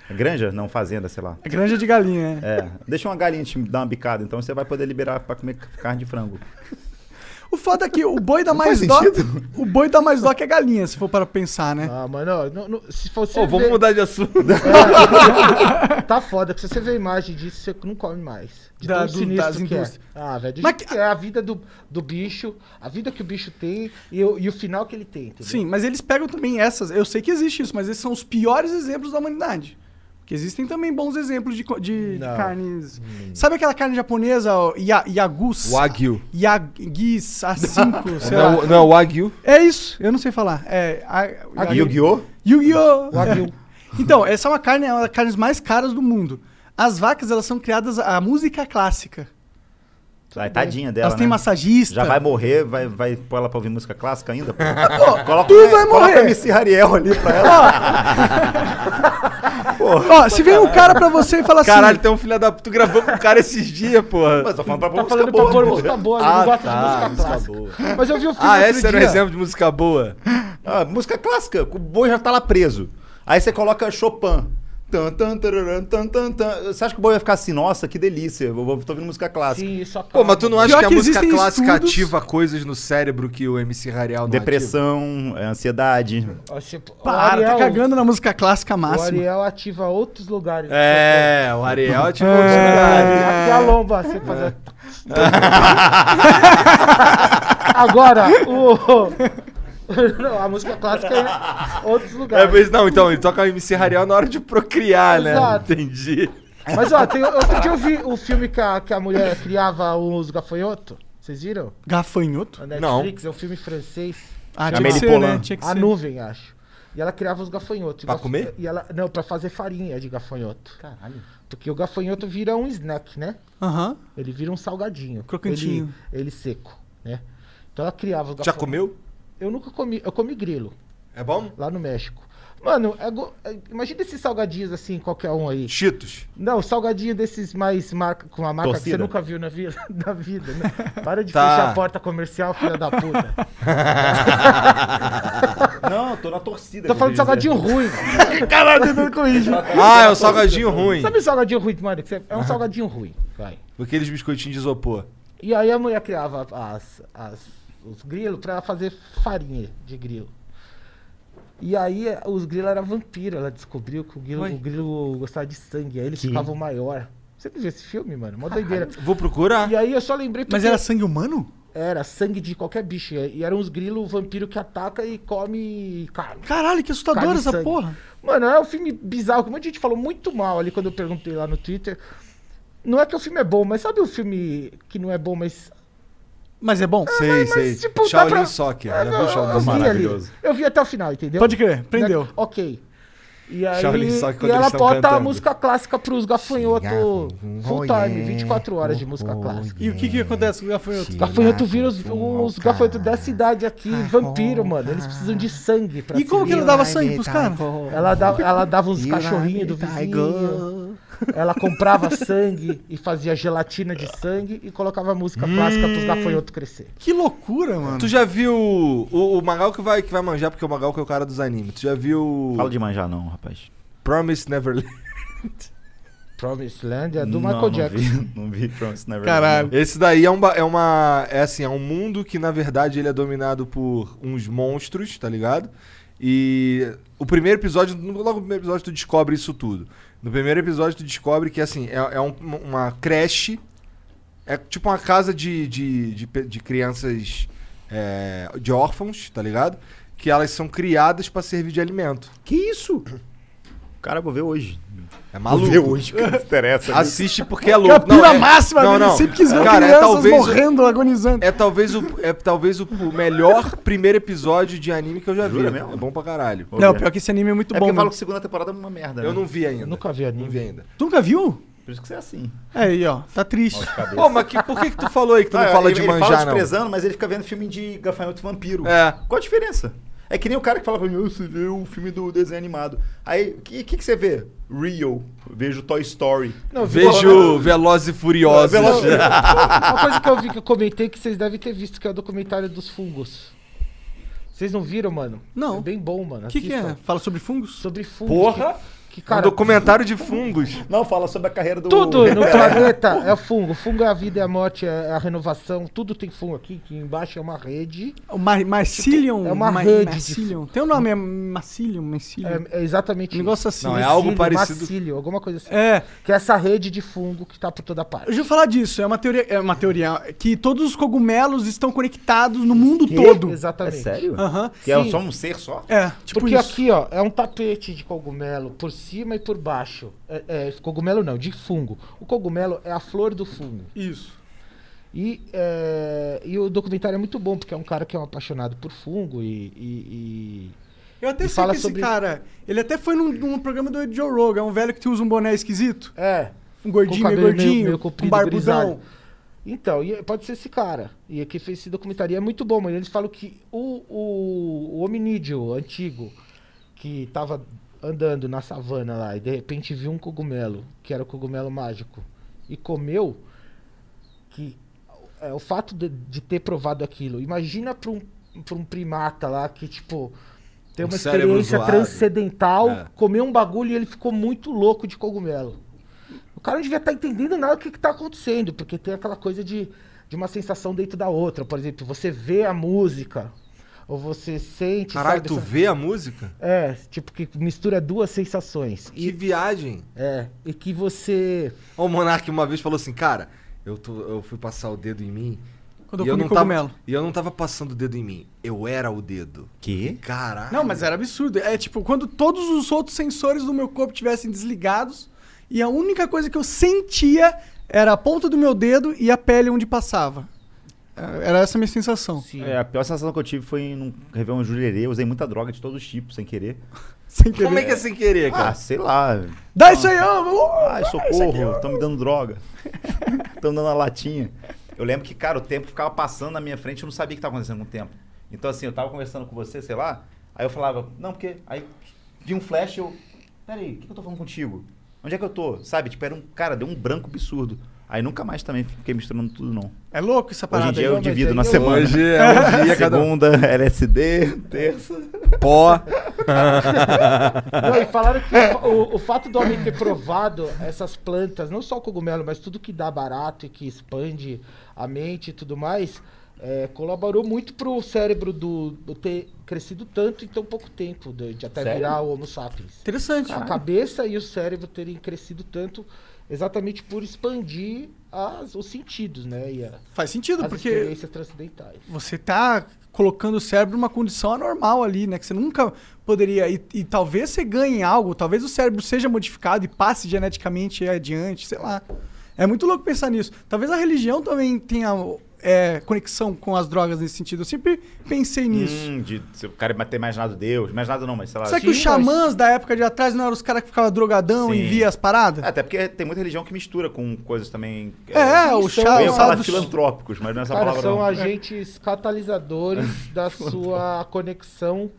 Speaker 4: Granja? Não, fazenda, sei lá.
Speaker 2: É granja de galinha, né?
Speaker 4: É, deixa uma galinha te dar uma bicada, então você vai poder liberar pra comer carne de frango.
Speaker 2: O foda é que o boi dá mais
Speaker 4: faz
Speaker 2: dó.
Speaker 4: sentido.
Speaker 2: O boi dá mais dó que a galinha, se for para pensar, né?
Speaker 5: Ah, mano, ó, não- não- se fosse.
Speaker 3: Pô, vamos
Speaker 5: ver-
Speaker 3: mudar de assunto.
Speaker 5: Tá foda, que se você vê a imagem disso, você não come mais. De
Speaker 2: Da-
Speaker 5: tão
Speaker 2: do-
Speaker 5: sinistro
Speaker 2: das
Speaker 5: que
Speaker 2: indústrias.
Speaker 5: É. Ah, velho, do
Speaker 2: Mas
Speaker 5: jeito
Speaker 2: que-
Speaker 5: que é a vida do, do bicho, a vida que o bicho tem e, o- e o final que ele tem, entendeu?
Speaker 2: Sim, mas eles pegam também essas. Eu sei que existe isso, mas esses são os piores exemplos da humanidade. Porque existem também bons exemplos de, co- de, de
Speaker 5: Não.
Speaker 2: carnes. Sabe aquela carne japonesa, ó, ya, yagus?
Speaker 3: O Wagyu.
Speaker 2: Yagis A5, sei lá.
Speaker 3: Não, é o- não é o Wagyu.
Speaker 2: É isso, eu não sei falar. É. a-
Speaker 4: E o guiô?
Speaker 2: Yu-Gi-Oh! então, essa é uma carne, é uma das carnes mais caras do mundo. As vacas, elas são criadas à música clássica.
Speaker 4: Vai, tadinha dela.
Speaker 2: elas têm
Speaker 4: né?
Speaker 2: massagista.
Speaker 4: Já vai morrer, vai, vai pôr ela pra ouvir música clássica ainda? Ah, Pô. coloca,
Speaker 2: tu vai morrer.
Speaker 4: Coloca a MC Ariel ali pra ela. Porra.
Speaker 2: Ó, se vem um cara pra você e falar
Speaker 3: Caralho,
Speaker 2: assim.
Speaker 3: tem um filho da puta. Tu gravou com o cara esses dias, porra.
Speaker 4: Mas tô falando pra
Speaker 5: Tá
Speaker 4: música
Speaker 5: falando
Speaker 4: boa, né?
Speaker 5: pra pôr
Speaker 4: pô.
Speaker 5: música boa, ele
Speaker 3: Ah,
Speaker 5: não gosta
Speaker 3: tá,
Speaker 5: de música clássica. Mas eu vi o filme
Speaker 3: Ah,
Speaker 5: outro
Speaker 3: esse era um
Speaker 5: dia.
Speaker 3: exemplo de música boa.
Speaker 4: Ah, música clássica, o boi já tá lá preso. Aí você coloca Chopin. Tan, tan, tararam, tan, tan, tan. Você acha que o boi vai ficar assim, nossa, que delícia, eu vou- tô ouvindo música clássica.
Speaker 5: Sim, isso
Speaker 3: Pô, mas tu não acha
Speaker 2: Pior
Speaker 3: que a
Speaker 2: que
Speaker 3: música
Speaker 2: existem
Speaker 3: clássica
Speaker 2: estudos-
Speaker 3: ativa coisas no cérebro que o MC Rarial não
Speaker 4: Depressão, é, ansiedade.
Speaker 2: Para, tá cagando na música clássica
Speaker 5: é O
Speaker 2: máxima.
Speaker 5: Ariel ativa outros lugares.
Speaker 3: ativa? É, o Ariel ativa o
Speaker 5: É.
Speaker 3: É.
Speaker 5: Até a lomba, assim, fazer...
Speaker 3: É.
Speaker 5: Agora, o... Não, a música clássica é outros
Speaker 3: É,
Speaker 5: lugares.
Speaker 3: mas não, então, ele toca o MC Rarial na hora de procriar, né?
Speaker 5: Exato.
Speaker 3: Entendi.
Speaker 5: Mas, ó, tem, outro dia eu vi o filme que a, que a mulher criava os gafanhotos. Vocês viram?
Speaker 2: Gafanhoto?
Speaker 5: Na
Speaker 3: Não.
Speaker 5: Netflix, é um filme francês.
Speaker 2: Ah,
Speaker 4: Chamei de Polan.
Speaker 2: Tinha que
Speaker 5: A
Speaker 2: ser.
Speaker 5: nuvem, acho. E ela criava os gafanhotos. E
Speaker 3: Pra
Speaker 5: gaf-
Speaker 3: comer?
Speaker 5: E ela, não, pra fazer farinha de gafanhoto. Caralho. Porque o gafanhoto vira um snack, né?
Speaker 2: Aham.
Speaker 5: Ele vira um salgadinho.
Speaker 2: Crocantinho.
Speaker 5: Ele, ele seco, né? Então ela criava os
Speaker 3: Já
Speaker 5: gafanhotos.
Speaker 3: comeu?
Speaker 5: Eu nunca comi, eu comi grilo,
Speaker 3: É bom?
Speaker 5: lá no México. Mano, é go- é- imagina esses salgadinhos assim, qualquer um aí.
Speaker 3: Cheetos.
Speaker 5: Não, salgadinho desses mais marca, com uma marca que
Speaker 4: Torcida.
Speaker 5: você nunca viu na vida. Na vida né? Para de
Speaker 3: Tá.
Speaker 5: fechar a porta comercial, filha da puta.
Speaker 4: Não, eu tô na torcida.
Speaker 5: Tô falando de salgadinho ruim.
Speaker 3: Tá
Speaker 5: Caralho, tentando corrigir.
Speaker 3: Ah, é o salgadinho ruim.
Speaker 5: Sabe o salgadinho ruim, mano? que você- É um salgadinho ruim. Vai.
Speaker 3: Aqueles biscoitinhos de isopor.
Speaker 5: E aí a mulher criava as, as, os grilos pra fazer farinha de grilo. E aí eh, os grilos eram vampiro, ela descobriu que o grilo, o grilo gostava de sangue, aí eles ficavam maior. Você não viu esse filme, mano? Mó doideira.
Speaker 3: Vou procurar.
Speaker 5: E aí eu só lembrei
Speaker 2: Mas
Speaker 5: porque
Speaker 2: era sangue humano?
Speaker 5: era sangue de qualquer bicho. E eram os grilos vampiro que ataca e come carne.
Speaker 2: Caralho, que assustador
Speaker 5: Carne e
Speaker 2: essa
Speaker 5: sangue.
Speaker 2: porra.
Speaker 5: Mano, é um filme bizarro, que um monte de gente falou muito mal ali quando eu perguntei lá no Twitter. Não é que o filme é bom, mas sabe o filme que não é bom, mas.
Speaker 2: Mas é bom.
Speaker 3: Sei,
Speaker 5: mas,
Speaker 3: sei.
Speaker 5: tipo, dá
Speaker 3: Shaolin
Speaker 5: pra-
Speaker 3: Soccer.
Speaker 5: Ah,
Speaker 3: Já
Speaker 5: não,
Speaker 3: viu Shaolin
Speaker 5: eu vi
Speaker 3: Soccer?
Speaker 5: ali. Eu vi até o final, entendeu?
Speaker 2: Pode crer, prendeu.
Speaker 5: Né? Ok. E aí,
Speaker 3: Shaolin Soccer quando
Speaker 5: e ela
Speaker 3: eles tão
Speaker 5: bota a
Speaker 3: cantando.
Speaker 5: música clássica pros gafanhotos full time, 24 horas de música clássica.
Speaker 2: E o que que acontece com o gafanhoto?
Speaker 5: Gafanhoto vira os, os gafanhotos da cidade aqui, vampiro, mano. Eles precisam de sangue pra
Speaker 2: E
Speaker 5: se
Speaker 2: como que ela
Speaker 5: livrar.
Speaker 2: dava sangue pros caras?
Speaker 5: Ela dava, ela dava uns cachorrinhos do
Speaker 3: tá
Speaker 5: vizinho. Ela comprava sangue e fazia gelatina de sangue e colocava música clássica pros gafanhotos crescer.
Speaker 2: Que loucura, mano.
Speaker 3: Tu já viu o, o Magal que vai, que vai manjar, porque o Magal que é o cara dos animes. Tu já viu
Speaker 4: Fala de manjar não, rapaz.
Speaker 3: Promise Neverland?
Speaker 5: Promised Land é do
Speaker 4: Não,
Speaker 5: Michael
Speaker 4: não
Speaker 5: Jackson.
Speaker 4: vi- Não é vi Promise Neverland.
Speaker 2: Caralho.
Speaker 3: Esse daí é, um, ba- é uma. É assim, é um mundo que, na verdade, ele é dominado por uns monstros, tá ligado? E o primeiro episódio, logo no primeiro episódio, tu descobre isso tudo. No primeiro episódio, tu descobre que, assim, é, é um- uma creche. É tipo uma casa de, de, de, pe- de crianças. é, de órfãos, tá ligado? Que elas são criadas pra servir de alimento.
Speaker 2: Que isso?
Speaker 4: Cara, eu vou ver hoje.
Speaker 3: É maluco.
Speaker 4: Vou ver hoje, que não interessa. né?
Speaker 3: Assiste porque é
Speaker 2: Que a
Speaker 3: louco.
Speaker 2: pira
Speaker 3: é-
Speaker 2: máxima
Speaker 3: não,
Speaker 2: dele.
Speaker 3: não.
Speaker 2: Sempre quis ver
Speaker 3: Cara,
Speaker 2: crianças
Speaker 3: é talvez,
Speaker 2: morrendo, agonizando.
Speaker 3: É talvez, o, é talvez o, o melhor primeiro episódio de anime que eu já vi.
Speaker 4: Jura mesmo?
Speaker 3: É bom pra caralho.
Speaker 4: Vou
Speaker 2: Não,
Speaker 4: ver.
Speaker 2: pior que esse anime é muito
Speaker 4: É
Speaker 2: bom.
Speaker 4: porque falam
Speaker 2: mano.
Speaker 4: que segunda temporada é uma merda,
Speaker 3: Eu
Speaker 4: né?
Speaker 3: não vi ainda.
Speaker 5: Eu nunca vi
Speaker 3: Não vi
Speaker 5: anime.
Speaker 3: ainda.
Speaker 2: Tu nunca viu?
Speaker 4: Por isso que você é assim.
Speaker 2: Aí, ó. Tá triste.
Speaker 3: Pô, mas que- por que que tu falou aí que tu não
Speaker 4: Ah,
Speaker 3: fala
Speaker 4: ele,
Speaker 3: de
Speaker 4: ele
Speaker 3: manjar,
Speaker 4: fala
Speaker 3: não?
Speaker 4: desprezando, mas ele fica vendo filme de gafanhoto vampiro.
Speaker 3: É.
Speaker 4: Qual a diferença? É que nem o cara que fala pra mim, "Ah, você vê o filme do desenho animado. Aí, o que, que, que você vê? Real. Eu Vejo Toy Story.
Speaker 3: Não, Vejo Velozes e Furiosos.
Speaker 5: né? Uma coisa que eu vi que eu comentei que vocês devem ter visto, que é o documentário dos fungos. Vocês não viram, mano?
Speaker 2: Não.
Speaker 5: É bem bom, mano.
Speaker 2: O que, que é?
Speaker 5: Assistam.
Speaker 2: Fala sobre fungos?
Speaker 5: Sobre fungos.
Speaker 3: Porra!
Speaker 5: Que, que,
Speaker 3: Um
Speaker 5: cara,
Speaker 3: documentário de fungos.
Speaker 4: Não, fala sobre a carreira do...
Speaker 5: tudo no planeta é fungo. Fungo é a vida, é a morte, é a renovação. Tudo tem fungo aqui, que embaixo é uma rede.
Speaker 2: O Mar Marcilion?
Speaker 5: É uma rede de-
Speaker 2: Marcilion. Tem o nome, é Marcilion, Marcilion.
Speaker 5: É, é exatamente
Speaker 2: Um negócio assim.
Speaker 3: Não, é algo
Speaker 5: Cílio,
Speaker 3: parecido.
Speaker 5: Macílio, alguma coisa assim.
Speaker 2: É,
Speaker 5: Que é essa rede de fungo que tá por toda parte.
Speaker 2: eu já vou falar disso. É uma teoria, é uma teoria que todos os cogumelos estão conectados no mundo todo.
Speaker 5: Exatamente.
Speaker 2: Aham.
Speaker 4: Que é
Speaker 5: Sim.
Speaker 4: só um ser só?
Speaker 2: É, tipo
Speaker 5: Porque
Speaker 2: isso.
Speaker 5: aqui, ó, é um tapete de cogumelo por cima e por baixo. É, é, cogumelo não, de fungo. O cogumelo é a flor do fungo.
Speaker 2: Isso.
Speaker 5: E, é, e o documentário é muito bom, porque é um cara que é um apaixonado por fungo e. e-
Speaker 2: Eu até
Speaker 5: E
Speaker 2: sei
Speaker 5: fala
Speaker 2: que esse
Speaker 5: sobre-
Speaker 2: cara, ele até foi num, num programa do Joe Rogan, um velho que usa um boné esquisito,
Speaker 5: e- É.
Speaker 2: um
Speaker 5: com
Speaker 2: gordinho, meio
Speaker 5: cabelo
Speaker 2: gordinho, um
Speaker 5: grisalho.
Speaker 2: barbudão.
Speaker 5: Então, e pode ser esse cara. E aqui fez esse documentário. E é muito bom, mano. Eles falam que o, o, o hominídeo antigo, que tava andando na savana lá e de repente viu um cogumelo, que era o cogumelo mágico, e comeu, que é, o fato de, de ter provado aquilo. Imagina pra um, pra um primata lá que, tipo, tem
Speaker 3: Um
Speaker 5: uma
Speaker 3: cérebro
Speaker 5: experiência
Speaker 3: zoado.
Speaker 5: transcendental,
Speaker 3: É.
Speaker 5: comeu um bagulho e ele ficou muito louco de cogumelo. O cara não devia estar entendendo nada do que, está acontecendo, porque tem aquela coisa de, de uma sensação dentro da outra. Por exemplo, você vê a música, ou você sente.
Speaker 3: Caralho,
Speaker 5: sabe,
Speaker 3: tu
Speaker 5: essa-
Speaker 3: vê a música?
Speaker 5: É, tipo, que mistura duas sensações.
Speaker 3: Que viagem.
Speaker 5: É, e que você.
Speaker 3: Ó, O Monark uma vez falou assim, cara, eu, tô- eu fui passar o dedo em mim.
Speaker 2: Quando eu
Speaker 3: e eu,
Speaker 2: comi
Speaker 3: não tava,
Speaker 2: cogumelo.
Speaker 3: e eu não tava passando o dedo em mim. Eu era o dedo.
Speaker 4: Que?
Speaker 3: Caralho.
Speaker 2: Não, mas era absurdo. É tipo, quando todos os outros sensores do meu corpo tivessem desligados e a única coisa que eu sentia era a ponta do meu dedo e a pele onde passava. É, Era essa a minha sensação.
Speaker 5: Sim.
Speaker 4: É, a pior sensação que eu tive foi num Réveillon Jurerê. Eu usei muita droga de todos os tipos, sem querer.
Speaker 2: Sem querer.
Speaker 3: Como é que é sem querer,
Speaker 4: Ah,
Speaker 3: cara?
Speaker 4: sei lá.
Speaker 2: Dá isso aí, ó!
Speaker 4: Ai,
Speaker 3: é
Speaker 4: socorro, estão me dando droga. Estão dando a latinha. Eu lembro que, cara, o tempo ficava passando na minha frente, eu não sabia o que estava acontecendo com o tempo. Então, assim, eu tava conversando com você, sei lá, aí eu falava, não, porque. Aí vi um flash, eu. Peraí, o que que eu tô falando contigo? Onde é que eu tô? Sabe? Tipo, era um. Cara, deu um branco absurdo. Aí nunca mais também fiquei misturando tudo, não.
Speaker 2: É louco essa
Speaker 4: Hoje
Speaker 2: parada
Speaker 4: em dia
Speaker 2: aí,
Speaker 4: eu
Speaker 2: ó, mas
Speaker 4: divido
Speaker 2: aí
Speaker 4: na
Speaker 2: eu-
Speaker 4: semana.
Speaker 3: Hoje é um dia cada um.
Speaker 4: Segunda, LSD, terça.
Speaker 3: Pó.
Speaker 5: Não, e falaram que o fa- o, o fato do homem ter provado essas plantas, não só o cogumelo, mas tudo que dá barato e que expande a mente e tudo mais, é, colaborou muito pro cérebro do, do ter crescido tanto em tão pouco tempo, de, de até
Speaker 4: Sério?
Speaker 5: virar o Homo sapiens.
Speaker 2: Interessante.
Speaker 4: Tá.
Speaker 5: A cabeça e o cérebro terem crescido tanto exatamente por expandir as- os sentidos, né? E a-
Speaker 2: Faz sentido,
Speaker 5: as
Speaker 2: porque
Speaker 5: experiências transcendentais.
Speaker 2: você tá colocando o cérebro numa condição anormal ali, né? Que você nunca poderia. E, e talvez você ganhe algo, talvez o cérebro seja modificado e passe geneticamente adiante, sei lá. É muito louco pensar nisso. Talvez a religião também tenha é, conexão com as drogas nesse sentido. Eu sempre pensei nisso.
Speaker 4: Hum, de, se o cara ter imaginado Deus. Imaginado não, mas sei lá.
Speaker 2: Será que os
Speaker 5: sim,
Speaker 2: xamãs da época de atrás não eram os caras que ficavam drogadão e
Speaker 4: Sim.
Speaker 2: via as paradas?
Speaker 4: É,
Speaker 5: É,
Speaker 4: Até porque tem muita religião que mistura com coisas também.
Speaker 2: É, o
Speaker 5: são-
Speaker 2: chá,
Speaker 4: Eu
Speaker 2: o
Speaker 4: ia
Speaker 2: sal
Speaker 4: falar
Speaker 2: dos...
Speaker 4: filantrópicos, mas não é essa
Speaker 5: Cara,
Speaker 4: palavra.
Speaker 5: são
Speaker 4: não.
Speaker 5: agentes catalisadores da sua conexão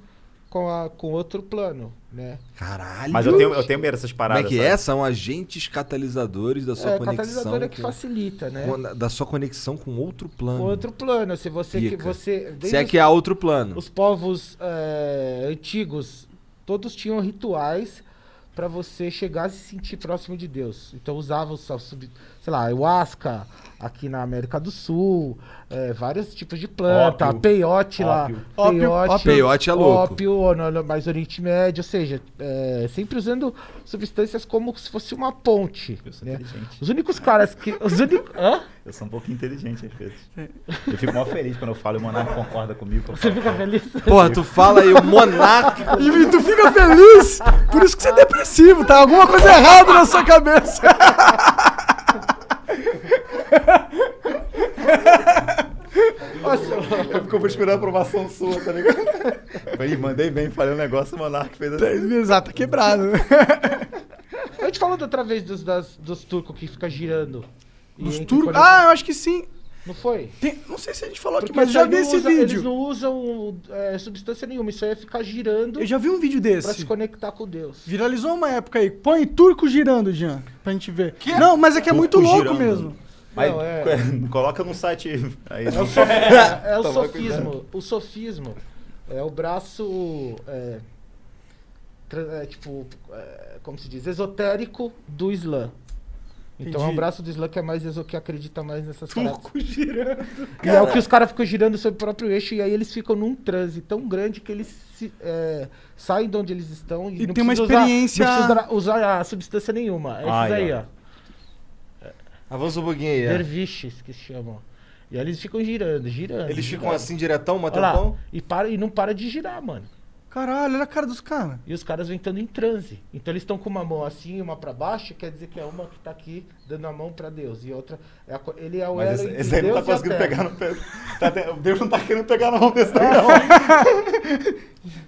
Speaker 5: com, a, com outro plano, né?
Speaker 3: Caralho.
Speaker 4: Mas eu tenho, eu tenho medo dessas
Speaker 3: Como
Speaker 4: paradas.
Speaker 3: é que é? São agentes catalisadores da sua
Speaker 5: é,
Speaker 3: conexão.
Speaker 5: catalisador é que
Speaker 3: com-
Speaker 5: facilita, né?
Speaker 3: com- Da sua conexão com outro plano.
Speaker 5: Com outro plano, se você que
Speaker 3: Pica.
Speaker 5: você
Speaker 3: Se é
Speaker 5: desde
Speaker 3: que há outro plano.
Speaker 5: os povos é, antigos, todos tinham rituais para você chegar a se sentir próximo de Deus. Então usavam, só sub- sei lá, ayahuasca aqui na América do Sul, é, vários tipos de planta,
Speaker 4: Ópio.
Speaker 5: peiote lá.
Speaker 4: Ópio.
Speaker 2: Ópio-
Speaker 5: Peiote,
Speaker 3: Peiote é louco.
Speaker 5: Ópio, no- no- mais Oriente Médio, ou seja, é, sempre usando substâncias como se fosse uma ponte.
Speaker 4: Eu sou
Speaker 5: né?
Speaker 4: inteligente.
Speaker 5: Os únicos caras que. Os únicos. Hã?
Speaker 4: Eu sou um pouco inteligente às vezes. Eu fico mó feliz quando eu falo e o Monarco concorda comigo. que eu
Speaker 5: Você
Speaker 4: falo.
Speaker 5: fica feliz?
Speaker 3: Porra, tu fala aí, o monarca.
Speaker 2: E tu fica feliz! Por isso que você é depressivo, tá? Alguma coisa errada na sua cabeça.
Speaker 4: Eu fico esperando a aprovação sua, tá ligado? Falei, mandei bem, falei um negócio, o Monarco fez assim.
Speaker 2: Exato, tá quebrado. né?
Speaker 5: A gente falou da outra vez dos, das- dos turcos que fica girando. E
Speaker 2: Os
Speaker 5: entra em
Speaker 2: turcos.
Speaker 5: conexão.
Speaker 2: Ah, eu acho que sim.
Speaker 5: Não foi?
Speaker 2: Tem- Não sei se a gente falou aqui,
Speaker 5: Porque
Speaker 2: mas eu
Speaker 5: isso
Speaker 2: já
Speaker 5: aí
Speaker 2: vi
Speaker 5: não
Speaker 2: esse
Speaker 5: usa- Eles
Speaker 2: vídeo.
Speaker 5: não usam é, substância nenhuma, isso aí é ficar girando
Speaker 2: Eu já vi um vídeo
Speaker 5: pra se
Speaker 2: desse.
Speaker 5: conectar com Deus.
Speaker 2: Viralizou uma época aí. Põe turco girando, Jean, pra gente ver. Não, mas é que é muito
Speaker 3: Turco
Speaker 2: louco
Speaker 3: girando.
Speaker 2: mesmo.
Speaker 4: Mas
Speaker 5: Não, é.
Speaker 4: coloca num site aí.
Speaker 5: É o, sof- é- é o sofismo. O sofismo é o braço. é, tra- é, tipo, é, como se diz? Esotérico do Islã. Então é um
Speaker 2: Entendi.
Speaker 5: braço do Islã que é mais exo- que acredita mais nessas Turco girando. E é o que os caras ficam girando sobre o próprio eixo e aí eles ficam num transe tão grande que eles se- é, saem de onde eles estão
Speaker 2: E
Speaker 5: não
Speaker 2: tem uma
Speaker 5: precisa usar-
Speaker 2: experiência-
Speaker 5: não precisa dra- usar a substância nenhuma. É esses
Speaker 4: Ai,
Speaker 5: aí,
Speaker 4: ó.
Speaker 5: ó.
Speaker 3: Avança um pouquinho aí. é.
Speaker 5: Derviches que se chamam. E aí eles ficam girando, girando.
Speaker 3: Eles ficam
Speaker 5: girando.
Speaker 3: assim diretão, uma
Speaker 5: Olha lá,
Speaker 3: tampão?
Speaker 5: e, para, e não para de girar, mano.
Speaker 2: Caralho, olha a cara dos caras.
Speaker 5: E os caras vêm entrando em transe. Então eles estão com uma mão assim e uma pra baixo, quer dizer que é uma que tá aqui dando a mão pra Deus. E outra. É a co- ele é o
Speaker 4: Mas
Speaker 5: elo
Speaker 4: esse,
Speaker 5: entre
Speaker 4: esse aí não tá
Speaker 5: Deus e a
Speaker 4: conseguindo
Speaker 5: terra.
Speaker 4: pegar no pé. Tá até- Deus não tá querendo pegar na mão desse daí, não.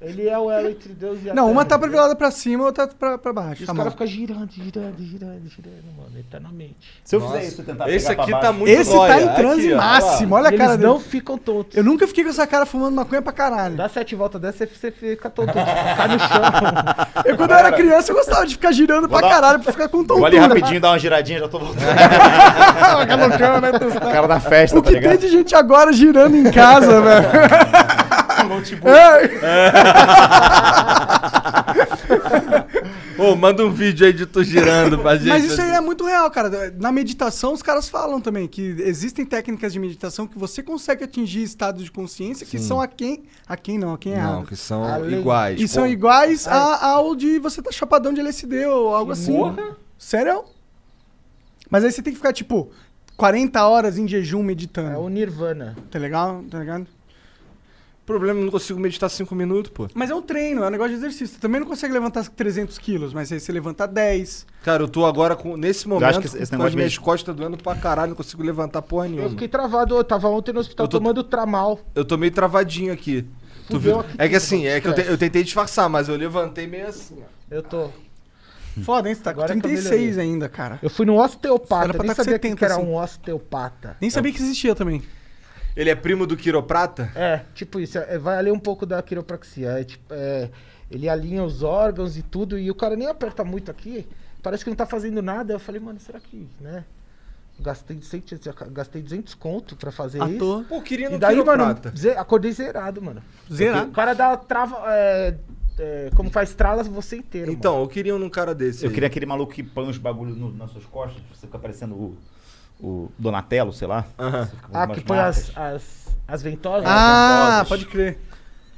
Speaker 5: Ele é o elo entre Deus e a
Speaker 2: Não, uma tá
Speaker 5: entendeu?
Speaker 2: virada pra cima, outra pra, pra baixo.
Speaker 5: E os
Speaker 2: Tá
Speaker 5: caras
Speaker 2: mal.
Speaker 5: ficam girando, girando, girando, girando, mano, eternamente.
Speaker 4: Se eu
Speaker 3: Nossa.
Speaker 4: fizer isso, eu tentar
Speaker 3: Esse
Speaker 4: pegar
Speaker 3: aqui
Speaker 4: pra
Speaker 3: tá
Speaker 4: baixo.
Speaker 3: muito
Speaker 2: Esse tá
Speaker 3: nóia.
Speaker 2: em transe
Speaker 3: Aqui, ó,
Speaker 2: máximo, olha
Speaker 3: olha
Speaker 5: E
Speaker 2: a
Speaker 5: eles
Speaker 2: cara
Speaker 5: não
Speaker 2: dele.
Speaker 5: ficam tontos.
Speaker 2: Eu nunca fiquei com essa cara fumando maconha pra caralho.
Speaker 5: Dá sete voltas dessa, você fica tonto. Cai no chão.
Speaker 2: Eu, quando eu era criança, eu gostava de ficar girando pra
Speaker 4: dar-
Speaker 2: caralho, pra ficar com
Speaker 4: Vou ali
Speaker 2: tontura.
Speaker 4: rapidinho, dar uma giradinha, já tô voltando.
Speaker 2: Ficar loucão, né?
Speaker 4: O cara da festa,
Speaker 2: O
Speaker 4: tá
Speaker 2: que tem
Speaker 4: ligado?
Speaker 2: de gente agora girando em casa, velho?
Speaker 4: tipo,
Speaker 2: É,
Speaker 3: Ô, manda um vídeo aí de tu girando pra gente. assim.
Speaker 2: mas isso aí é muito real, cara. Na meditação, os caras falam também que existem técnicas de meditação que você consegue atingir estados de consciência que são a quem. A quem não, a quem é
Speaker 3: Não,
Speaker 2: errado.
Speaker 3: que é, tipo, são
Speaker 5: Além-
Speaker 3: iguais.
Speaker 2: E são
Speaker 3: Pô,
Speaker 2: iguais a, ao de você tá chapadão de LSD ou algo assim.
Speaker 5: Porra.
Speaker 2: Sério? Mas aí você tem que ficar, tipo, 40 horas em jejum meditando.
Speaker 5: É o Nirvana.
Speaker 2: Tá legal? Tá ligado?
Speaker 3: O problema é que eu não consigo meditar cinco minutos, pô.
Speaker 2: Mas é um treino, é um negócio de exercício. Você também não consegue levantar 300 quilos, mas aí você levanta 10.
Speaker 3: Cara, eu tô agora com. Nesse momento,
Speaker 4: que esse
Speaker 3: com
Speaker 4: negócio
Speaker 3: as minhas
Speaker 4: mesmo-
Speaker 3: costas doendo pra caralho, não consigo levantar porra
Speaker 5: Eu
Speaker 2: Hum.
Speaker 3: nenhuma.
Speaker 5: fiquei travado, eu tava ontem no hospital
Speaker 3: Eu tô-
Speaker 5: tomando tramal.
Speaker 3: Eu tô meio travadinho aqui. Tu
Speaker 5: Fudeu
Speaker 3: viu?
Speaker 5: aqui
Speaker 3: É que
Speaker 5: tudo,
Speaker 3: assim, é que eu, te-
Speaker 5: estresse.
Speaker 3: eu tentei disfarçar, mas eu levantei meio assim. ó.
Speaker 5: Eu tô.
Speaker 2: Foda, hein? Você tá com
Speaker 5: Agora que eu
Speaker 2: 36
Speaker 5: melhorei.
Speaker 2: ainda, cara.
Speaker 5: Eu fui num
Speaker 2: Era
Speaker 5: osteopata,
Speaker 2: pra
Speaker 5: nem
Speaker 2: tá com
Speaker 5: sabia
Speaker 2: 70,
Speaker 5: que era
Speaker 2: assim.
Speaker 5: um osteopata.
Speaker 2: Nem sabia que existia também.
Speaker 3: Ele é primo do quiroprata?
Speaker 5: É, tipo isso, é, vai além um pouco da quiropraxia. É, tipo, é, ele alinha os órgãos e tudo, e o cara nem aperta muito aqui, parece que não tá fazendo nada. Eu falei, mano, será que, né? Gastei 200, gastei 200 conto pra fazer
Speaker 2: À
Speaker 5: isso.
Speaker 2: toa.
Speaker 3: Pô, queria no
Speaker 5: E daí, mano,
Speaker 3: quiroprata.
Speaker 5: ze- acordei zerado, mano.
Speaker 2: Zerado.
Speaker 5: O cara dá trava. é, é, como faz tralas você inteiro. mano.
Speaker 3: Então, eu queria um num cara desse.
Speaker 4: Eu
Speaker 3: aí.
Speaker 4: queria aquele maluco que põe os bagulhos no- nas suas costas, tipo, você fica parecendo o, o Donatello, sei lá. Você fica com
Speaker 5: Ah,
Speaker 4: umas
Speaker 5: que põe
Speaker 4: marcas.
Speaker 5: as, as, as
Speaker 4: É,
Speaker 5: ventosas.
Speaker 2: Ah,
Speaker 4: ventosas.
Speaker 2: pode crer.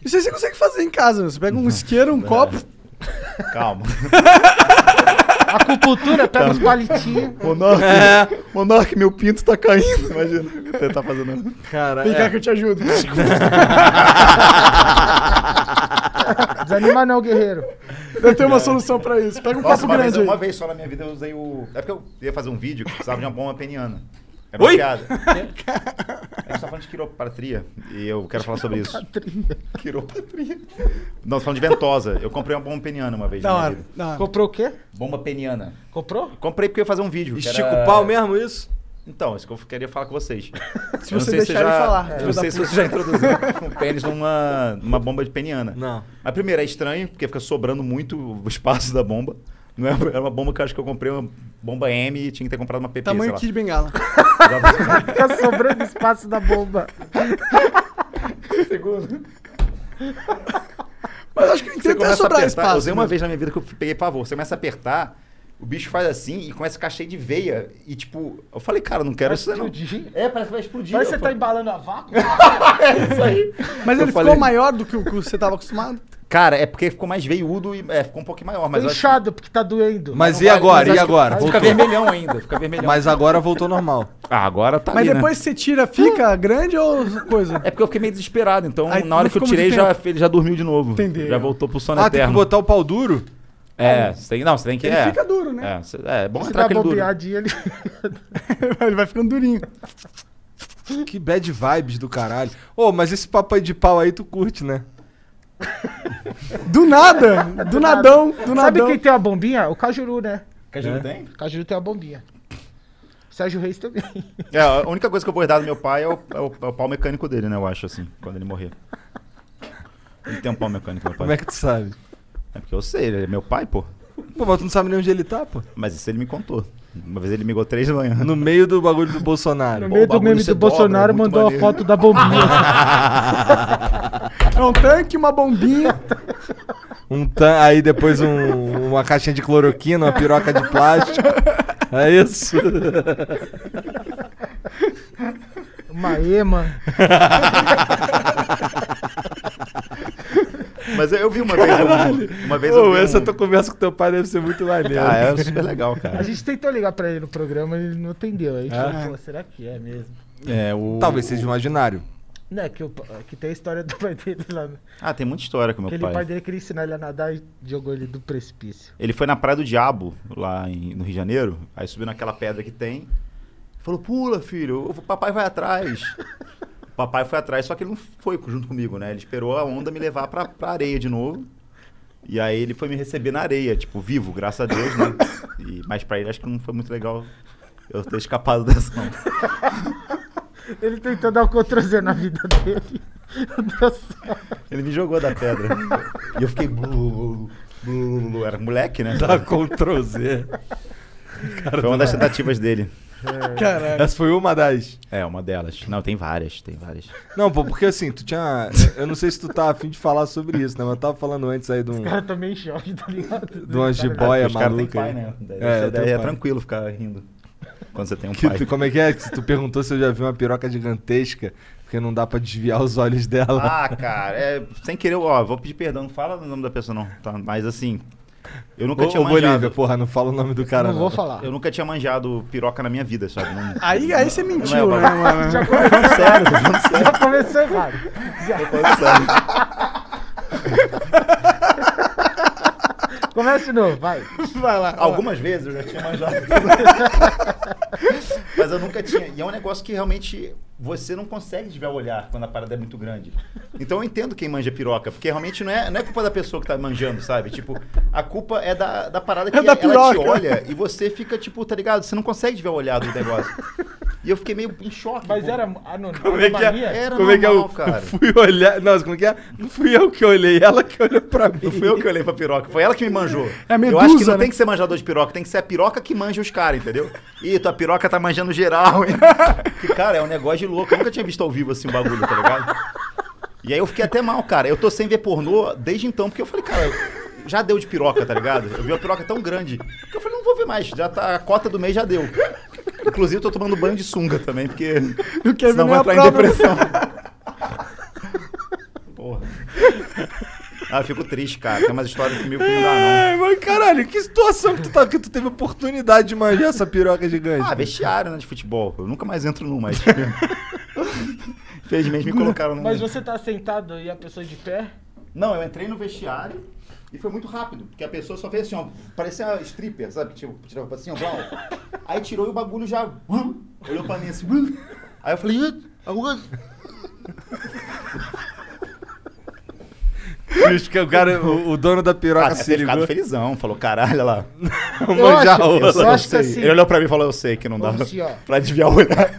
Speaker 2: Isso aí você consegue fazer em casa, meu. Você pega um isqueiro,
Speaker 4: É.
Speaker 2: um copo.
Speaker 4: Calma.
Speaker 5: né? Acupuntura, pega os
Speaker 2: Tá.
Speaker 5: palitinhos.
Speaker 4: Monarque,
Speaker 3: É,
Speaker 4: meu pinto tá caindo. Imagina. Você tá fazendo.
Speaker 3: Cara,
Speaker 2: Vem
Speaker 3: é.
Speaker 2: cá que eu te ajudo.
Speaker 5: Desanima não, guerreiro.
Speaker 2: Eu tenho uma solução pra isso. Pega um
Speaker 4: Nossa,
Speaker 2: copo
Speaker 4: uma, vez,
Speaker 2: grande
Speaker 4: uma
Speaker 2: aí.
Speaker 4: vez só na minha vida eu usei o. É porque eu ia fazer um vídeo que precisava de uma bomba peniana. É uma
Speaker 3: Oi?
Speaker 4: piada. A gente tá falando de quiropatria e eu quero falar sobre isso. Quiropatria. Não, tô falando de ventosa. Eu comprei uma bomba peniana uma vez.
Speaker 2: Da
Speaker 4: na minha
Speaker 2: hora,
Speaker 4: vida.
Speaker 2: da hora.
Speaker 5: Comprou o quê?
Speaker 4: Bomba peniana.
Speaker 5: Comprou?
Speaker 4: Comprei porque eu ia fazer um vídeo. que
Speaker 3: Estica
Speaker 4: era-
Speaker 3: o pau mesmo isso?
Speaker 4: Então, isso que eu queria falar com vocês.
Speaker 2: Se
Speaker 4: Eu
Speaker 2: vocês
Speaker 4: não sei se
Speaker 2: deixarem
Speaker 4: já-
Speaker 2: falar, É,
Speaker 4: Eu
Speaker 2: filho
Speaker 4: não
Speaker 2: da
Speaker 4: sei se você já introduziu um pênis numa, numa bomba de peniana.
Speaker 3: Não.
Speaker 4: Mas primeiro, é estranho, porque fica sobrando muito o espaço da bomba. Não é é uma bomba que eu acho que eu comprei, uma bomba M e tinha que ter comprado uma PP,
Speaker 2: Tamanho
Speaker 4: sei
Speaker 2: Kid Bengala.
Speaker 4: lá.
Speaker 5: Tá sobrando espaço da bomba.
Speaker 4: Segundo.
Speaker 2: Mas acho que eu
Speaker 4: Você
Speaker 2: entendo até
Speaker 4: começa a
Speaker 2: sobrar
Speaker 4: apertar.
Speaker 2: espaço.
Speaker 4: eu usei uma
Speaker 2: né?
Speaker 4: vez na minha vida que eu peguei pavor. Você começa a apertar, o bicho faz assim e começa a ficar cheio de veia. E tipo, eu falei, cara, não quero isso não.
Speaker 5: Explodir.
Speaker 4: É, parece que vai explodir.
Speaker 5: Mas
Speaker 4: Eu
Speaker 5: você tá
Speaker 4: falei,
Speaker 5: embalando a vácuo?
Speaker 4: "É isso aí.
Speaker 2: Mas
Speaker 4: Eu
Speaker 2: ele
Speaker 4: falei-
Speaker 2: ficou maior do que o que você tava acostumado?
Speaker 4: Cara, é porque ficou mais veiudo e é, ficou um pouquinho maior. Mas eu acho-
Speaker 5: Inchado, porque tá doendo.
Speaker 3: Mas
Speaker 4: não
Speaker 3: e
Speaker 4: vale,
Speaker 3: agora?
Speaker 4: mas
Speaker 3: E
Speaker 4: acho que-
Speaker 3: agora?
Speaker 4: mas Fica
Speaker 3: Voltou.
Speaker 4: vermelhão ainda, fica vermelhão.
Speaker 3: Mas agora voltou normal.
Speaker 4: Ah, agora tá
Speaker 2: Mas
Speaker 4: ali, né?
Speaker 2: depois que você tira, fica grande ou coisa?
Speaker 4: É porque eu fiquei meio desesperado, então
Speaker 2: Aí
Speaker 4: na hora
Speaker 2: não
Speaker 4: que eu
Speaker 2: ficou muito
Speaker 4: tirei, já,
Speaker 2: tempo.
Speaker 4: ele já dormiu de novo.
Speaker 2: Entendeu.
Speaker 4: Já voltou pro sono
Speaker 3: Ah, tem que
Speaker 4: eterno.
Speaker 3: botar um- o pau duro?
Speaker 4: É, você tem, não, você tem que...
Speaker 2: Ele
Speaker 4: é,
Speaker 2: fica duro, né?
Speaker 4: É, cê- é, é bom
Speaker 5: Se
Speaker 4: entrar
Speaker 5: dá
Speaker 4: aquele duro.
Speaker 5: bobeadinha, ele...
Speaker 4: É.
Speaker 2: ele vai ficando durinho.
Speaker 3: Que bad vibes do caralho. Ô, mas esse papo aí de pau aí tu curte, né?
Speaker 2: Do nada! Do nadão, do
Speaker 5: Sabe
Speaker 2: nadão.
Speaker 5: quem tem uma bombinha? O Cajuru, né?
Speaker 4: Cajuru tem?
Speaker 5: O Cajuru tem uma bombinha. Sérgio Reis também.
Speaker 4: É, a única coisa que eu vou herdar do meu pai é o, é o- é o pau mecânico dele, né, eu acho, assim, quando ele morrer. Ele tem um pau mecânico, meu pai.
Speaker 3: Como é que tu sabe?
Speaker 4: É porque eu sei, ele é meu pai, pô.
Speaker 3: Pô, mas tu não sabe nem onde ele tá, pô.
Speaker 4: Mas isso ele me contou. Uma vez ele me ligou três da manhã.
Speaker 3: No meio do bagulho do Bolsonaro.
Speaker 5: No
Speaker 4: Pô,
Speaker 5: meio
Speaker 4: o
Speaker 5: do
Speaker 4: bagulho
Speaker 5: meme
Speaker 4: você
Speaker 5: do
Speaker 4: dobra,
Speaker 5: Bolsonaro,
Speaker 4: é muito
Speaker 5: mandou
Speaker 4: maneiro.
Speaker 5: a foto da bombinha.
Speaker 2: É um tanque, uma bombinha.
Speaker 3: Um tan... Aí depois um- uma caixinha de cloroquina, uma piroca de plástico. É isso.
Speaker 5: Uma ema.
Speaker 4: Mas eu, eu vi uma vez... Eu, uma vez eu
Speaker 3: Ô,
Speaker 4: vi
Speaker 3: essa
Speaker 4: um-
Speaker 3: tua conversa com teu pai deve ser muito maneira.
Speaker 4: Ah, é super legal, cara.
Speaker 5: A gente tentou ligar pra ele no programa, ele não atendeu. Aí a gente falou, pô, será que é mesmo?
Speaker 4: É, o...
Speaker 3: Talvez seja imaginário.
Speaker 5: Não, é que, o pa- que tem a história do pai dele lá. né?
Speaker 4: Ah, tem muita história com meu
Speaker 5: Aquele
Speaker 4: pai.
Speaker 5: pai dele queria ensinar ele a nadar e jogou ele do precipício.
Speaker 4: Ele foi na Praia do Diabo, lá em- no Rio de Janeiro, aí subiu naquela pedra que tem. Falou, pula, filho, o papai vai atrás. o papai foi atrás, só que ele não foi junto comigo, né? Ele esperou a onda me levar pra, pra areia de novo. E aí ele foi me receber na areia, tipo, vivo, graças a Deus, né? E, mas pra ele acho que não foi muito legal eu ter escapado dessa onda.
Speaker 5: Ele tentou dar o Ctrl Z na vida dele. Não deu certo.
Speaker 4: Ele me jogou da pedra. e eu fiquei. blu, blu, blu, blu, blu. Era moleque, né?
Speaker 3: Tá Ctrl Z. tá
Speaker 4: Foi uma das tentativas dele.
Speaker 2: Caralho.
Speaker 3: Essa foi uma das.
Speaker 4: É, uma delas. Não, tem várias, tem várias.
Speaker 3: Não, pô, porque assim, tu tinha. Eu não sei se tu tá afim de falar sobre isso, né? Mas eu tava falando antes aí de um.
Speaker 5: O cara também choque, tá ligado?
Speaker 3: De uma jiboia
Speaker 4: Ah, Os caras têm
Speaker 3: maluca.
Speaker 4: pai,
Speaker 3: aí.
Speaker 4: né? Daí,
Speaker 3: É,
Speaker 4: é,
Speaker 3: eu tenho
Speaker 4: é
Speaker 3: pai.
Speaker 4: tranquilo ficar rindo quando você tem um
Speaker 3: Que
Speaker 4: pai.
Speaker 3: tu- como é que é? Que tu perguntou se eu já vi uma piroca gigantesca, porque não dá pra desviar os olhos dela.
Speaker 4: Ah, cara, é, sem querer, ó, vou pedir perdão, não fala o nome da pessoa não, tá? Mas assim, eu nunca
Speaker 3: Ô,
Speaker 4: tinha
Speaker 3: ô Bolívia,
Speaker 4: manjado.
Speaker 3: porra, não fala o nome do cara.
Speaker 5: Não vou falar.
Speaker 4: Eu nunca tinha manjado piroca na minha vida, sabe? Não,
Speaker 2: Aí, aí você mentiu,
Speaker 4: Não é,
Speaker 2: né, mano?
Speaker 5: Já começou,
Speaker 4: sério, tô falando sério,
Speaker 5: já começou errado.
Speaker 4: tô
Speaker 3: é.
Speaker 4: falando sério.
Speaker 5: Começa de novo, vai.
Speaker 2: Vai lá.
Speaker 4: Algumas vezes eu já tinha manjado. Mas eu nunca tinha. E é um negócio que realmente você não consegue desviar o olhar quando a parada é muito grande. Então eu entendo quem manja piroca, porque realmente não é, não é culpa da pessoa que tá manjando, sabe? Tipo, a culpa é da, da parada que
Speaker 2: da
Speaker 4: ela te
Speaker 2: piroca.
Speaker 4: olha e você fica, tipo, tá ligado? Você não consegue desviar o olhar do negócio. E eu fiquei meio em choque.
Speaker 5: Mas
Speaker 4: pô.
Speaker 5: era anônimo.
Speaker 3: Como é que é?
Speaker 4: Era
Speaker 3: como é que é? Eu,
Speaker 4: normal, cara.
Speaker 3: eu fui olhar. Não, como é que é? Não fui eu que olhei, ela que olhou pra mim.
Speaker 4: Não fui eu que olhei pra piroca, foi ela que me manjou.
Speaker 2: É a medusa,
Speaker 4: eu acho que não
Speaker 2: né?
Speaker 4: tem que ser manjador de piroca, tem que ser a piroca que manja os caras, entendeu? Ih, tua piroca tá manjando geral, hein? Que, cara, é um negócio de louco. Eu nunca tinha visto ao vivo assim um bagulho, tá ligado? E aí eu fiquei até mal, cara. Eu tô sem ver pornô desde então, porque eu falei, cara, eu- já deu de piroca, tá ligado? Eu vi uma piroca tão grande que eu falei, não vou ver mais. Já tá, a cota do mês já deu. Inclusive, eu tô tomando banho de sunga também, porque
Speaker 2: O Kevin
Speaker 4: senão
Speaker 2: não
Speaker 4: vou
Speaker 2: é a
Speaker 4: entrar em
Speaker 2: própria.
Speaker 4: depressão. Porra. Ah, eu fico triste, cara. Tem umas histórias comigo que não dá, não.
Speaker 3: Ai, É, mas caralho, que situação que tu tá, que tu teve oportunidade de manjar essa piroca gigante.
Speaker 4: Ah, vestiário, né, de futebol. Eu nunca mais entro num, mas... tipo, Infelizmente me colocaram num...
Speaker 5: Mas você tá sentado e a pessoa de pé?
Speaker 4: Não, eu entrei no vestiário e foi muito rápido, porque a pessoa só fez assim, ó, parecia uma stripper, sabe? Tipo, tirava assim, ó, blau. Aí tirou e o bagulho já... hum, Olhou pra mim assim. "Hum". Aí eu falei, "Hum, alguma-"
Speaker 5: Ah,
Speaker 3: Acho que o cara, o, o dono da piroca
Speaker 4: Ah, deve
Speaker 3: se
Speaker 4: ter ficado
Speaker 3: ligou.
Speaker 4: felizão. Falou, caralho, olha lá.
Speaker 3: Manjar
Speaker 5: acho-
Speaker 3: rola.
Speaker 5: eu só acho que
Speaker 4: sei.
Speaker 5: assim-
Speaker 4: Ele olhou pra mim e falou, eu sei que não dá
Speaker 5: Vamos assim, ó.
Speaker 4: pra desviar o olhar.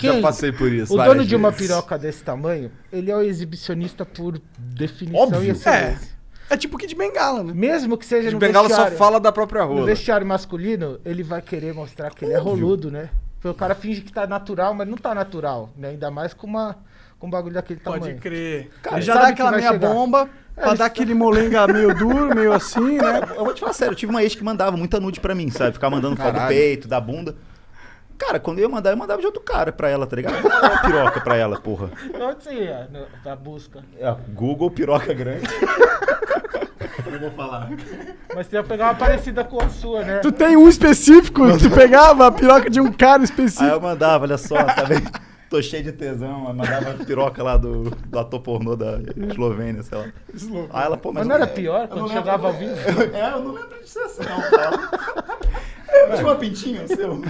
Speaker 3: Já passei por isso.
Speaker 5: O dono
Speaker 3: várias
Speaker 5: de uma
Speaker 3: vezes.
Speaker 5: piroca desse tamanho, ele é o exibicionista por definição e
Speaker 4: Óbvio.
Speaker 5: excelência.
Speaker 2: É tipo o Kid Bengala, né?
Speaker 5: Mesmo que seja
Speaker 3: De
Speaker 5: no
Speaker 3: bengala só
Speaker 5: vestiário.
Speaker 3: fala da própria
Speaker 5: No
Speaker 3: rola.
Speaker 5: vestiário masculino, ele vai querer mostrar que ele é roludo, né? Porque o cara finge que tá natural, mas não tá natural, né? Ainda mais com uma com um bagulho daquele
Speaker 2: Pode
Speaker 5: tamanho.
Speaker 2: crer.
Speaker 5: Cara,
Speaker 2: Ele já
Speaker 5: sabe
Speaker 2: dá
Speaker 5: que
Speaker 2: aquela
Speaker 5: vai
Speaker 2: meia
Speaker 5: chegar.
Speaker 2: bomba, pra
Speaker 5: ele
Speaker 2: dar aquele molenga meio duro, meio assim, né?
Speaker 4: Eu vou te falar sério, eu tive uma ex que mandava muita nude pra mim, sabe? Ficava mandando foto do peito, da bunda. Cara, quando eu ia mandar, eu mandava de outro cara pra ela, tá ligado? Eu mandava uma piroca pra ela, porra.
Speaker 5: Onde você ia no- na busca?
Speaker 4: É, Google piroca grande. eu vou falar.
Speaker 5: Mas você ia pegar uma parecida com a sua, né?
Speaker 2: Tu tem um específico, tu pegava a piroca de um cara
Speaker 4: Aí
Speaker 2: específico.
Speaker 4: eu mandava, olha só, tá vendo? Tô cheio de tesão, aí mandava a piroca lá do, do ator pornô da Eslovênia, sei lá. Aí ela, pô, mas.
Speaker 5: Mas não era
Speaker 4: eu-
Speaker 5: pior
Speaker 4: eu não
Speaker 5: quando chegava ao
Speaker 4: lembro-
Speaker 5: vivo?
Speaker 4: É, eu não lembro disso assim, não, cara. Eu tinha uma pintinha, seu.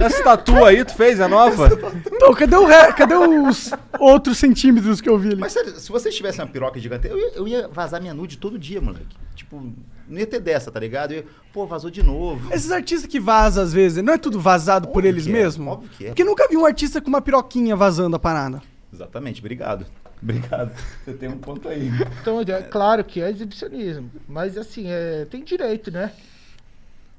Speaker 3: Essa tatu aí tu fez, é nova?
Speaker 2: Então, cadê, o ré- cadê os outros centímetros que eu vi ali?
Speaker 4: Mas sério, se vocês tivessem uma piroca gigante, eu ia, eu ia vazar minha nude todo dia, moleque. Tipo, não ia ter dessa, tá ligado? Eu ia, pô, vazou de novo.
Speaker 2: Esses artistas que vazam às vezes, não é tudo vazado por
Speaker 4: Óbvio
Speaker 2: eles
Speaker 4: que é,
Speaker 2: mesmos?
Speaker 4: óbvio que é.
Speaker 2: Porque nunca vi um artista com uma piroquinha vazando a parada.
Speaker 4: Exatamente, obrigado. Obrigado. Você tem um ponto aí.
Speaker 5: Então, é claro que é exibicionismo. Mas assim, é, tem direito, né?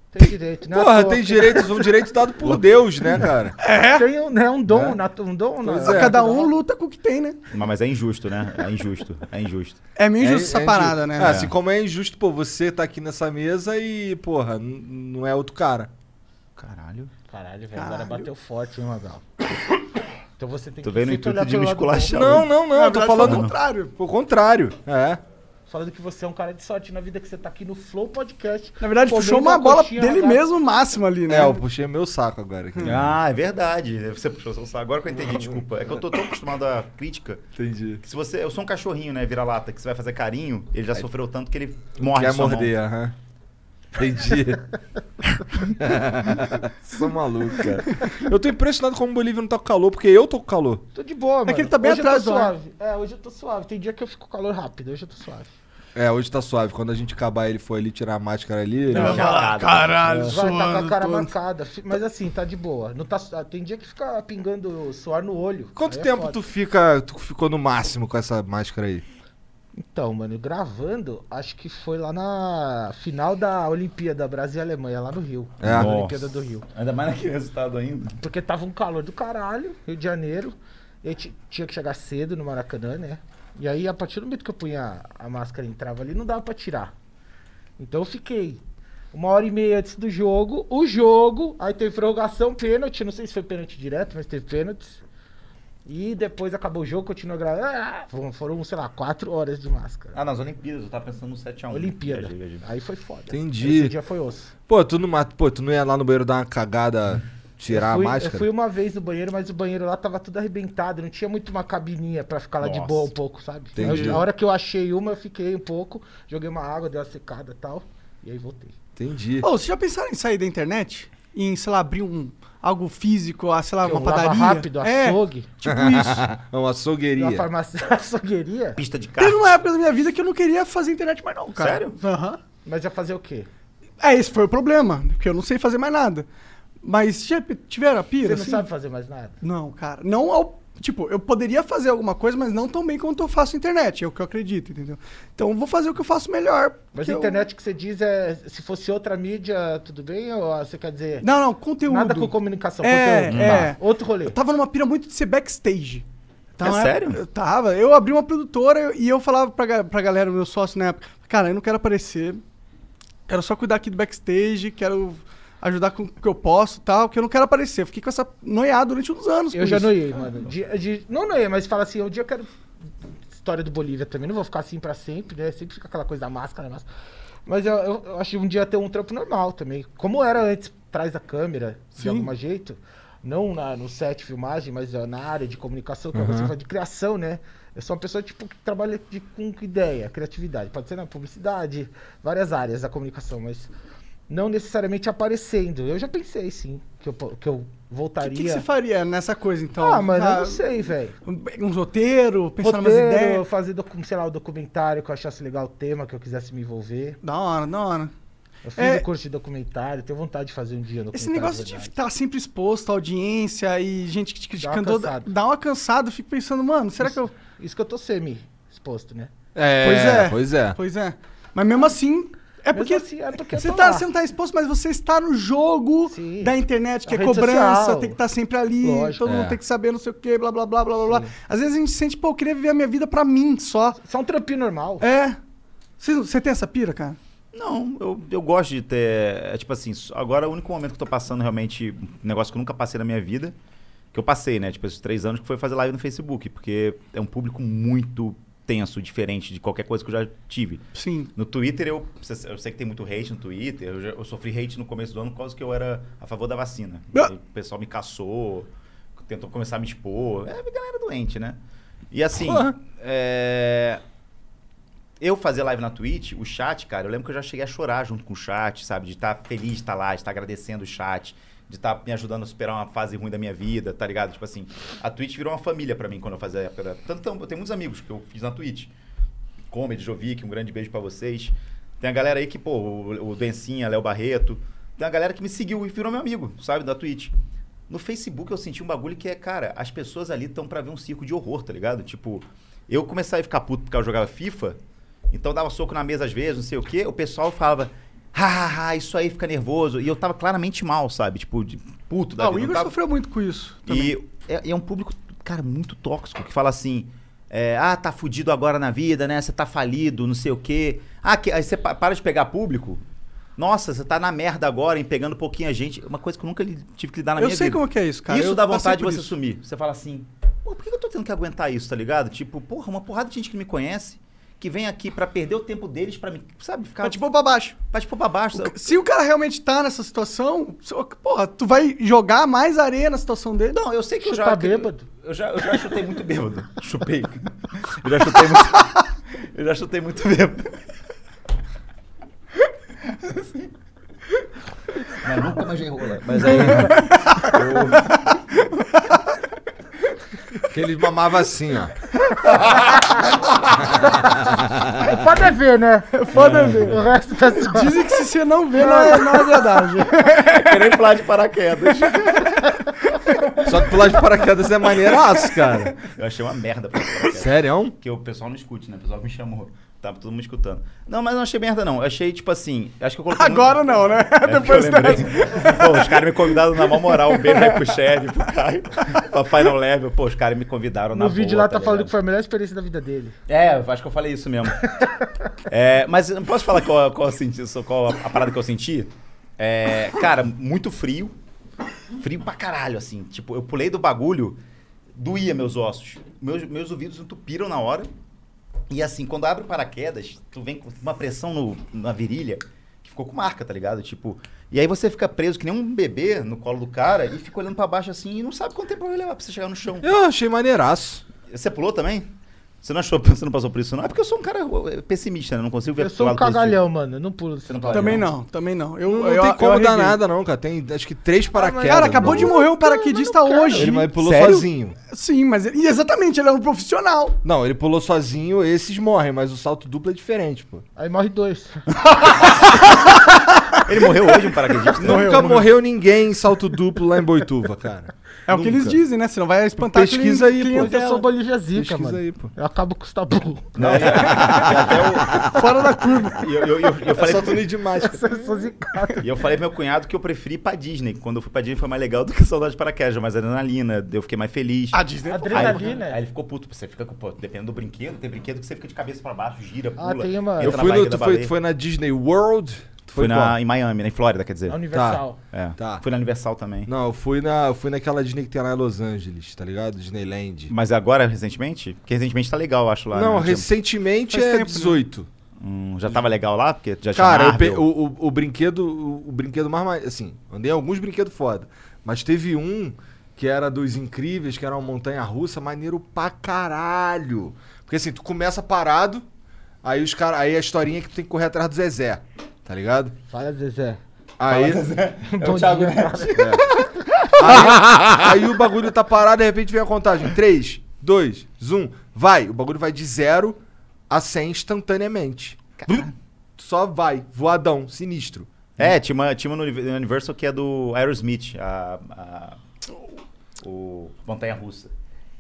Speaker 5: Tem direito, né?
Speaker 3: Porra, tem direitos, um direito dado por Deus, né, cara?
Speaker 5: Tem um, né, um dom, natu- um dom na-
Speaker 3: Pois é.
Speaker 2: Cada um luta com o que tem, né?
Speaker 4: Mas, mas é injusto, né? É injusto. É injusto.
Speaker 2: É meio injusto essa
Speaker 3: É- é
Speaker 2: parada,
Speaker 3: injusto.
Speaker 2: né?
Speaker 3: Ah,
Speaker 2: É.
Speaker 3: Assim como é injusto, pô, você tá aqui nessa mesa e, porra, n- não é outro cara.
Speaker 4: Caralho.
Speaker 5: Caralho, velho, agora bateu forte, hein, Magal? Então você tem
Speaker 4: Tu
Speaker 5: que
Speaker 4: veio no
Speaker 5: sempre
Speaker 4: intuito
Speaker 5: olhar
Speaker 4: de
Speaker 5: pelo
Speaker 4: me
Speaker 5: lado bom.
Speaker 4: esculachar.
Speaker 3: Não,
Speaker 4: hoje.
Speaker 3: não, não, eu tô falando
Speaker 2: o
Speaker 3: o
Speaker 2: contrário.
Speaker 3: contrário. É.
Speaker 5: Falando que você é um cara de sorte na vida, que você tá aqui no Flow Podcast.
Speaker 2: Na verdade,
Speaker 5: comendo
Speaker 2: puxou uma bola
Speaker 5: coxinha
Speaker 2: dele
Speaker 5: na-
Speaker 2: mesmo máximo ali, né?
Speaker 3: É, eu puxei meu saco agora aqui.
Speaker 4: Ah, é verdade. Você puxou seu saco. Agora que eu entendi, desculpa. É que eu tô tão acostumado à crítica.
Speaker 3: Entendi.
Speaker 4: Que se você. Eu sou um cachorrinho, né? Vira-lata, que você vai fazer carinho, ele já sofreu tanto que ele morre.
Speaker 3: Quer morder, aham. Entendi. Sou maluco, cara. Eu tô impressionado como o Bolívia não tá com calor, porque eu tô com calor.
Speaker 5: Tô de boa, mano.
Speaker 2: que ele tá bem
Speaker 5: hoje
Speaker 2: atrás
Speaker 5: eu
Speaker 2: do
Speaker 5: tô
Speaker 2: ar.
Speaker 5: suave. É, hoje eu tô suave. Tem dia que eu fico com calor rápido, hoje eu tô suave.
Speaker 3: É, hoje tá suave. Quando a gente acabar, ele for ali tirar a máscara ali. ele vai-
Speaker 2: Caralho,
Speaker 5: Vai, tá com a cara marcada. fi- Mas assim, tá de boa. Não tá, su- ah, tem dia que fica pingando suor no olho.
Speaker 3: Quanto
Speaker 5: Aí é
Speaker 3: tempo
Speaker 5: foda.
Speaker 3: tu fica, tu ficou no máximo com essa máscara aí?
Speaker 5: Então, mano, gravando, acho que foi lá na final da Olimpíada Brasil e Alemanha, lá no Rio.
Speaker 3: É.
Speaker 5: Na
Speaker 3: Nossa.
Speaker 5: Olimpíada do Rio.
Speaker 4: Ainda mais naquele resultado ainda.
Speaker 5: Porque tava um calor do caralho, Rio de Janeiro. Eu ti- tinha que chegar cedo no Maracanã, né? E aí, a partir do momento que eu punha a, a máscara e entrava ali, não dava pra tirar. Então eu fiquei uma hora e meia antes do jogo. O jogo, aí teve prorrogação, pênalti. Não sei se foi pênalti direto, mas teve pênalti. E depois acabou o jogo, continuou gravando. Ah, foram- foram, sei lá, quatro horas de máscara.
Speaker 4: Ah, nas Olimpíadas, eu tava pensando no 7x1.
Speaker 5: Olimpíada. Aí foi foda.
Speaker 3: Entendi.
Speaker 5: Esse dia foi osso.
Speaker 3: Pô, tu não, mata- pô, tu não ia lá no banheiro dar uma cagada, tirar
Speaker 5: eu fui,
Speaker 3: a máscara?
Speaker 5: Eu fui uma vez no banheiro, mas o banheiro lá tava tudo arrebentado, não tinha muito uma cabininha pra ficar lá de
Speaker 4: Nossa.
Speaker 5: boa um pouco, sabe?
Speaker 3: Entendi.
Speaker 5: Aí, a hora que eu achei uma, eu fiquei um pouco, joguei uma água, dei uma secada e tal, e aí voltei.
Speaker 3: Entendi.
Speaker 2: Ô, vocês já pensaram em sair da internet? Em, sei lá, abrir um algo físico, ah, sei lá, uma
Speaker 5: eu
Speaker 2: padaria?
Speaker 5: um lava rápido,
Speaker 2: é,
Speaker 5: açougue,
Speaker 2: tipo isso.
Speaker 3: É uma
Speaker 5: uma
Speaker 3: açougueria.
Speaker 5: farmácia açougueria,
Speaker 4: Pista de
Speaker 2: Teve
Speaker 4: carro.
Speaker 2: uma época da minha vida que eu não queria fazer internet mais não, cara.
Speaker 4: Sério?
Speaker 2: Aham.
Speaker 5: mas ia fazer o quê?
Speaker 2: É, esse foi o problema, porque eu não sei fazer mais nada. Mas já tiveram a
Speaker 5: Você
Speaker 2: pira,
Speaker 5: não
Speaker 2: assim?
Speaker 5: sabe fazer mais nada?
Speaker 2: Não, cara. Não ao. Tipo, eu poderia fazer alguma coisa, mas não tão bem quanto eu faço internet, é o que eu acredito, entendeu? Então eu vou fazer o que eu faço melhor.
Speaker 5: Mas
Speaker 2: que
Speaker 5: a
Speaker 2: eu-
Speaker 5: internet que você diz é, se fosse outra mídia, tudo bem? Ou ah, você quer dizer,
Speaker 2: Não, não, conteúdo.
Speaker 5: nada com comunicação,
Speaker 2: É,
Speaker 5: conteúdo?
Speaker 2: é.
Speaker 5: Tá, outro rolê.
Speaker 2: Eu tava numa pira muito de ser backstage. Tava-
Speaker 4: É sério?
Speaker 2: Eu tava. Eu abri uma produtora e eu falava pra, ga- pra galera, meu sócio na época, cara, eu não quero aparecer, quero só cuidar aqui do backstage, quero ajudar com o que eu posso e tal, que eu não quero aparecer. Eu fiquei com essa noiada durante uns anos.
Speaker 5: Eu
Speaker 2: com
Speaker 5: já
Speaker 2: isso.
Speaker 5: noiei, mano. De, de- não noiei, mas fala assim, um dia eu quero. História do Bolívia também, não vou ficar assim pra sempre, né? Sempre fica aquela coisa da máscara, mas. Mas eu, eu, eu acho que um dia ter um trampo normal também. Como era antes, atrás da câmera, de algum jeito. Não na- no set filmagem, mas ah, na área de comunicação, que você fala de criação, né? Eu sou uma pessoa tipo, que trabalha de, com ideia, criatividade. Pode ser na publicidade, várias áreas da comunicação, mas não necessariamente aparecendo. Eu já pensei, sim, que eu, po- que eu
Speaker 2: O
Speaker 5: voltaria.
Speaker 2: que, que você faria nessa coisa, então?
Speaker 5: Ah, mano, eu
Speaker 2: Ah,
Speaker 5: não sei, velho.
Speaker 2: um- Um roteiro, pensar
Speaker 5: Roteiro,
Speaker 2: umas ideias.
Speaker 5: fazer, docu- sei lá, um documentário que eu achasse legal o tema, que eu quisesse me envolver.
Speaker 2: Da hora, da hora.
Speaker 5: Eu fiz
Speaker 2: É.
Speaker 5: o curso de documentário, tenho vontade de fazer um dia documentário.
Speaker 2: Esse negócio de
Speaker 5: verdade.
Speaker 2: estar sempre exposto à audiência e gente que te
Speaker 5: Dá uma
Speaker 2: criticando, dá
Speaker 5: cansada.
Speaker 2: dá uma cansada, eu fico pensando, mano, será que eu.
Speaker 5: Isso que eu tô semi-exposto, né?
Speaker 3: É,
Speaker 2: Pois é.
Speaker 3: Pois é.
Speaker 2: Pois é. Mas mesmo assim, é porque.
Speaker 5: assim, é porque eu
Speaker 2: você,
Speaker 5: tô
Speaker 2: tá,
Speaker 5: lá.
Speaker 2: você não tá exposto, mas você está no jogo
Speaker 5: Sim.
Speaker 2: da internet, que
Speaker 5: A
Speaker 2: é
Speaker 5: rede
Speaker 2: cobrança,
Speaker 5: social.
Speaker 2: tem que estar sempre ali,
Speaker 5: Lógico.
Speaker 2: todo mundo
Speaker 3: É.
Speaker 2: tem que saber não sei o quê, blá blá blá blá blá blá. Às vezes a gente sente, pô, eu queria viver a minha vida pra mim só.
Speaker 5: Só um trampinho normal.
Speaker 2: É. Você, você tem essa pira, cara?
Speaker 4: Não, eu, eu gosto de ter. É, tipo assim, s- agora o único momento que eu tô passando realmente, um negócio que eu nunca passei na minha vida, que eu passei, né? Tipo, esses três anos, que foi fazer live no Facebook, porque é um público muito tenso, diferente de qualquer coisa que eu já tive.
Speaker 2: Sim.
Speaker 4: No Twitter, eu, eu sei que tem muito hate no Twitter. Eu, já- eu sofri hate no começo do ano por causa que eu era a favor da vacina.
Speaker 2: Ah.
Speaker 4: Aí O pessoal me caçou, tentou começar a me expor. É a galera doente, né? E assim,
Speaker 2: Porra.
Speaker 4: é, eu fazer live na Twitch, o chat, cara, eu lembro que eu já cheguei a chorar junto com o chat, sabe? De estar feliz de estar lá, de estar agradecendo o chat, de estar me ajudando a superar uma fase ruim da minha vida, tá ligado? Tipo assim, a Twitch virou uma família pra mim quando eu fazia. era- Tanto, tanto- eu tenho muitos amigos que eu fiz na Twitch. Comedy, Jovic, um grande beijo pra vocês. Tem a galera aí que, pô, o, o Dencinha, Léo Barreto. Tem a galera que me seguiu e virou meu amigo, sabe, da Twitch. No Facebook eu senti um bagulho que é, cara, as pessoas ali estão pra ver um circo de horror, tá ligado? Tipo, eu começava a ficar puto porque eu jogava FIFA, então eu dava soco na mesa às vezes, não sei o quê, o pessoal falava, "Ha, ha, ha, isso aí fica nervoso. E eu tava claramente mal, sabe? Tipo, de puto da
Speaker 2: Ah, o
Speaker 4: vida. não
Speaker 2: Igor
Speaker 4: tava-
Speaker 2: sofreu muito com isso. Também.
Speaker 4: e é, e é um público, cara, muito tóxico, que fala assim. é, ah, tá fudido agora na vida, né? Você tá falido, não sei o quê. Ah, que, aí você pa- para de pegar público? Nossa, você tá na merda agora, em pegando pouquinha gente. É Uma coisa que eu nunca li- tive que lidar na
Speaker 2: eu
Speaker 4: minha
Speaker 2: sei
Speaker 4: vida.
Speaker 2: como que é isso, cara.
Speaker 4: isso
Speaker 2: eu
Speaker 4: dá
Speaker 2: passei
Speaker 4: vontade de
Speaker 2: por
Speaker 4: você
Speaker 2: isso.
Speaker 4: sumir. Você fala assim, pô, por que eu tô tendo que aguentar isso, tá ligado? Tipo, porra, uma porrada de gente que não me conhece, que vem aqui pra perder o tempo deles, pra me, sabe, ficar.
Speaker 2: Mas, tipo, pra baixo.
Speaker 4: pra, tipo pra baixo. sabe?
Speaker 2: Se o cara realmente tá nessa situação, só que, porra, tu vai jogar mais areia na situação dele?
Speaker 4: Não, eu sei que eu já.
Speaker 5: Chutar tá bêbado.
Speaker 4: Eu já, eu já chutei muito bêbado. Chupei. Eu já chutei muito. Eu já chutei muito bêbado.
Speaker 7: Mas nunca mais errou, né?
Speaker 4: Mas aí.
Speaker 3: Porque eles mamavam assim, ó.
Speaker 5: É foda é ver, né? É foda é ver. O resto tá se
Speaker 2: Dizem que se você não vê, não é, não é verdade.
Speaker 4: Querendo pular de paraquedas.
Speaker 3: Só que pular de paraquedas é maneiraço, cara.
Speaker 4: Eu achei uma merda pular de paraquedas.
Speaker 3: Sério?
Speaker 4: Que o pessoal não escute, né? O pessoal me chamou. Tava todo mundo escutando. Não, mas não achei merda, não. Eu achei, tipo assim. Acho que eu coloquei. muito-
Speaker 2: Agora não, né?
Speaker 4: É porque eu lembrei. Pô, os caras me convidaram na mó moral. Um beijo aí pro Chad, pro Caio, pra Final Level. Pô, os caras me convidaram na
Speaker 5: No vídeo
Speaker 4: boa,
Speaker 5: lá tá, falando
Speaker 4: ligado?
Speaker 5: que foi a melhor experiência da vida dele.
Speaker 4: É, eu acho que eu falei isso mesmo. É, mas eu não posso falar qual, qual, eu senti- qual a parada que eu senti? É, cara, muito frio. Frio pra caralho, assim. Tipo, eu pulei do bagulho, doía meus ossos. Meus, meus ouvidos entupiram na hora. E assim, quando abre o paraquedas, tu vem com uma pressão no- na virilha que ficou com marca, tá ligado? Tipo, e aí você fica preso que nem um bebê no colo do cara e fica olhando pra baixo assim e não sabe quanto tempo vai levar pra você chegar no chão.
Speaker 3: Eu achei maneiraço.
Speaker 4: Você pulou também? Você não achou, você não passou por isso, não? É porque eu sou um cara eh, pessimista, né? Eu Não consigo ver
Speaker 5: Eu sou um
Speaker 4: lado positivo.
Speaker 5: cagalhão, mano. Eu não pulo desse
Speaker 4: Você não
Speaker 5: lugar.
Speaker 4: pode.
Speaker 2: Também não, também não. Eu,
Speaker 3: Não, não
Speaker 2: eu-
Speaker 3: tem
Speaker 2: eu
Speaker 3: como dar
Speaker 2: arreguei. Ah,
Speaker 3: nada, não, cara. Tem acho que três paraquedas.
Speaker 2: Cara, acabou
Speaker 3: no
Speaker 2: de morrer um paraquedista hoje.
Speaker 3: Ele mas pulou
Speaker 4: Sério?
Speaker 3: sozinho.
Speaker 2: Sim, mas ele- e exatamente, ele é um profissional.
Speaker 3: Não, ele pulou sozinho, esses morrem, mas o salto duplo é diferente, pô.
Speaker 5: Aí morre dois.
Speaker 4: Ele morreu hoje, um paraquedista? né?
Speaker 3: Nunca morreu, ninguém em salto duplo lá em Boituva, cara.
Speaker 2: É o que eles
Speaker 3: Nunca.
Speaker 2: dizem, né? Você não vai espantar
Speaker 3: Pesquisa
Speaker 2: clien-
Speaker 3: aí, pô.
Speaker 5: Eu
Speaker 2: clientela.
Speaker 4: um.
Speaker 5: sou Bolívia Zica,
Speaker 3: Pesquisa
Speaker 5: mano.
Speaker 3: aí, pô.
Speaker 5: Eu acabo com os tabu.
Speaker 4: Não, e- e até
Speaker 2: Fora da curva.
Speaker 4: o- e eu, eu, eu,
Speaker 3: É
Speaker 4: eu falei,
Speaker 3: tudo de máscara.
Speaker 5: Eu sou zicado.
Speaker 4: e eu falei pro meu cunhado que eu preferi ir pra Disney. Quando eu fui pra Disney foi mais legal do que Saudade de Paraquedas, mas adrenalina, eu fiquei mais feliz.
Speaker 2: A Disney é
Speaker 4: Aí,
Speaker 5: Ah, Adrenalina.
Speaker 4: aí ele ficou puto, você fica com, pô, dependendo do brinquedo, tem brinquedo que você fica de cabeça pra baixo, gira,
Speaker 5: Ah,
Speaker 4: pula.
Speaker 5: tem uma-
Speaker 4: entra
Speaker 3: Eu
Speaker 4: na
Speaker 3: fui
Speaker 4: barriga
Speaker 3: no,
Speaker 4: da
Speaker 3: tu foi,
Speaker 4: baleia.
Speaker 3: tu foi na Disney World? Tu
Speaker 4: Fui
Speaker 3: foi
Speaker 4: na,
Speaker 3: qual?
Speaker 4: em Miami, né, em Flórida, quer dizer.
Speaker 5: É universal.
Speaker 4: É,
Speaker 3: Tá.
Speaker 4: Fui na Universal também.
Speaker 3: Não, eu fui, na, eu fui naquela Disney que tem lá em Los Angeles, tá ligado? Disneyland.
Speaker 4: Mas agora, recentemente? Porque recentemente tá legal, eu acho, lá.
Speaker 3: não,
Speaker 4: né?
Speaker 3: recentemente
Speaker 2: Faz
Speaker 3: é
Speaker 2: tempo, né?
Speaker 3: 18.
Speaker 4: Hum, já tava legal lá? Porque já tinha
Speaker 3: Cara, eu
Speaker 4: É Marvel.
Speaker 3: pe- o, o- o brinquedo, o, o brinquedo mais, ma- assim, andei em alguns brinquedos foda, mas teve um que era dos incríveis, que era uma montanha russa, maneiro pra caralho. Porque assim, tu começa parado, aí os cara, aí a historinha é que tu tem que correr atrás do Zezé, tá ligado?
Speaker 5: Fala, Zezé.
Speaker 3: Aí,
Speaker 2: É o Thiago Neves.
Speaker 3: aí o bagulho tá parado, de repente vem a contagem. 3, 2, 1, vai. O bagulho vai de 0 a 100 instantaneamente. Brum. Só vai, voadão, sinistro.
Speaker 4: É, tinha uma, tinha uma no Univ- Universal que é do Aerosmith, a, a- o Montanha Russa.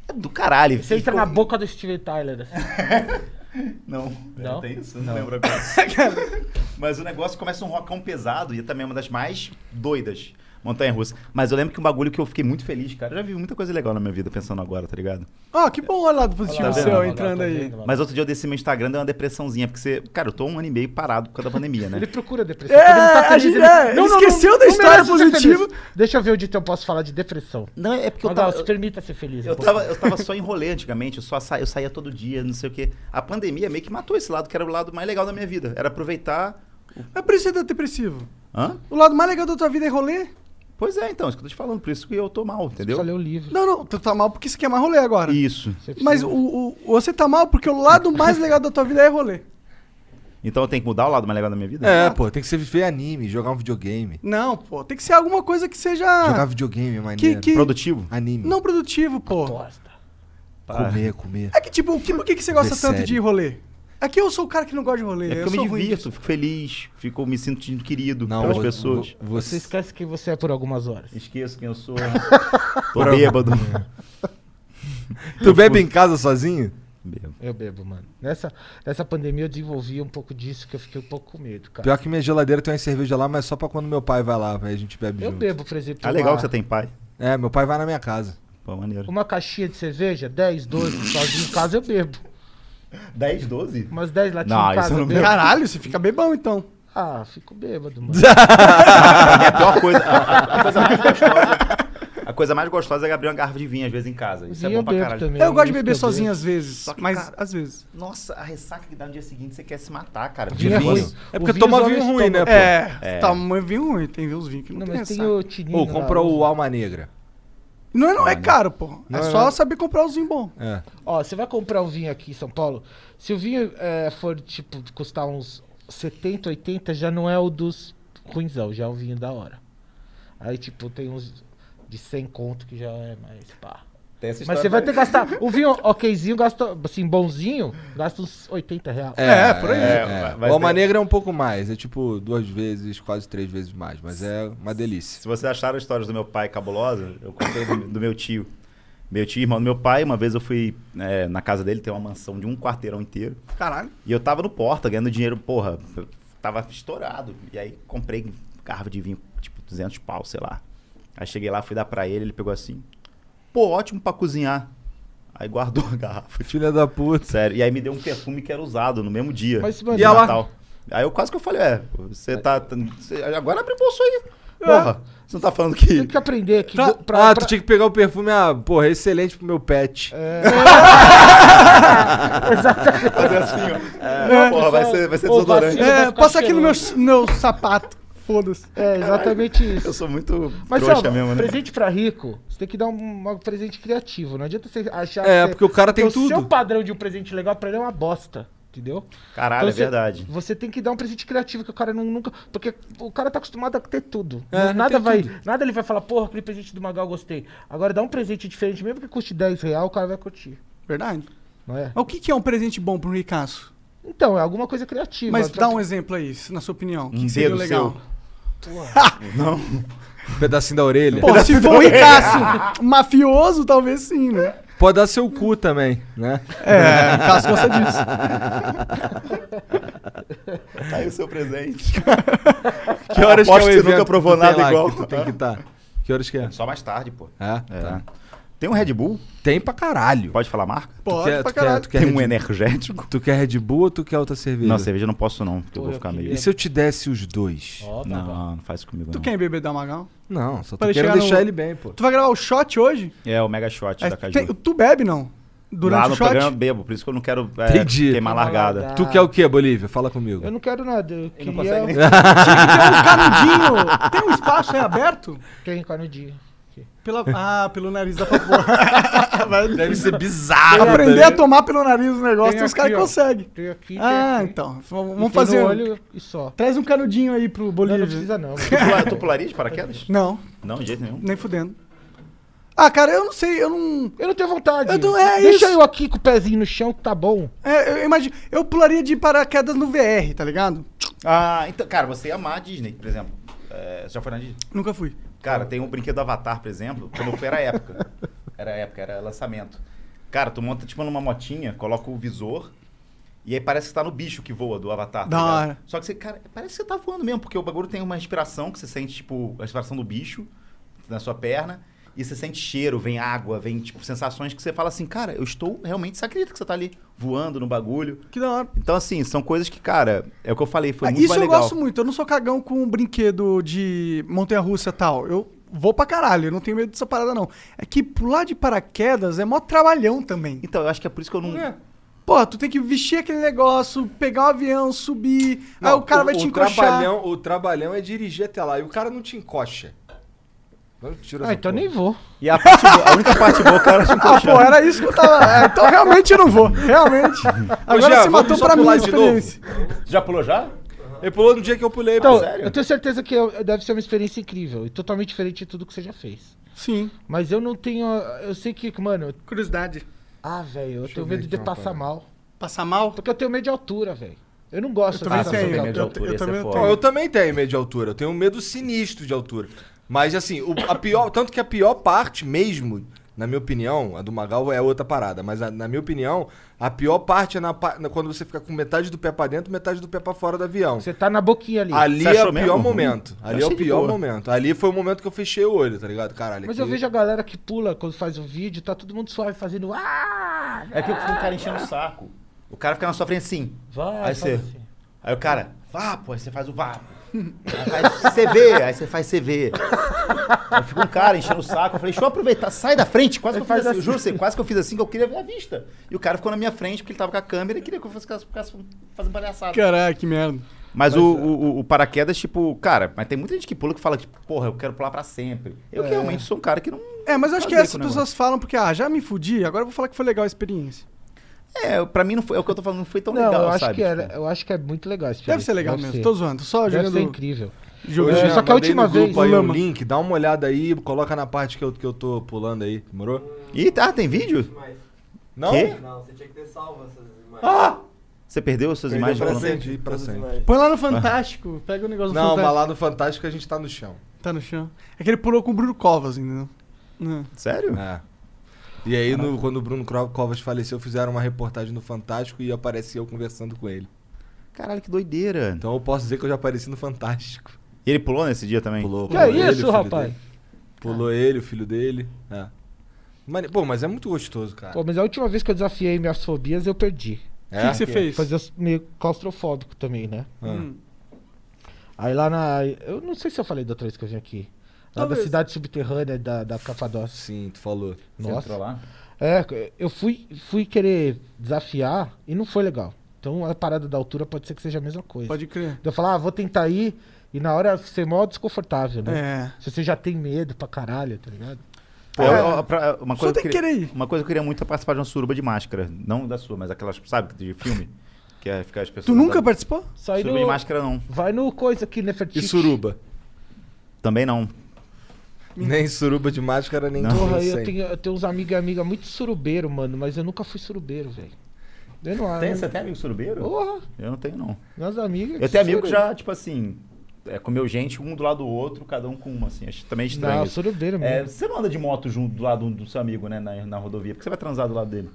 Speaker 4: É do caralho.
Speaker 5: Você entra
Speaker 4: ficou-
Speaker 5: na boca do Steven Tyler.
Speaker 4: Tá
Speaker 5: assim.
Speaker 4: Não,
Speaker 5: Não?
Speaker 4: não tem isso, não, lembro agora. Mas o negócio começa um rockão pesado e é também uma das mais doidas montanha russa. Mas eu lembro que um bagulho que eu fiquei muito feliz, cara. Eu já vi muita coisa legal na minha vida pensando agora, tá ligado?
Speaker 2: Ó, que bom olhar lado positivo
Speaker 5: Olha lá,
Speaker 2: seu
Speaker 5: olha lá,
Speaker 2: entrando
Speaker 5: tá
Speaker 2: aí.
Speaker 5: vendo, olha lá.
Speaker 4: Mas outro dia eu desci meu Instagram, deu uma depressãozinha, porque você. Cara, eu tô um ano e meio parado por causa da pandemia, né?
Speaker 5: Ele procura depressão.
Speaker 2: É,
Speaker 5: Quando ele tá
Speaker 2: a
Speaker 5: feliz,
Speaker 2: gente-
Speaker 5: ele-
Speaker 2: é, ele esqueceu da história
Speaker 5: merece ser feliz.
Speaker 2: positiva.
Speaker 5: Deixa eu ver o dito eu posso falar de depressão.
Speaker 4: Não, é porque
Speaker 5: Não,
Speaker 4: eu tava.
Speaker 5: se permita ser feliz. um
Speaker 4: Eu
Speaker 5: pouco.
Speaker 4: tava, eu tava só em rolê antigamente, eu, só sa... eu saía todo dia, não sei o quê. A pandemia meio que matou esse lado, que era o lado mais legal da minha vida. Era aproveitar.
Speaker 2: É por isso que você tá depressivo.
Speaker 4: Hã?
Speaker 2: O lado mais legal da tua vida é rolê?
Speaker 4: Pois é, então, isso que eu tô te falando, por isso que eu tô mal, entendeu?
Speaker 5: Só ler o livro.
Speaker 2: Não, não, tu tá mal porque você quer mais rolê agora.
Speaker 4: Isso.
Speaker 5: Você precisa-
Speaker 2: Mas o, o- você tá mal porque o lado mais legal da tua vida é rolê.
Speaker 4: Então eu tenho que mudar o lado mais legal da minha vida?
Speaker 3: É, pô, tem que ser ver anime, jogar um videogame.
Speaker 2: Não, pô, tem que ser alguma coisa que seja.
Speaker 3: Jogar videogame é
Speaker 2: Ah, que,
Speaker 3: maneiro.
Speaker 2: que
Speaker 4: Produtivo?
Speaker 3: Anime.
Speaker 2: Não produtivo, pô.
Speaker 5: Bosta.
Speaker 3: Comer, comer.
Speaker 2: É que, tipo, o que- por que, que você gosta
Speaker 3: Ver
Speaker 2: tanto
Speaker 3: série.
Speaker 2: de ir rolê? É que eu sou o cara que não gosta de rolê.
Speaker 4: É porque eu,
Speaker 2: sou
Speaker 4: me
Speaker 2: ruim
Speaker 4: divirto, fico feliz, fico, me sinto querido
Speaker 3: Não,
Speaker 4: pelas
Speaker 3: vo-
Speaker 4: pessoas.
Speaker 3: vo- você-
Speaker 5: Você esquece quem você é por algumas horas.
Speaker 4: Esqueço quem eu sou. Tô bêbado.
Speaker 3: Tu bebe em casa sozinho?
Speaker 4: Bêbado.
Speaker 5: Eu bebo, mano. Nessa, nessa pandemia eu desenvolvi um pouco disso que eu fiquei um pouco com medo, cara.
Speaker 3: Pior que minha geladeira tem uma cerveja lá, mas só pra quando meu pai vai lá, aí a gente bebe
Speaker 5: eu
Speaker 3: junto.
Speaker 5: bebo, por exemplo.
Speaker 4: Ah, legal
Speaker 5: uma-
Speaker 4: que você tem pai.
Speaker 3: É, meu pai vai na minha casa.
Speaker 4: Pô, maneiro.
Speaker 5: Uma caixinha de cerveja, 10, 12, sozinho em casa eu bebo.
Speaker 4: 10, 12?
Speaker 5: Umas 10 latinhas
Speaker 4: Não,
Speaker 5: em
Speaker 4: isso
Speaker 5: casa
Speaker 4: eu
Speaker 5: eu,
Speaker 4: não
Speaker 5: bebo.
Speaker 2: Caralho, você fica bebão então.
Speaker 5: Ah, fico bêbado, mano.
Speaker 4: a pior coisa. A, a coisa mais gostosa. A coisa mais gostosa é abrir uma garrafa de vinho, às vezes, em casa. Isso
Speaker 5: Vinho
Speaker 4: é
Speaker 5: eu
Speaker 4: bom pra
Speaker 5: bebo
Speaker 4: caralho.
Speaker 5: também.
Speaker 2: Eu gosto de
Speaker 5: uísque
Speaker 2: beber
Speaker 5: eu
Speaker 2: sozinho assim,
Speaker 5: bebo.
Speaker 2: às vezes,
Speaker 4: Só que,
Speaker 2: mas
Speaker 4: cara,
Speaker 2: às vezes.
Speaker 4: Nossa, a ressaca que dá no dia seguinte, você quer se matar, cara.
Speaker 5: Vinho é
Speaker 4: Porque
Speaker 5: ruim.
Speaker 4: vinho-
Speaker 3: É porque
Speaker 5: O
Speaker 3: toma
Speaker 5: zoa
Speaker 3: vinho
Speaker 5: o
Speaker 3: ruim, né,
Speaker 5: estômago.
Speaker 3: pô?
Speaker 2: É, tá um vinho ruim, tem uns vinhos que não,
Speaker 5: Não,
Speaker 2: tem
Speaker 5: mas tem
Speaker 2: ressaca.
Speaker 5: o tininho.
Speaker 3: Ou
Speaker 5: lá,
Speaker 3: compra o Alma Negra.
Speaker 2: Não é, não é caro, pô. É
Speaker 3: Não,
Speaker 2: só
Speaker 3: não.
Speaker 2: saber comprar os vinhos bons.
Speaker 3: É.
Speaker 5: Ó, você vai comprar um vinho aqui em São Paulo, se o vinho é, for, tipo, custar uns 70, 80, já não é o dos ruinzão, já é um vinho da hora. Aí, tipo, tem uns de 100 conto que já é mais pá.
Speaker 4: Tem essa
Speaker 5: Mas
Speaker 4: história
Speaker 5: você vai
Speaker 4: da-
Speaker 5: ter que gastar. O vinho okzinho, gasta, assim, bonzinho, gasta uns 80 reais.
Speaker 3: É,
Speaker 2: por aí.
Speaker 3: é,
Speaker 4: É,
Speaker 3: é.
Speaker 4: mas
Speaker 3: O Alma
Speaker 4: tem-
Speaker 3: Negra é um pouco mais, é tipo duas vezes, quase três vezes mais, mas é uma delícia.
Speaker 4: Se vocês acharam histórias do meu pai cabulosa, eu contei do, do meu tio. Meu tio, irmão do meu pai, uma vez eu fui é, na casa dele, tem uma mansão de um quarteirão inteiro.
Speaker 2: Caralho.
Speaker 4: E eu tava no porta, ganhando dinheiro, porra, eu tava estourado. E aí comprei garrafa de vinho, tipo, 200 pau, sei lá. Aí cheguei lá, fui dar pra ele, ele pegou assim, pô, ótimo pra cozinhar. Aí guardou a garrafa,
Speaker 3: Filha da puta.
Speaker 4: sério. E aí me deu um perfume que era usado no mesmo dia.
Speaker 5: Mas, mano,
Speaker 4: de
Speaker 5: E ela-
Speaker 4: Natal. Aí eu quase que eu falei, é, você tá... você- agora abre o bolso aí. Porra, você não tá falando que...
Speaker 5: Tem que aprender que
Speaker 4: Tá.
Speaker 5: go-
Speaker 3: ah, tu tinha que pegar o perfume, ah, porra, é excelente pro meu pet.
Speaker 4: fazer assim, ó. É, porra, vai ser, vai ser
Speaker 5: Ou
Speaker 4: desodorante.
Speaker 5: vacina.
Speaker 2: É,
Speaker 5: vai ficar
Speaker 2: passa aqui no meu,
Speaker 5: cheirando.
Speaker 2: meu sapato. Foda-se.
Speaker 5: É, exatamente isso.
Speaker 4: Eu sou muito
Speaker 5: Mas,
Speaker 4: trouxa
Speaker 5: ó,
Speaker 4: mesmo, né?
Speaker 5: presente pra rico, você tem que dar um, um presente criativo. Não adianta você
Speaker 3: É,
Speaker 5: achar... que você-
Speaker 3: porque o cara tem
Speaker 5: O seu
Speaker 3: tudo.
Speaker 5: padrão de um presente legal pra ele é uma bosta, entendeu? Então
Speaker 4: Caralho, é
Speaker 5: você-
Speaker 4: verdade.
Speaker 5: Você tem que dar um presente criativo que o cara não, nunca... Porque o cara tá acostumado a ter tudo.
Speaker 3: É,
Speaker 5: Não-
Speaker 3: não
Speaker 5: nada
Speaker 3: tem
Speaker 5: vai...
Speaker 3: tudo.
Speaker 5: Nada ele vai falar, porra, aquele presente do Magal eu gostei. Agora, dá um presente diferente, mesmo que custe 10 reais, o cara vai curtir.
Speaker 2: Verdade.
Speaker 5: Não é?
Speaker 2: Mas o que, que é um presente bom pro ricaço?
Speaker 5: Então, é alguma coisa criativa.
Speaker 2: Mas
Speaker 5: Pra-
Speaker 2: dá um exemplo aí, na sua opinião. O que,
Speaker 4: Um
Speaker 2: que seria
Speaker 4: dedo
Speaker 2: legal?
Speaker 4: seu.
Speaker 3: Um pedacinho da orelha.
Speaker 2: Pô, se for um ricaço mafioso, talvez sim, né?
Speaker 3: Pode dar seu cu também, né?
Speaker 2: É, ricaço gosta disso.
Speaker 4: Tá aí o seu presente.
Speaker 3: Que horas
Speaker 4: Aposto
Speaker 3: que é o
Speaker 4: que você
Speaker 3: evento
Speaker 4: nunca provou
Speaker 3: que tu tem
Speaker 4: nada
Speaker 3: lá,
Speaker 4: igual.
Speaker 3: Que tu tem que tá. Que horas que é?
Speaker 4: Só mais tarde, pô.
Speaker 3: Ah,
Speaker 4: É.
Speaker 3: tá.
Speaker 4: Tem um Red Bull?
Speaker 3: Tem pra caralho.
Speaker 4: Pode falar a marca?
Speaker 2: Pode
Speaker 3: quer-
Speaker 2: pra
Speaker 3: tu quer-
Speaker 2: caralho.
Speaker 3: tu quer
Speaker 4: Tem um
Speaker 3: Red-
Speaker 4: energético?
Speaker 3: Tu quer Red Bull ou tu quer outra cerveja?
Speaker 4: Não, cerveja eu não posso não, porque eu
Speaker 5: Pô,
Speaker 4: vou
Speaker 5: eu
Speaker 4: ficar
Speaker 5: queria.
Speaker 4: meio...
Speaker 3: E se eu te desse os dois?
Speaker 5: Ó, tá bom.
Speaker 4: Não, não faz isso comigo
Speaker 2: Tu
Speaker 4: não.
Speaker 2: quer beber da Magal?
Speaker 3: Não, só
Speaker 2: Pra
Speaker 3: tu quero
Speaker 2: chegar no-
Speaker 3: deixar ele bem, pô.
Speaker 2: Tu vai gravar o shot hoje?
Speaker 4: É o Mega Shot
Speaker 2: É,
Speaker 4: da Caju.
Speaker 2: tem- tu bebe, não? Durante
Speaker 4: Lá
Speaker 2: o
Speaker 4: no
Speaker 2: shot?
Speaker 4: programa eu bebo, por isso que eu não quero é,
Speaker 3: Entendi. Tá.
Speaker 4: queimar largada.
Speaker 3: Tu quer o quê, Bolívia? Fala comigo.
Speaker 5: Eu não quero nada. Eu queria...
Speaker 4: consegue
Speaker 2: Tinha que ter um canudinho. Tem um espaço aí aberto?
Speaker 5: Tem canudinho. aqui.
Speaker 2: Pela... Ah, pelo nariz da papoura.
Speaker 3: Deve ser bizarro.
Speaker 2: Aprender a
Speaker 3: né?
Speaker 2: tomar pelo nariz o negócio,
Speaker 5: Tem
Speaker 2: tem os caras
Speaker 5: aqui, ó.
Speaker 2: conseguem.
Speaker 5: Tem aqui, tem
Speaker 2: Ah,
Speaker 5: aqui.
Speaker 2: então. v-
Speaker 5: E
Speaker 2: Vamos
Speaker 5: tem no
Speaker 2: fazer. um-
Speaker 5: olho e só.
Speaker 2: Traz um canudinho aí pro
Speaker 5: Não,
Speaker 2: Bolívia.
Speaker 5: não precisa não.
Speaker 4: Tu, pula- tu pularia de paraquedas?
Speaker 2: Não,
Speaker 4: Não, de jeito nenhum.
Speaker 2: nem fudendo. Ah, cara, eu não sei, eu não.
Speaker 5: Eu não tenho vontade.
Speaker 2: Eu não- é isso.
Speaker 5: Deixa eu aqui com o pezinho no chão que tá bom.
Speaker 2: É, eu imagino. Eu pularia de paraquedas no VR, tá ligado?
Speaker 4: Ah, então, cara, você ia amar a Disney, por exemplo. É, você já foi na Disney?
Speaker 2: Nunca fui.
Speaker 4: Cara, tem um brinquedo do Avatar, por exemplo, quando eu fui era época. Era época, era lançamento. Cara, tu monta tipo numa motinha, coloca o visor e aí parece que tá no bicho que voa do Avatar. tá
Speaker 2: Da
Speaker 4: ligado?
Speaker 2: hora.
Speaker 4: Só que você, cara, parece que você tá voando mesmo, porque o bagulho tem uma respiração que você sente, tipo, a respiração do bicho na sua perna. E você sente cheiro, vem água, vem, tipo, sensações que você fala assim, cara, eu estou realmente, você acredita que você tá ali voando no bagulho.
Speaker 2: Que da hora.
Speaker 4: Então, assim, são coisas que, cara, é o que eu falei, foi
Speaker 2: Ah,
Speaker 4: muito
Speaker 2: isso
Speaker 4: mais
Speaker 2: eu
Speaker 4: legal.
Speaker 2: gosto muito. Eu não sou cagão com um brinquedo de montanha-russa e tal. Eu vou pra caralho. Eu não tenho medo dessa parada, não. É que pular de paraquedas é mó trabalhão também.
Speaker 4: Então, eu acho que é por isso que eu não...
Speaker 2: Pô, tu tem que vestir aquele negócio, pegar um avião, subir. aí o cara vai te encoxar.
Speaker 3: Trabalhão, o trabalhão é dirigir até lá. E o cara não te encoxa. Não tira
Speaker 5: Ah,
Speaker 3: essa
Speaker 5: então
Speaker 3: porra.
Speaker 5: nem vou.
Speaker 4: E a, parte boa- a única parte boa, cara, é
Speaker 2: Ah, pô, era isso que eu tava. é, então realmente eu não vou. Realmente.
Speaker 3: Ô,
Speaker 2: Agora
Speaker 3: Jean,
Speaker 2: você
Speaker 3: vamos
Speaker 2: matou
Speaker 3: só
Speaker 2: pra mim a
Speaker 3: pular de novo?
Speaker 2: experiência.
Speaker 4: Já pulou já?
Speaker 3: Ele pulou no dia que eu pulei. é.
Speaker 5: Então,
Speaker 3: pô.
Speaker 5: eu tenho certeza que eu- deve ser uma experiência incrível e totalmente diferente de tudo que você já fez.
Speaker 2: Sim.
Speaker 5: Mas eu não tenho. Eu sei que, mano. eu-
Speaker 2: Curiosidade.
Speaker 5: Ah, velho, eu
Speaker 3: eu
Speaker 5: tenho
Speaker 3: ver
Speaker 5: medo
Speaker 3: aqui
Speaker 5: de
Speaker 3: uma
Speaker 5: passar
Speaker 3: parada.
Speaker 5: mal.
Speaker 2: Passar mal?
Speaker 5: Porque eu tenho medo de altura, velho. Eu não gosto
Speaker 3: Ah,
Speaker 2: também
Speaker 5: dessa
Speaker 2: tenho,
Speaker 5: sensação.
Speaker 2: eu- eu também
Speaker 3: Ó, eu também tenho medo de altura. Eu tenho um medo sinistro de altura. Mas assim, o- a pior, tanto que a pior parte mesmo, na minha opinião, a do Magal é outra parada, mas a- na minha opinião, a pior parte é na, pa- na- quando você fica com metade do pé pra dentro, metade do pé pra fora do avião.
Speaker 5: Você tá na boquinha ali.
Speaker 3: Ali
Speaker 4: Você
Speaker 3: é
Speaker 4: achou
Speaker 3: o pior
Speaker 4: mesmo ruim?
Speaker 3: momento.
Speaker 4: Eu
Speaker 3: Ali é o
Speaker 4: achei de
Speaker 3: pior
Speaker 4: boa.
Speaker 3: momento. Ali foi o momento que eu fechei o olho, tá ligado? Caralho.
Speaker 5: Mas
Speaker 3: aqui-
Speaker 5: eu vejo a galera que pula quando faz o vídeo, tá todo mundo suave fazendo. Ah!
Speaker 4: É que eu fico um cara enchendo o saco. O cara fica na sua frente assim.
Speaker 5: Vai,
Speaker 4: aí
Speaker 5: faz
Speaker 4: você.
Speaker 5: assim.
Speaker 4: Aí o cara, vapo, aí você faz o vapo. Aí faz CV, aí você faz CV. Aí fica um cara enchendo o saco. Eu falei, deixa eu aproveitar, sai da frente. Quase que eu fiz assim, eu juro, você, quase que eu fiz assim, que eu queria ver a vista. E o cara ficou na minha frente porque ele tava com a câmera e queria que eu fosse- ficasse fazendo palhaçada.
Speaker 2: Caraca, que merda.
Speaker 4: Mas, o, o- o paraquedas, tipo, cara, mas tem muita gente que pula que fala, tipo, porra, eu quero pular pra sempre. Eu que realmente sou um cara que não.
Speaker 2: É, mas eu acho que
Speaker 4: Fazer
Speaker 2: essas
Speaker 3: né,
Speaker 4: com o negócio.
Speaker 2: pessoas falam porque, ah, já me fudi, agora eu vou falar que foi legal a experiência.
Speaker 4: É, pra mim não foi, é o que eu tô falando, não foi tão
Speaker 5: Não,
Speaker 4: legal,
Speaker 5: eu, acho
Speaker 4: sabe?
Speaker 5: que era,
Speaker 4: Tipo,
Speaker 5: eu acho que é muito legal esse
Speaker 2: Deve ser legal mesmo. Tô zoando, só
Speaker 5: Deve ser
Speaker 2: jogando.
Speaker 5: incrível.
Speaker 2: jogando-
Speaker 5: É,
Speaker 3: Jean,
Speaker 5: só que a
Speaker 3: mandei
Speaker 5: última
Speaker 3: no grupo
Speaker 5: vez-
Speaker 3: Aí um
Speaker 2: Lama.
Speaker 3: link, dá uma olhada aí, coloca na parte que eu, que eu tô pulando aí, demorou?
Speaker 4: Ih, tá, tem vídeo?
Speaker 3: Não?
Speaker 4: Quê?
Speaker 8: Não, você tinha que ter salvo essas imagens.
Speaker 4: Ah! Você perdeu essas
Speaker 3: Perdeu
Speaker 4: imagens?
Speaker 3: pra
Speaker 4: Bruno?
Speaker 3: sempre, pra sempre.
Speaker 2: Põe lá no Fantástico, pega o negócio do
Speaker 3: Não, mas
Speaker 2: Fantástico.
Speaker 3: lá no Fantástico a gente tá no chão.
Speaker 2: Tá no chão. É que ele pulou com o Bruno Covas, entendeu? Né? Não.
Speaker 4: Sério?
Speaker 3: É. E aí, no- quando o Bruno Cro- Covas faleceu, fizeram uma reportagem no Fantástico e apareci eu conversando com ele.
Speaker 4: Caralho, que doideira.
Speaker 3: Então eu posso dizer que eu já apareci no Fantástico.
Speaker 4: E ele pulou nesse dia também? é
Speaker 3: Pulou,
Speaker 5: Que
Speaker 3: pulou ele, o
Speaker 5: isso,
Speaker 3: filho
Speaker 5: rapaz?
Speaker 3: dele. Pulou ele, o filho dele. É. Mane- pô, mas é muito gostoso, cara. É?
Speaker 5: Pô, mas a última vez que eu desafiei minhas fobias, eu perdi.
Speaker 2: O que, que você fez?
Speaker 5: É? Fazer os- meio claustrofóbico também, né?
Speaker 2: Hum.
Speaker 5: Aí lá na. Eu não sei se eu falei da outra vez que eu vim aqui. Lá
Speaker 2: Talvez.
Speaker 5: da cidade subterrânea da, da Capadócia.
Speaker 3: Sim, tu falou.
Speaker 5: Nossa.
Speaker 4: lá?
Speaker 5: É, eu fui, fui querer desafiar e não foi legal. Então a parada da altura pode ser que seja a mesma coisa.
Speaker 2: Pode crer.
Speaker 5: Eu falar, ah, vou tentar ir e na hora ser mó desconfortável, né?
Speaker 2: É.
Speaker 5: Se você já tem medo pra caralho, tá ligado?
Speaker 4: Pô,
Speaker 2: É.
Speaker 4: eu- eu- pra- uma
Speaker 2: Só
Speaker 4: coisa
Speaker 2: tem
Speaker 4: eu
Speaker 2: que
Speaker 4: queria-
Speaker 2: querer ir.
Speaker 4: Uma coisa que eu queria muito é participar de uma suruba de máscara. Não da sua, mas aquelas, sabe, de filme? Que é ficar as pessoas...
Speaker 2: Tu nunca
Speaker 4: andando-
Speaker 2: participou?
Speaker 5: Só ir
Speaker 4: Suruba de
Speaker 5: no-
Speaker 4: máscara não.
Speaker 5: Vai no coisa é aqui, Nefertiti.
Speaker 3: E suruba?
Speaker 4: Também não.
Speaker 3: Nem suruba de máscara, nem
Speaker 5: Porra,
Speaker 3: nem
Speaker 5: eu
Speaker 3: sem.
Speaker 5: tenho, eu tenho uns amigos e amigas muito surubeiro, mano, mas eu nunca fui surubeiro, velho. Eu não
Speaker 4: Tem,
Speaker 5: eu-
Speaker 4: você tem amigo surubeiro?
Speaker 5: Porra,
Speaker 4: Eu não tenho, não.
Speaker 5: minhas amigas.
Speaker 4: Eu tenho amigo que
Speaker 5: surubeiro.
Speaker 4: já, tipo assim, é, comeu gente um do lado do outro, cada um com uma, assim. Acho também estranho
Speaker 5: Não,
Speaker 4: isso.
Speaker 5: surubeiro
Speaker 4: É,
Speaker 5: mesmo.
Speaker 4: você não anda de moto junto do lado do seu amigo, né, na, na rodovia, porque você vai transar do lado dele.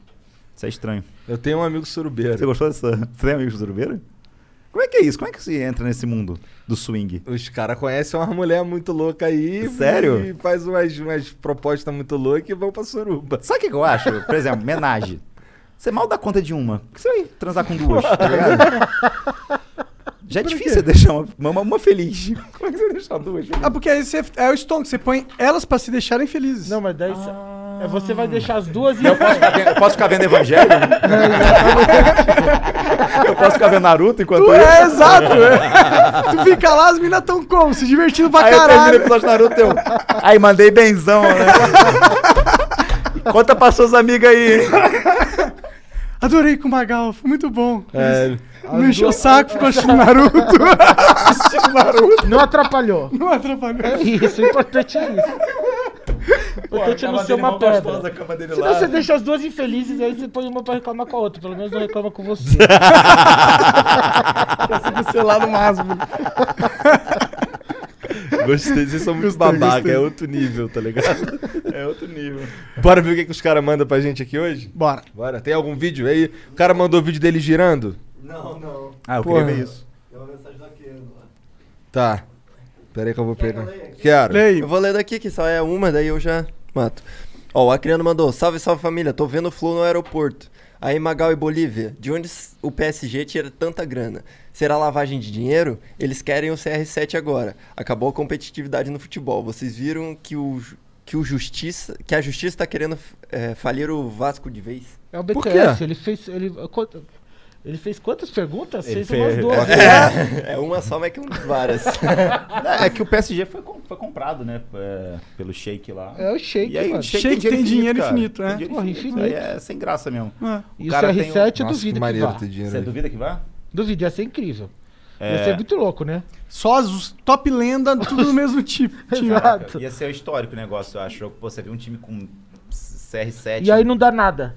Speaker 4: Isso é estranho.
Speaker 3: Eu tenho um amigo
Speaker 4: Você
Speaker 3: surubeiro.
Speaker 4: gostou dessa? Você tem amigos surubeiro? Como é que é isso? Como é que se entra nesse mundo do swing?
Speaker 3: Os caras conhecem uma mulher muito louca aí.
Speaker 4: Sério?
Speaker 3: E faz umas, umas propostas muito loucas e vão pra suruba.
Speaker 4: Sabe o que que eu acho? Por exemplo, menage. Você mal dá conta de uma. Por que você vai transar com duas, tá ligado? Já é difícil você deixar uma, uma, uma feliz. Como é que você vai deixar duas? felizes?
Speaker 2: Ah, porque aí você, é o Stone, você põe elas pra se deixarem felizes.
Speaker 5: Não, mas daí. cê- É, você vai deixar as duas e eu
Speaker 4: Posso ficar vendo- Eu posso ficar vendo Evangelho? eu posso ficar vendo Naruto enquanto
Speaker 2: Tu
Speaker 4: eu.
Speaker 2: é, exato. é. Tu fica lá, as meninas tão como? Se divertindo pra
Speaker 4: Aí eu termino o
Speaker 2: caralho.
Speaker 4: episódio de Naruto eu. Aí mandei benzão, né? Conta pra suas amigas aí.
Speaker 2: Adorei com o Magal, foi muito bom. Não
Speaker 5: É, As
Speaker 2: encheu o
Speaker 5: duas-
Speaker 2: saco, ficou assistindo Naruto.
Speaker 5: Não atrapalhou.
Speaker 2: Não atrapalhou.
Speaker 5: É isso, o importante é isso. O importante é não ser uma pedra.
Speaker 4: cama dele
Speaker 5: Se você deixa as duas infelizes, aí você põe uma pra reclamar com a outra. Pelo menos não reclama com você.
Speaker 2: Cancelar no máximo.
Speaker 9: Gostei, vocês são muito babaca, é outro nível, tá ligado?
Speaker 4: É outro nível.
Speaker 9: Bora ver o que, que os caras mandam pra gente aqui hoje?
Speaker 2: Bora.
Speaker 9: Bora, tem algum vídeo aí? O cara mandou o vídeo dele girando?
Speaker 8: Não, não.
Speaker 4: Ah, eu
Speaker 9: Porra.
Speaker 4: queria ver isso.
Speaker 8: É uma mensagem da Keno lá.
Speaker 9: Tá. Pera aí que eu vou pegar. Quero.
Speaker 2: Leio.
Speaker 10: Eu vou ler daqui, que só é uma, daí eu já mato. Ó, o Acriano mandou, salve, salve família, tô vendo o Flu no aeroporto. Aí Magal e Bolívia, de onde s- o PSG tira tanta grana? Será lavagem de dinheiro? Eles querem o CR7 agora. Acabou a competitividade no futebol. Vocês viram que o, ju- que o justiça, que a justiça tá querendo f- eh, falir o Vasco de vez?
Speaker 5: É o
Speaker 9: Por
Speaker 5: BTS, ele fez. Ele, quant- ele fez quantas perguntas?
Speaker 4: Ele
Speaker 5: fez
Speaker 4: fez-
Speaker 5: umas duas.
Speaker 10: É uma só, mas que um- várias.
Speaker 4: É que o PSG foi, com- foi comprado, né? é, pelo Sheik lá.
Speaker 5: É o shake,
Speaker 4: E aí,
Speaker 5: mano.
Speaker 4: o Sheik
Speaker 2: Sheik tem dinheiro
Speaker 4: cara.
Speaker 2: infinito, é.
Speaker 4: Tem dinheiro
Speaker 5: Porra,
Speaker 4: infinito. Aí é sem graça mesmo.
Speaker 2: Ah.
Speaker 5: E o
Speaker 4: cara tem um-
Speaker 5: CR7 é eu
Speaker 9: Nossa,
Speaker 5: duvido
Speaker 9: que
Speaker 5: que,
Speaker 9: maneiro
Speaker 5: vá.
Speaker 9: ter dinheiro
Speaker 4: Você
Speaker 9: aí.
Speaker 4: duvida que vai?
Speaker 5: Duvido, ia ser incrível. Ia
Speaker 4: É.
Speaker 5: ser muito louco, né?
Speaker 2: Só os top lenda, tudo do mesmo tipo. time.
Speaker 5: Exato.
Speaker 4: Ia ser o histórico o negócio, eu acho. Pô, você vê um time com CR7
Speaker 5: E aí não dá nada.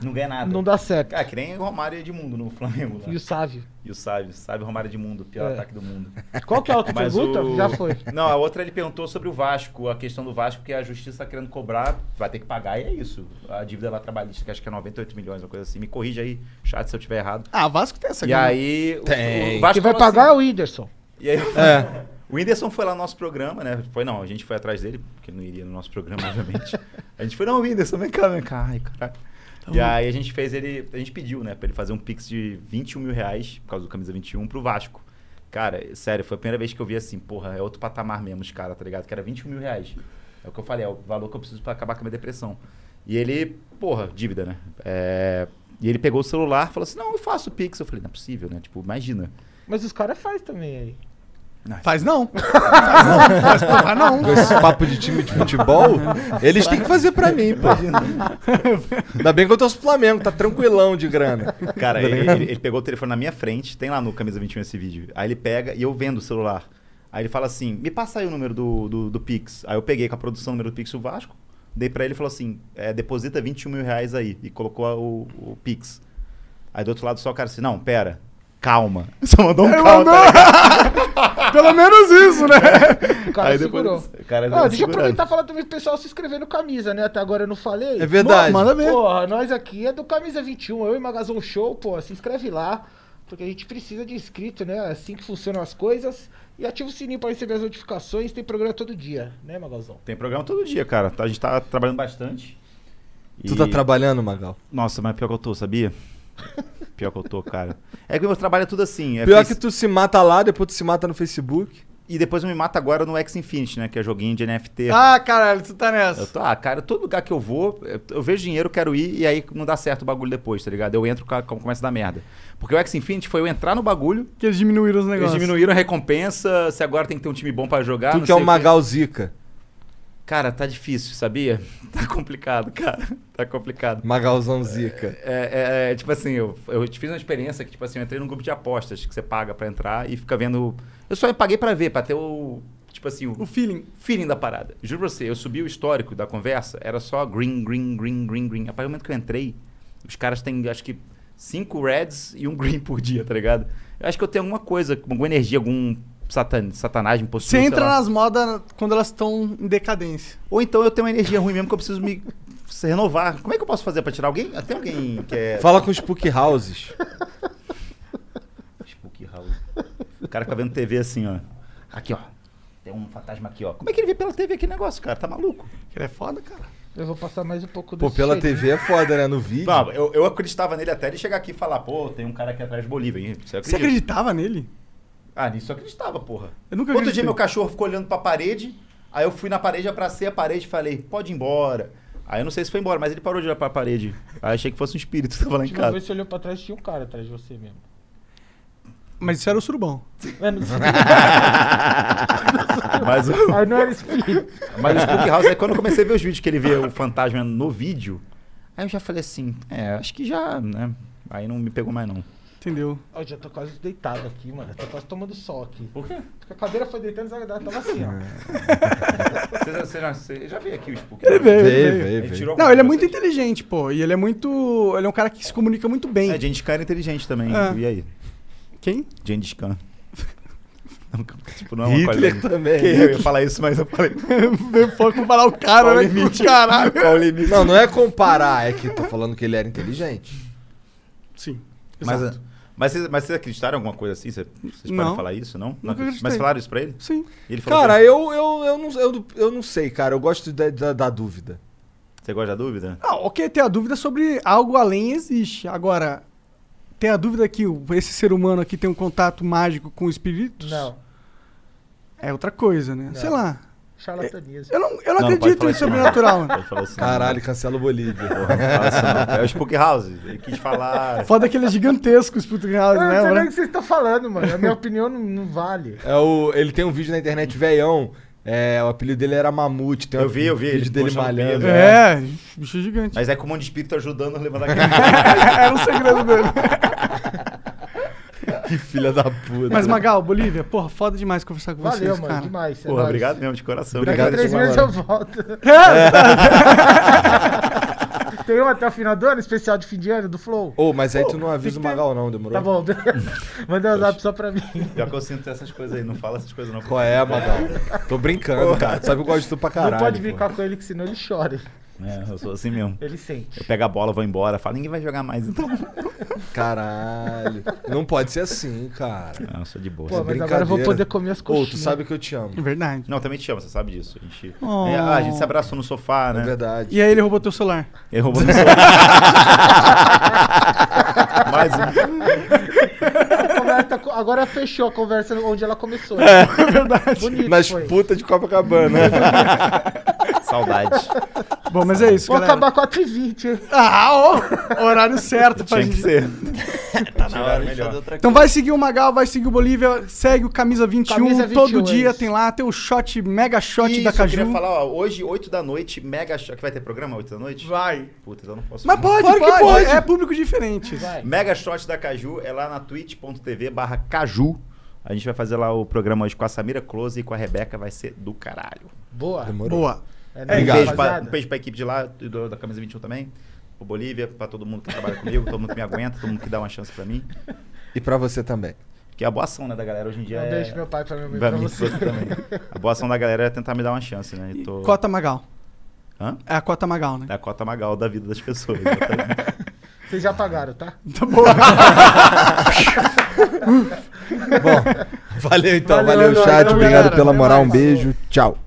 Speaker 4: não ganha É tipo nada.
Speaker 5: Não dá certo.
Speaker 4: Cara, que nem Romário e Edmundo no Flamengo. lá.
Speaker 5: E o Sávio.
Speaker 4: E o Sábio, Sábio Romário Edmundo, pior
Speaker 5: É.
Speaker 4: ataque do mundo.
Speaker 5: Qual que é a outra
Speaker 4: Mas
Speaker 5: pergunta?
Speaker 4: o-
Speaker 5: Já foi.
Speaker 4: Não, a outra ele perguntou sobre o Vasco, a questão do Vasco, que a justiça tá querendo cobrar, vai ter que pagar e é isso. A dívida lá trabalhista, que acho que é 98 milhões, uma coisa assim. Me corrija aí, chat, se eu tiver errado.
Speaker 2: Ah, Vasco tem essa
Speaker 4: E aí, o-
Speaker 9: Tem.
Speaker 4: o, Vasco
Speaker 5: Quem vai
Speaker 4: falou assim-
Speaker 5: pagar é o Whindersson.
Speaker 4: e aí, o Whindersson foi lá no nosso programa, né? Foi não, a gente foi atrás dele, porque não iria no nosso programa, obviamente. A gente foi, não, Whindersson, vem cá, vem cá. Ai, caralho. e aí a gente fez ele, a gente pediu, né, pra ele fazer um pix de 21 mil reais, por causa do Camisa 21, pro Vasco. Cara, sério, foi a primeira vez que eu vi assim, porra, é outro patamar mesmo os caras, tá ligado? Que era 21 mil reais. É o que eu falei, é o valor que eu preciso pra acabar com a minha depressão. E ele, porra, dívida, né? É, E ele pegou o celular e falou assim, não, eu faço o pix. Eu falei, não é possível, né? Tipo, imagina.
Speaker 5: Mas os caras fazem também aí.
Speaker 2: Faz não.
Speaker 9: Com esse papo de time de futebol, eles têm que fazer pra mim, pô. Ainda bem que eu tô pro Flamengo, tá tranquilão de grana.
Speaker 4: Cara,
Speaker 5: é
Speaker 4: ele, ele- ele pegou o telefone na minha frente, tem lá no Camisa 21 esse vídeo. Aí ele pega e eu vendo o celular. Aí ele fala assim: me passa aí o número do, do, do Pix. Aí eu peguei com a produção o número do Pix do Vasco, dei pra ele e falou assim: é, deposita 21 mil reais aí. E colocou a- o, o Pix. Aí do outro lado só o cara assim: não, pera, calma. Só mandou um
Speaker 5: É,
Speaker 4: calma. tá ligado?
Speaker 2: Pelo menos isso, né?
Speaker 5: O cara
Speaker 4: É. aí
Speaker 5: segurou.
Speaker 4: depois. o Cara,
Speaker 5: Ah, deixa eu
Speaker 4: segurando.
Speaker 5: aproveitar e falar também pro pessoal se inscrever no camisa, né? Até agora eu não falei.
Speaker 9: É verdade.
Speaker 2: Manda ver.
Speaker 5: Porra, nós aqui é do Camisa 21, eu e Magazão Show, pô, se inscreve lá, porque a gente precisa de inscrito, né? Assim que funcionam as coisas. E ativa o sininho pra receber as notificações, tem programa todo dia, né, Magazão?
Speaker 4: Tem programa todo dia, cara. Tá- A gente tá trabalhando bastante.
Speaker 9: Tu tá
Speaker 4: E-
Speaker 9: trabalhando, Magal?
Speaker 4: Nossa, mas pior que eu tô, sabia? Pior que eu tô, cara. É que meu trabalho é tudo assim. é
Speaker 9: Pior que
Speaker 4: face-
Speaker 9: tu se mata lá, depois tu se mata no Facebook.
Speaker 4: E depois eu me mato agora no X Infinity, né? Que é joguinho de NFT.
Speaker 2: Ah, caralho, tu tá
Speaker 4: Eu
Speaker 2: nessa.
Speaker 4: tô, ah, cara, todo lugar que eu vou, eu- eu vejo dinheiro, quero ir, e aí não dá certo o bagulho depois, tá ligado? Eu entro, ca- com- começa a dar merda. Porque o X Infinity foi eu entrar no bagulho,
Speaker 2: Que eles diminuíram os
Speaker 4: eles
Speaker 2: negócios.
Speaker 4: diminuíram a recompensa, se agora tem que ter um time bom pra jogar.
Speaker 9: tu
Speaker 4: não
Speaker 9: que é
Speaker 4: sei
Speaker 9: o
Speaker 4: quê.
Speaker 9: Magal Zica.
Speaker 4: Cara, tá difícil, sabia? Tá complicado, cara. Tá complicado.
Speaker 9: Magalzão Zica.
Speaker 4: É, é, é, tipo assim, eu, eu te fiz uma experiência que, tipo assim, eu entrei num grupo de apostas que você paga pra entrar e fica vendo. Eu só paguei pra ver, pra ter o. Tipo assim, o,
Speaker 2: O feeling.
Speaker 4: feeling da parada. Juro pra você, eu subi o histórico da conversa, era só green, green, green, green, green. A partir do momento que eu entrei, os caras têm, acho que, cinco reds e um green por dia, tá ligado? Eu acho que eu tenho alguma coisa, alguma energia, algum satan, satanagem
Speaker 2: Você
Speaker 4: possível. sei
Speaker 2: entra
Speaker 4: lá.
Speaker 2: nas modas quando elas estão em decadência.
Speaker 4: Ou então eu tenho uma energia ruim mesmo que eu preciso me se renovar. Como é que eu posso fazer pra tirar alguém? Até alguém que é.
Speaker 9: Fala com os Spook Houses.
Speaker 4: Spooky House. O cara fica vendo TV assim, ó. Aqui, ó. Tem um fantasma aqui, ó. Como é que ele vê pela TV aquele negócio, cara? Tá maluco?
Speaker 2: Ele é foda, cara.
Speaker 5: Eu vou passar mais um pouco
Speaker 9: Pô,
Speaker 5: desse
Speaker 9: pela
Speaker 5: jeito.
Speaker 9: TV é foda, né? No vídeo.
Speaker 4: Não, eu, eu acreditava nele até ele chegar aqui e falar, pô, tem um cara aqui atrás de Bolívia, hein? Você
Speaker 2: Você
Speaker 4: acredita?
Speaker 2: acreditava nele?
Speaker 4: Ah, nisso eu acreditava, porra.
Speaker 2: Eu nunca
Speaker 4: Outro
Speaker 2: acreditei.
Speaker 4: dia meu cachorro ficou olhando pra parede, aí eu fui na parede, abracei a parede e falei, pode ir embora. Aí eu não sei se foi embora, mas ele parou de olhar pra parede. Aí eu achei que fosse um espírito que tava lá em
Speaker 5: Última
Speaker 4: casa.
Speaker 5: vez você olhou pra trás tinha um cara atrás de você mesmo.
Speaker 2: Mas isso era o surubão.
Speaker 5: É, não sei.
Speaker 4: Mas o-
Speaker 5: Aí não era espírito.
Speaker 4: Mas o Spook House, aí quando eu comecei a ver os vídeos que ele vê o fantasma no vídeo, aí eu já falei assim, é, acho que já, né? Aí não me pegou mais não.
Speaker 2: Entendeu?
Speaker 5: Ó, Eu já tô quase deitado aqui, mano. Eu tô quase tomando sol aqui. Por quê? Porque a cadeira foi deitando e tava assim, ó.
Speaker 4: Você já, você já, você já veio aqui o Spook né?
Speaker 2: Ele veio, ele
Speaker 4: Veio,
Speaker 2: veio.
Speaker 4: veio, veio. tirou
Speaker 2: Não,
Speaker 4: alguma
Speaker 2: ele é
Speaker 4: coisa
Speaker 2: muito inteligente, pô. E ele é muito. Ele é um cara que se comunica muito bem.
Speaker 4: É, Gengis Khan era inteligente também.
Speaker 2: É.
Speaker 4: E aí?
Speaker 2: Quem?
Speaker 4: Gengis Khan. Não, tipo, não é uma
Speaker 3: Hitler
Speaker 2: tá
Speaker 4: qualidade.
Speaker 3: também.
Speaker 4: Que eu ia falar isso, mas eu falei.
Speaker 2: Foi comparar o cara,
Speaker 4: Qual o
Speaker 2: né?
Speaker 4: limite?
Speaker 2: Com o caralho.
Speaker 4: Qual o limite?
Speaker 3: Não, não é comparar, é que tô falando que ele era inteligente.
Speaker 2: Sim.
Speaker 4: Mas, é-
Speaker 2: exato.
Speaker 4: mas, vocês, mas vocês acreditaram em alguma coisa assim? Vocês, vocês
Speaker 2: Não.
Speaker 4: podem falar isso, não?
Speaker 2: Nunca
Speaker 4: Não, mas
Speaker 2: acreditei.
Speaker 4: falaram isso pra ele?
Speaker 2: Sim.
Speaker 4: E ele falou assim,
Speaker 3: Cara,
Speaker 4: pra-
Speaker 3: eu, eu, eu, não, eu, eu não sei, cara. Eu gosto da, da, da dúvida.
Speaker 4: Você gosta da dúvida?
Speaker 2: Ah, ok, ter a dúvida sobre algo além existe. Agora, ter a dúvida que o- esse ser humano aqui tem um contato mágico com espíritos
Speaker 5: Não,
Speaker 2: é outra coisa, né? Sei lá.
Speaker 5: charlatanismo.
Speaker 2: Eu não, eu não,
Speaker 4: Não, não pode
Speaker 2: acredito
Speaker 4: falar
Speaker 2: em
Speaker 4: isso não.
Speaker 2: sobrenatural, mano.
Speaker 4: Pode falar isso, não.
Speaker 3: Caralho, cancela o Bolívia.
Speaker 4: Porra, não fala isso não. É o Spook House. Ele quis falar.
Speaker 2: Foda que ele é gigantesco, os putos reais,
Speaker 5: Eu não sei nem Ah, o
Speaker 2: né?
Speaker 5: que vocês estão falando, mano. A minha opinião não, não vale.
Speaker 3: É o, ele tem um vídeo na internet veião. É, o apelido dele era Mamute. Tem um
Speaker 4: Eu vi, eu vi,
Speaker 3: vídeo
Speaker 4: ele
Speaker 3: dele
Speaker 4: puxando o
Speaker 3: malhando.
Speaker 4: peso,
Speaker 3: é.
Speaker 2: É, bicho gigante.
Speaker 4: Mas é com um monte de espírito ajudando a levantar aquele.
Speaker 2: Era o segredo dele.
Speaker 3: Que
Speaker 4: é.
Speaker 3: filha da puta.
Speaker 2: Mas, Magal, Bolívia, porra, foda demais conversar com
Speaker 5: Valeu,
Speaker 2: vocês,
Speaker 5: mano.
Speaker 2: cara.
Speaker 5: Demais. é
Speaker 4: Porra,
Speaker 5: nóis.
Speaker 4: obrigado mesmo, de coração.
Speaker 5: Daqui a
Speaker 3: Obrigado,
Speaker 5: três
Speaker 3: seu
Speaker 5: meses eu
Speaker 3: malandro.
Speaker 5: volto. Tem um até o final do ano, especial de fim de ano do Flow.
Speaker 3: Ô, mas aí tu não avisa o Magal, não, demorou?
Speaker 5: Tá bom, beleza. Manda um zap só pra mim.
Speaker 4: Pior que eu sinto essas coisas aí, não fala essas coisas não.
Speaker 3: Qual é, Magal? Tô brincando, cara. Tu Sabe que eu gosto de tu pra caralho.
Speaker 5: não pode
Speaker 3: pô.
Speaker 5: brincar com ele, que senão ele chora.
Speaker 4: É, eu sou assim mesmo.
Speaker 5: Ele sente.
Speaker 4: Eu pego a bola, vou embora, falo, ninguém vai jogar mais então.
Speaker 3: Caralho. Não pode ser assim, cara.
Speaker 4: Não, eu sou de boa.
Speaker 5: Pô, mas agora
Speaker 3: brincadeira.
Speaker 5: eu vou poder comer as
Speaker 3: Ô,
Speaker 5: coxinhas.
Speaker 3: tu sabe que eu te
Speaker 5: né?
Speaker 3: amo.
Speaker 2: Verdade.
Speaker 4: Não, eu também te amo, você sabe disso. A gente,
Speaker 2: Oh.
Speaker 4: É, ah, a gente se abraçou no
Speaker 3: É
Speaker 4: sofá, né?
Speaker 3: verdade.
Speaker 2: E aí ele roubou teu celular.
Speaker 4: Ele roubou no sofá. mais um.
Speaker 5: A conversa tá co- agora fechou a conversa onde ela começou.
Speaker 3: É,
Speaker 5: verdade. Bonito
Speaker 3: Nas
Speaker 5: é foi.
Speaker 3: putas de Copacabana.
Speaker 4: Saudade.
Speaker 2: Bom, mas é isso,
Speaker 5: Vou
Speaker 2: galera.
Speaker 5: acabar 4h20, hein?
Speaker 2: Ah, ó, horário certo pra
Speaker 4: Tinha que
Speaker 2: gente.
Speaker 4: ser.
Speaker 10: Tá na hora de
Speaker 4: melhor.
Speaker 10: fazer outra
Speaker 2: Então vai seguir o Magal, vai seguir o Bolívia, segue o Camisa 21,
Speaker 5: Camisa 21,
Speaker 2: todo
Speaker 5: é
Speaker 2: dia
Speaker 5: isso.
Speaker 2: tem lá, tem o shot, mega shot
Speaker 4: Isso,
Speaker 2: da
Speaker 4: eu
Speaker 2: Caju.
Speaker 4: queria falar, ó, hoje, 8 da noite, mega choque. Vai ter programa 8 da noite?
Speaker 2: Vai.
Speaker 4: Puta, então eu não posso.
Speaker 2: Mas pode,
Speaker 3: Claro que
Speaker 2: pode,
Speaker 3: pode.
Speaker 2: é público diferente.
Speaker 5: Vai.
Speaker 4: Mega Shot da Caju é lá na twitch.tv barra Caju. A gente vai fazer lá o programa hoje com a Samira Close e com a Rebeca, vai ser do caralho.
Speaker 5: Boa.
Speaker 2: Boa.
Speaker 5: É,
Speaker 4: Um
Speaker 5: nóis,
Speaker 4: beijo, pra,
Speaker 5: rapaziada.
Speaker 4: um beijo pra equipe de lá, e do- da Camisa 21 também. O Bolívia, pra todo mundo que trabalha comigo, todo mundo que me aguenta, todo mundo que dá uma chance pra mim.
Speaker 3: E pra você também.
Speaker 4: Que é a boa ação, né, da galera hoje em dia.
Speaker 5: Um
Speaker 4: é...
Speaker 5: beijo pro meu pai, pra minha mãe,
Speaker 4: Pra
Speaker 5: pra,
Speaker 4: mim,
Speaker 5: você.
Speaker 4: pra você também. A boa ação da galera é tentar me dar uma chance, né? Eu tô...
Speaker 2: Cota Magal.
Speaker 4: Hã?
Speaker 2: É a Cota Magal, né?
Speaker 4: É a cota magal da vida das pessoas. né?
Speaker 5: Vocês já pagaram, tá?
Speaker 2: Tá bom.
Speaker 3: Bom, valeu então.
Speaker 5: Valeu,
Speaker 3: Valeu,
Speaker 5: valeu,
Speaker 3: chat.
Speaker 5: valeu,
Speaker 3: Obrigado
Speaker 5: galera.
Speaker 3: pela moral. Um
Speaker 5: Até mais.
Speaker 3: beijo. Tchau.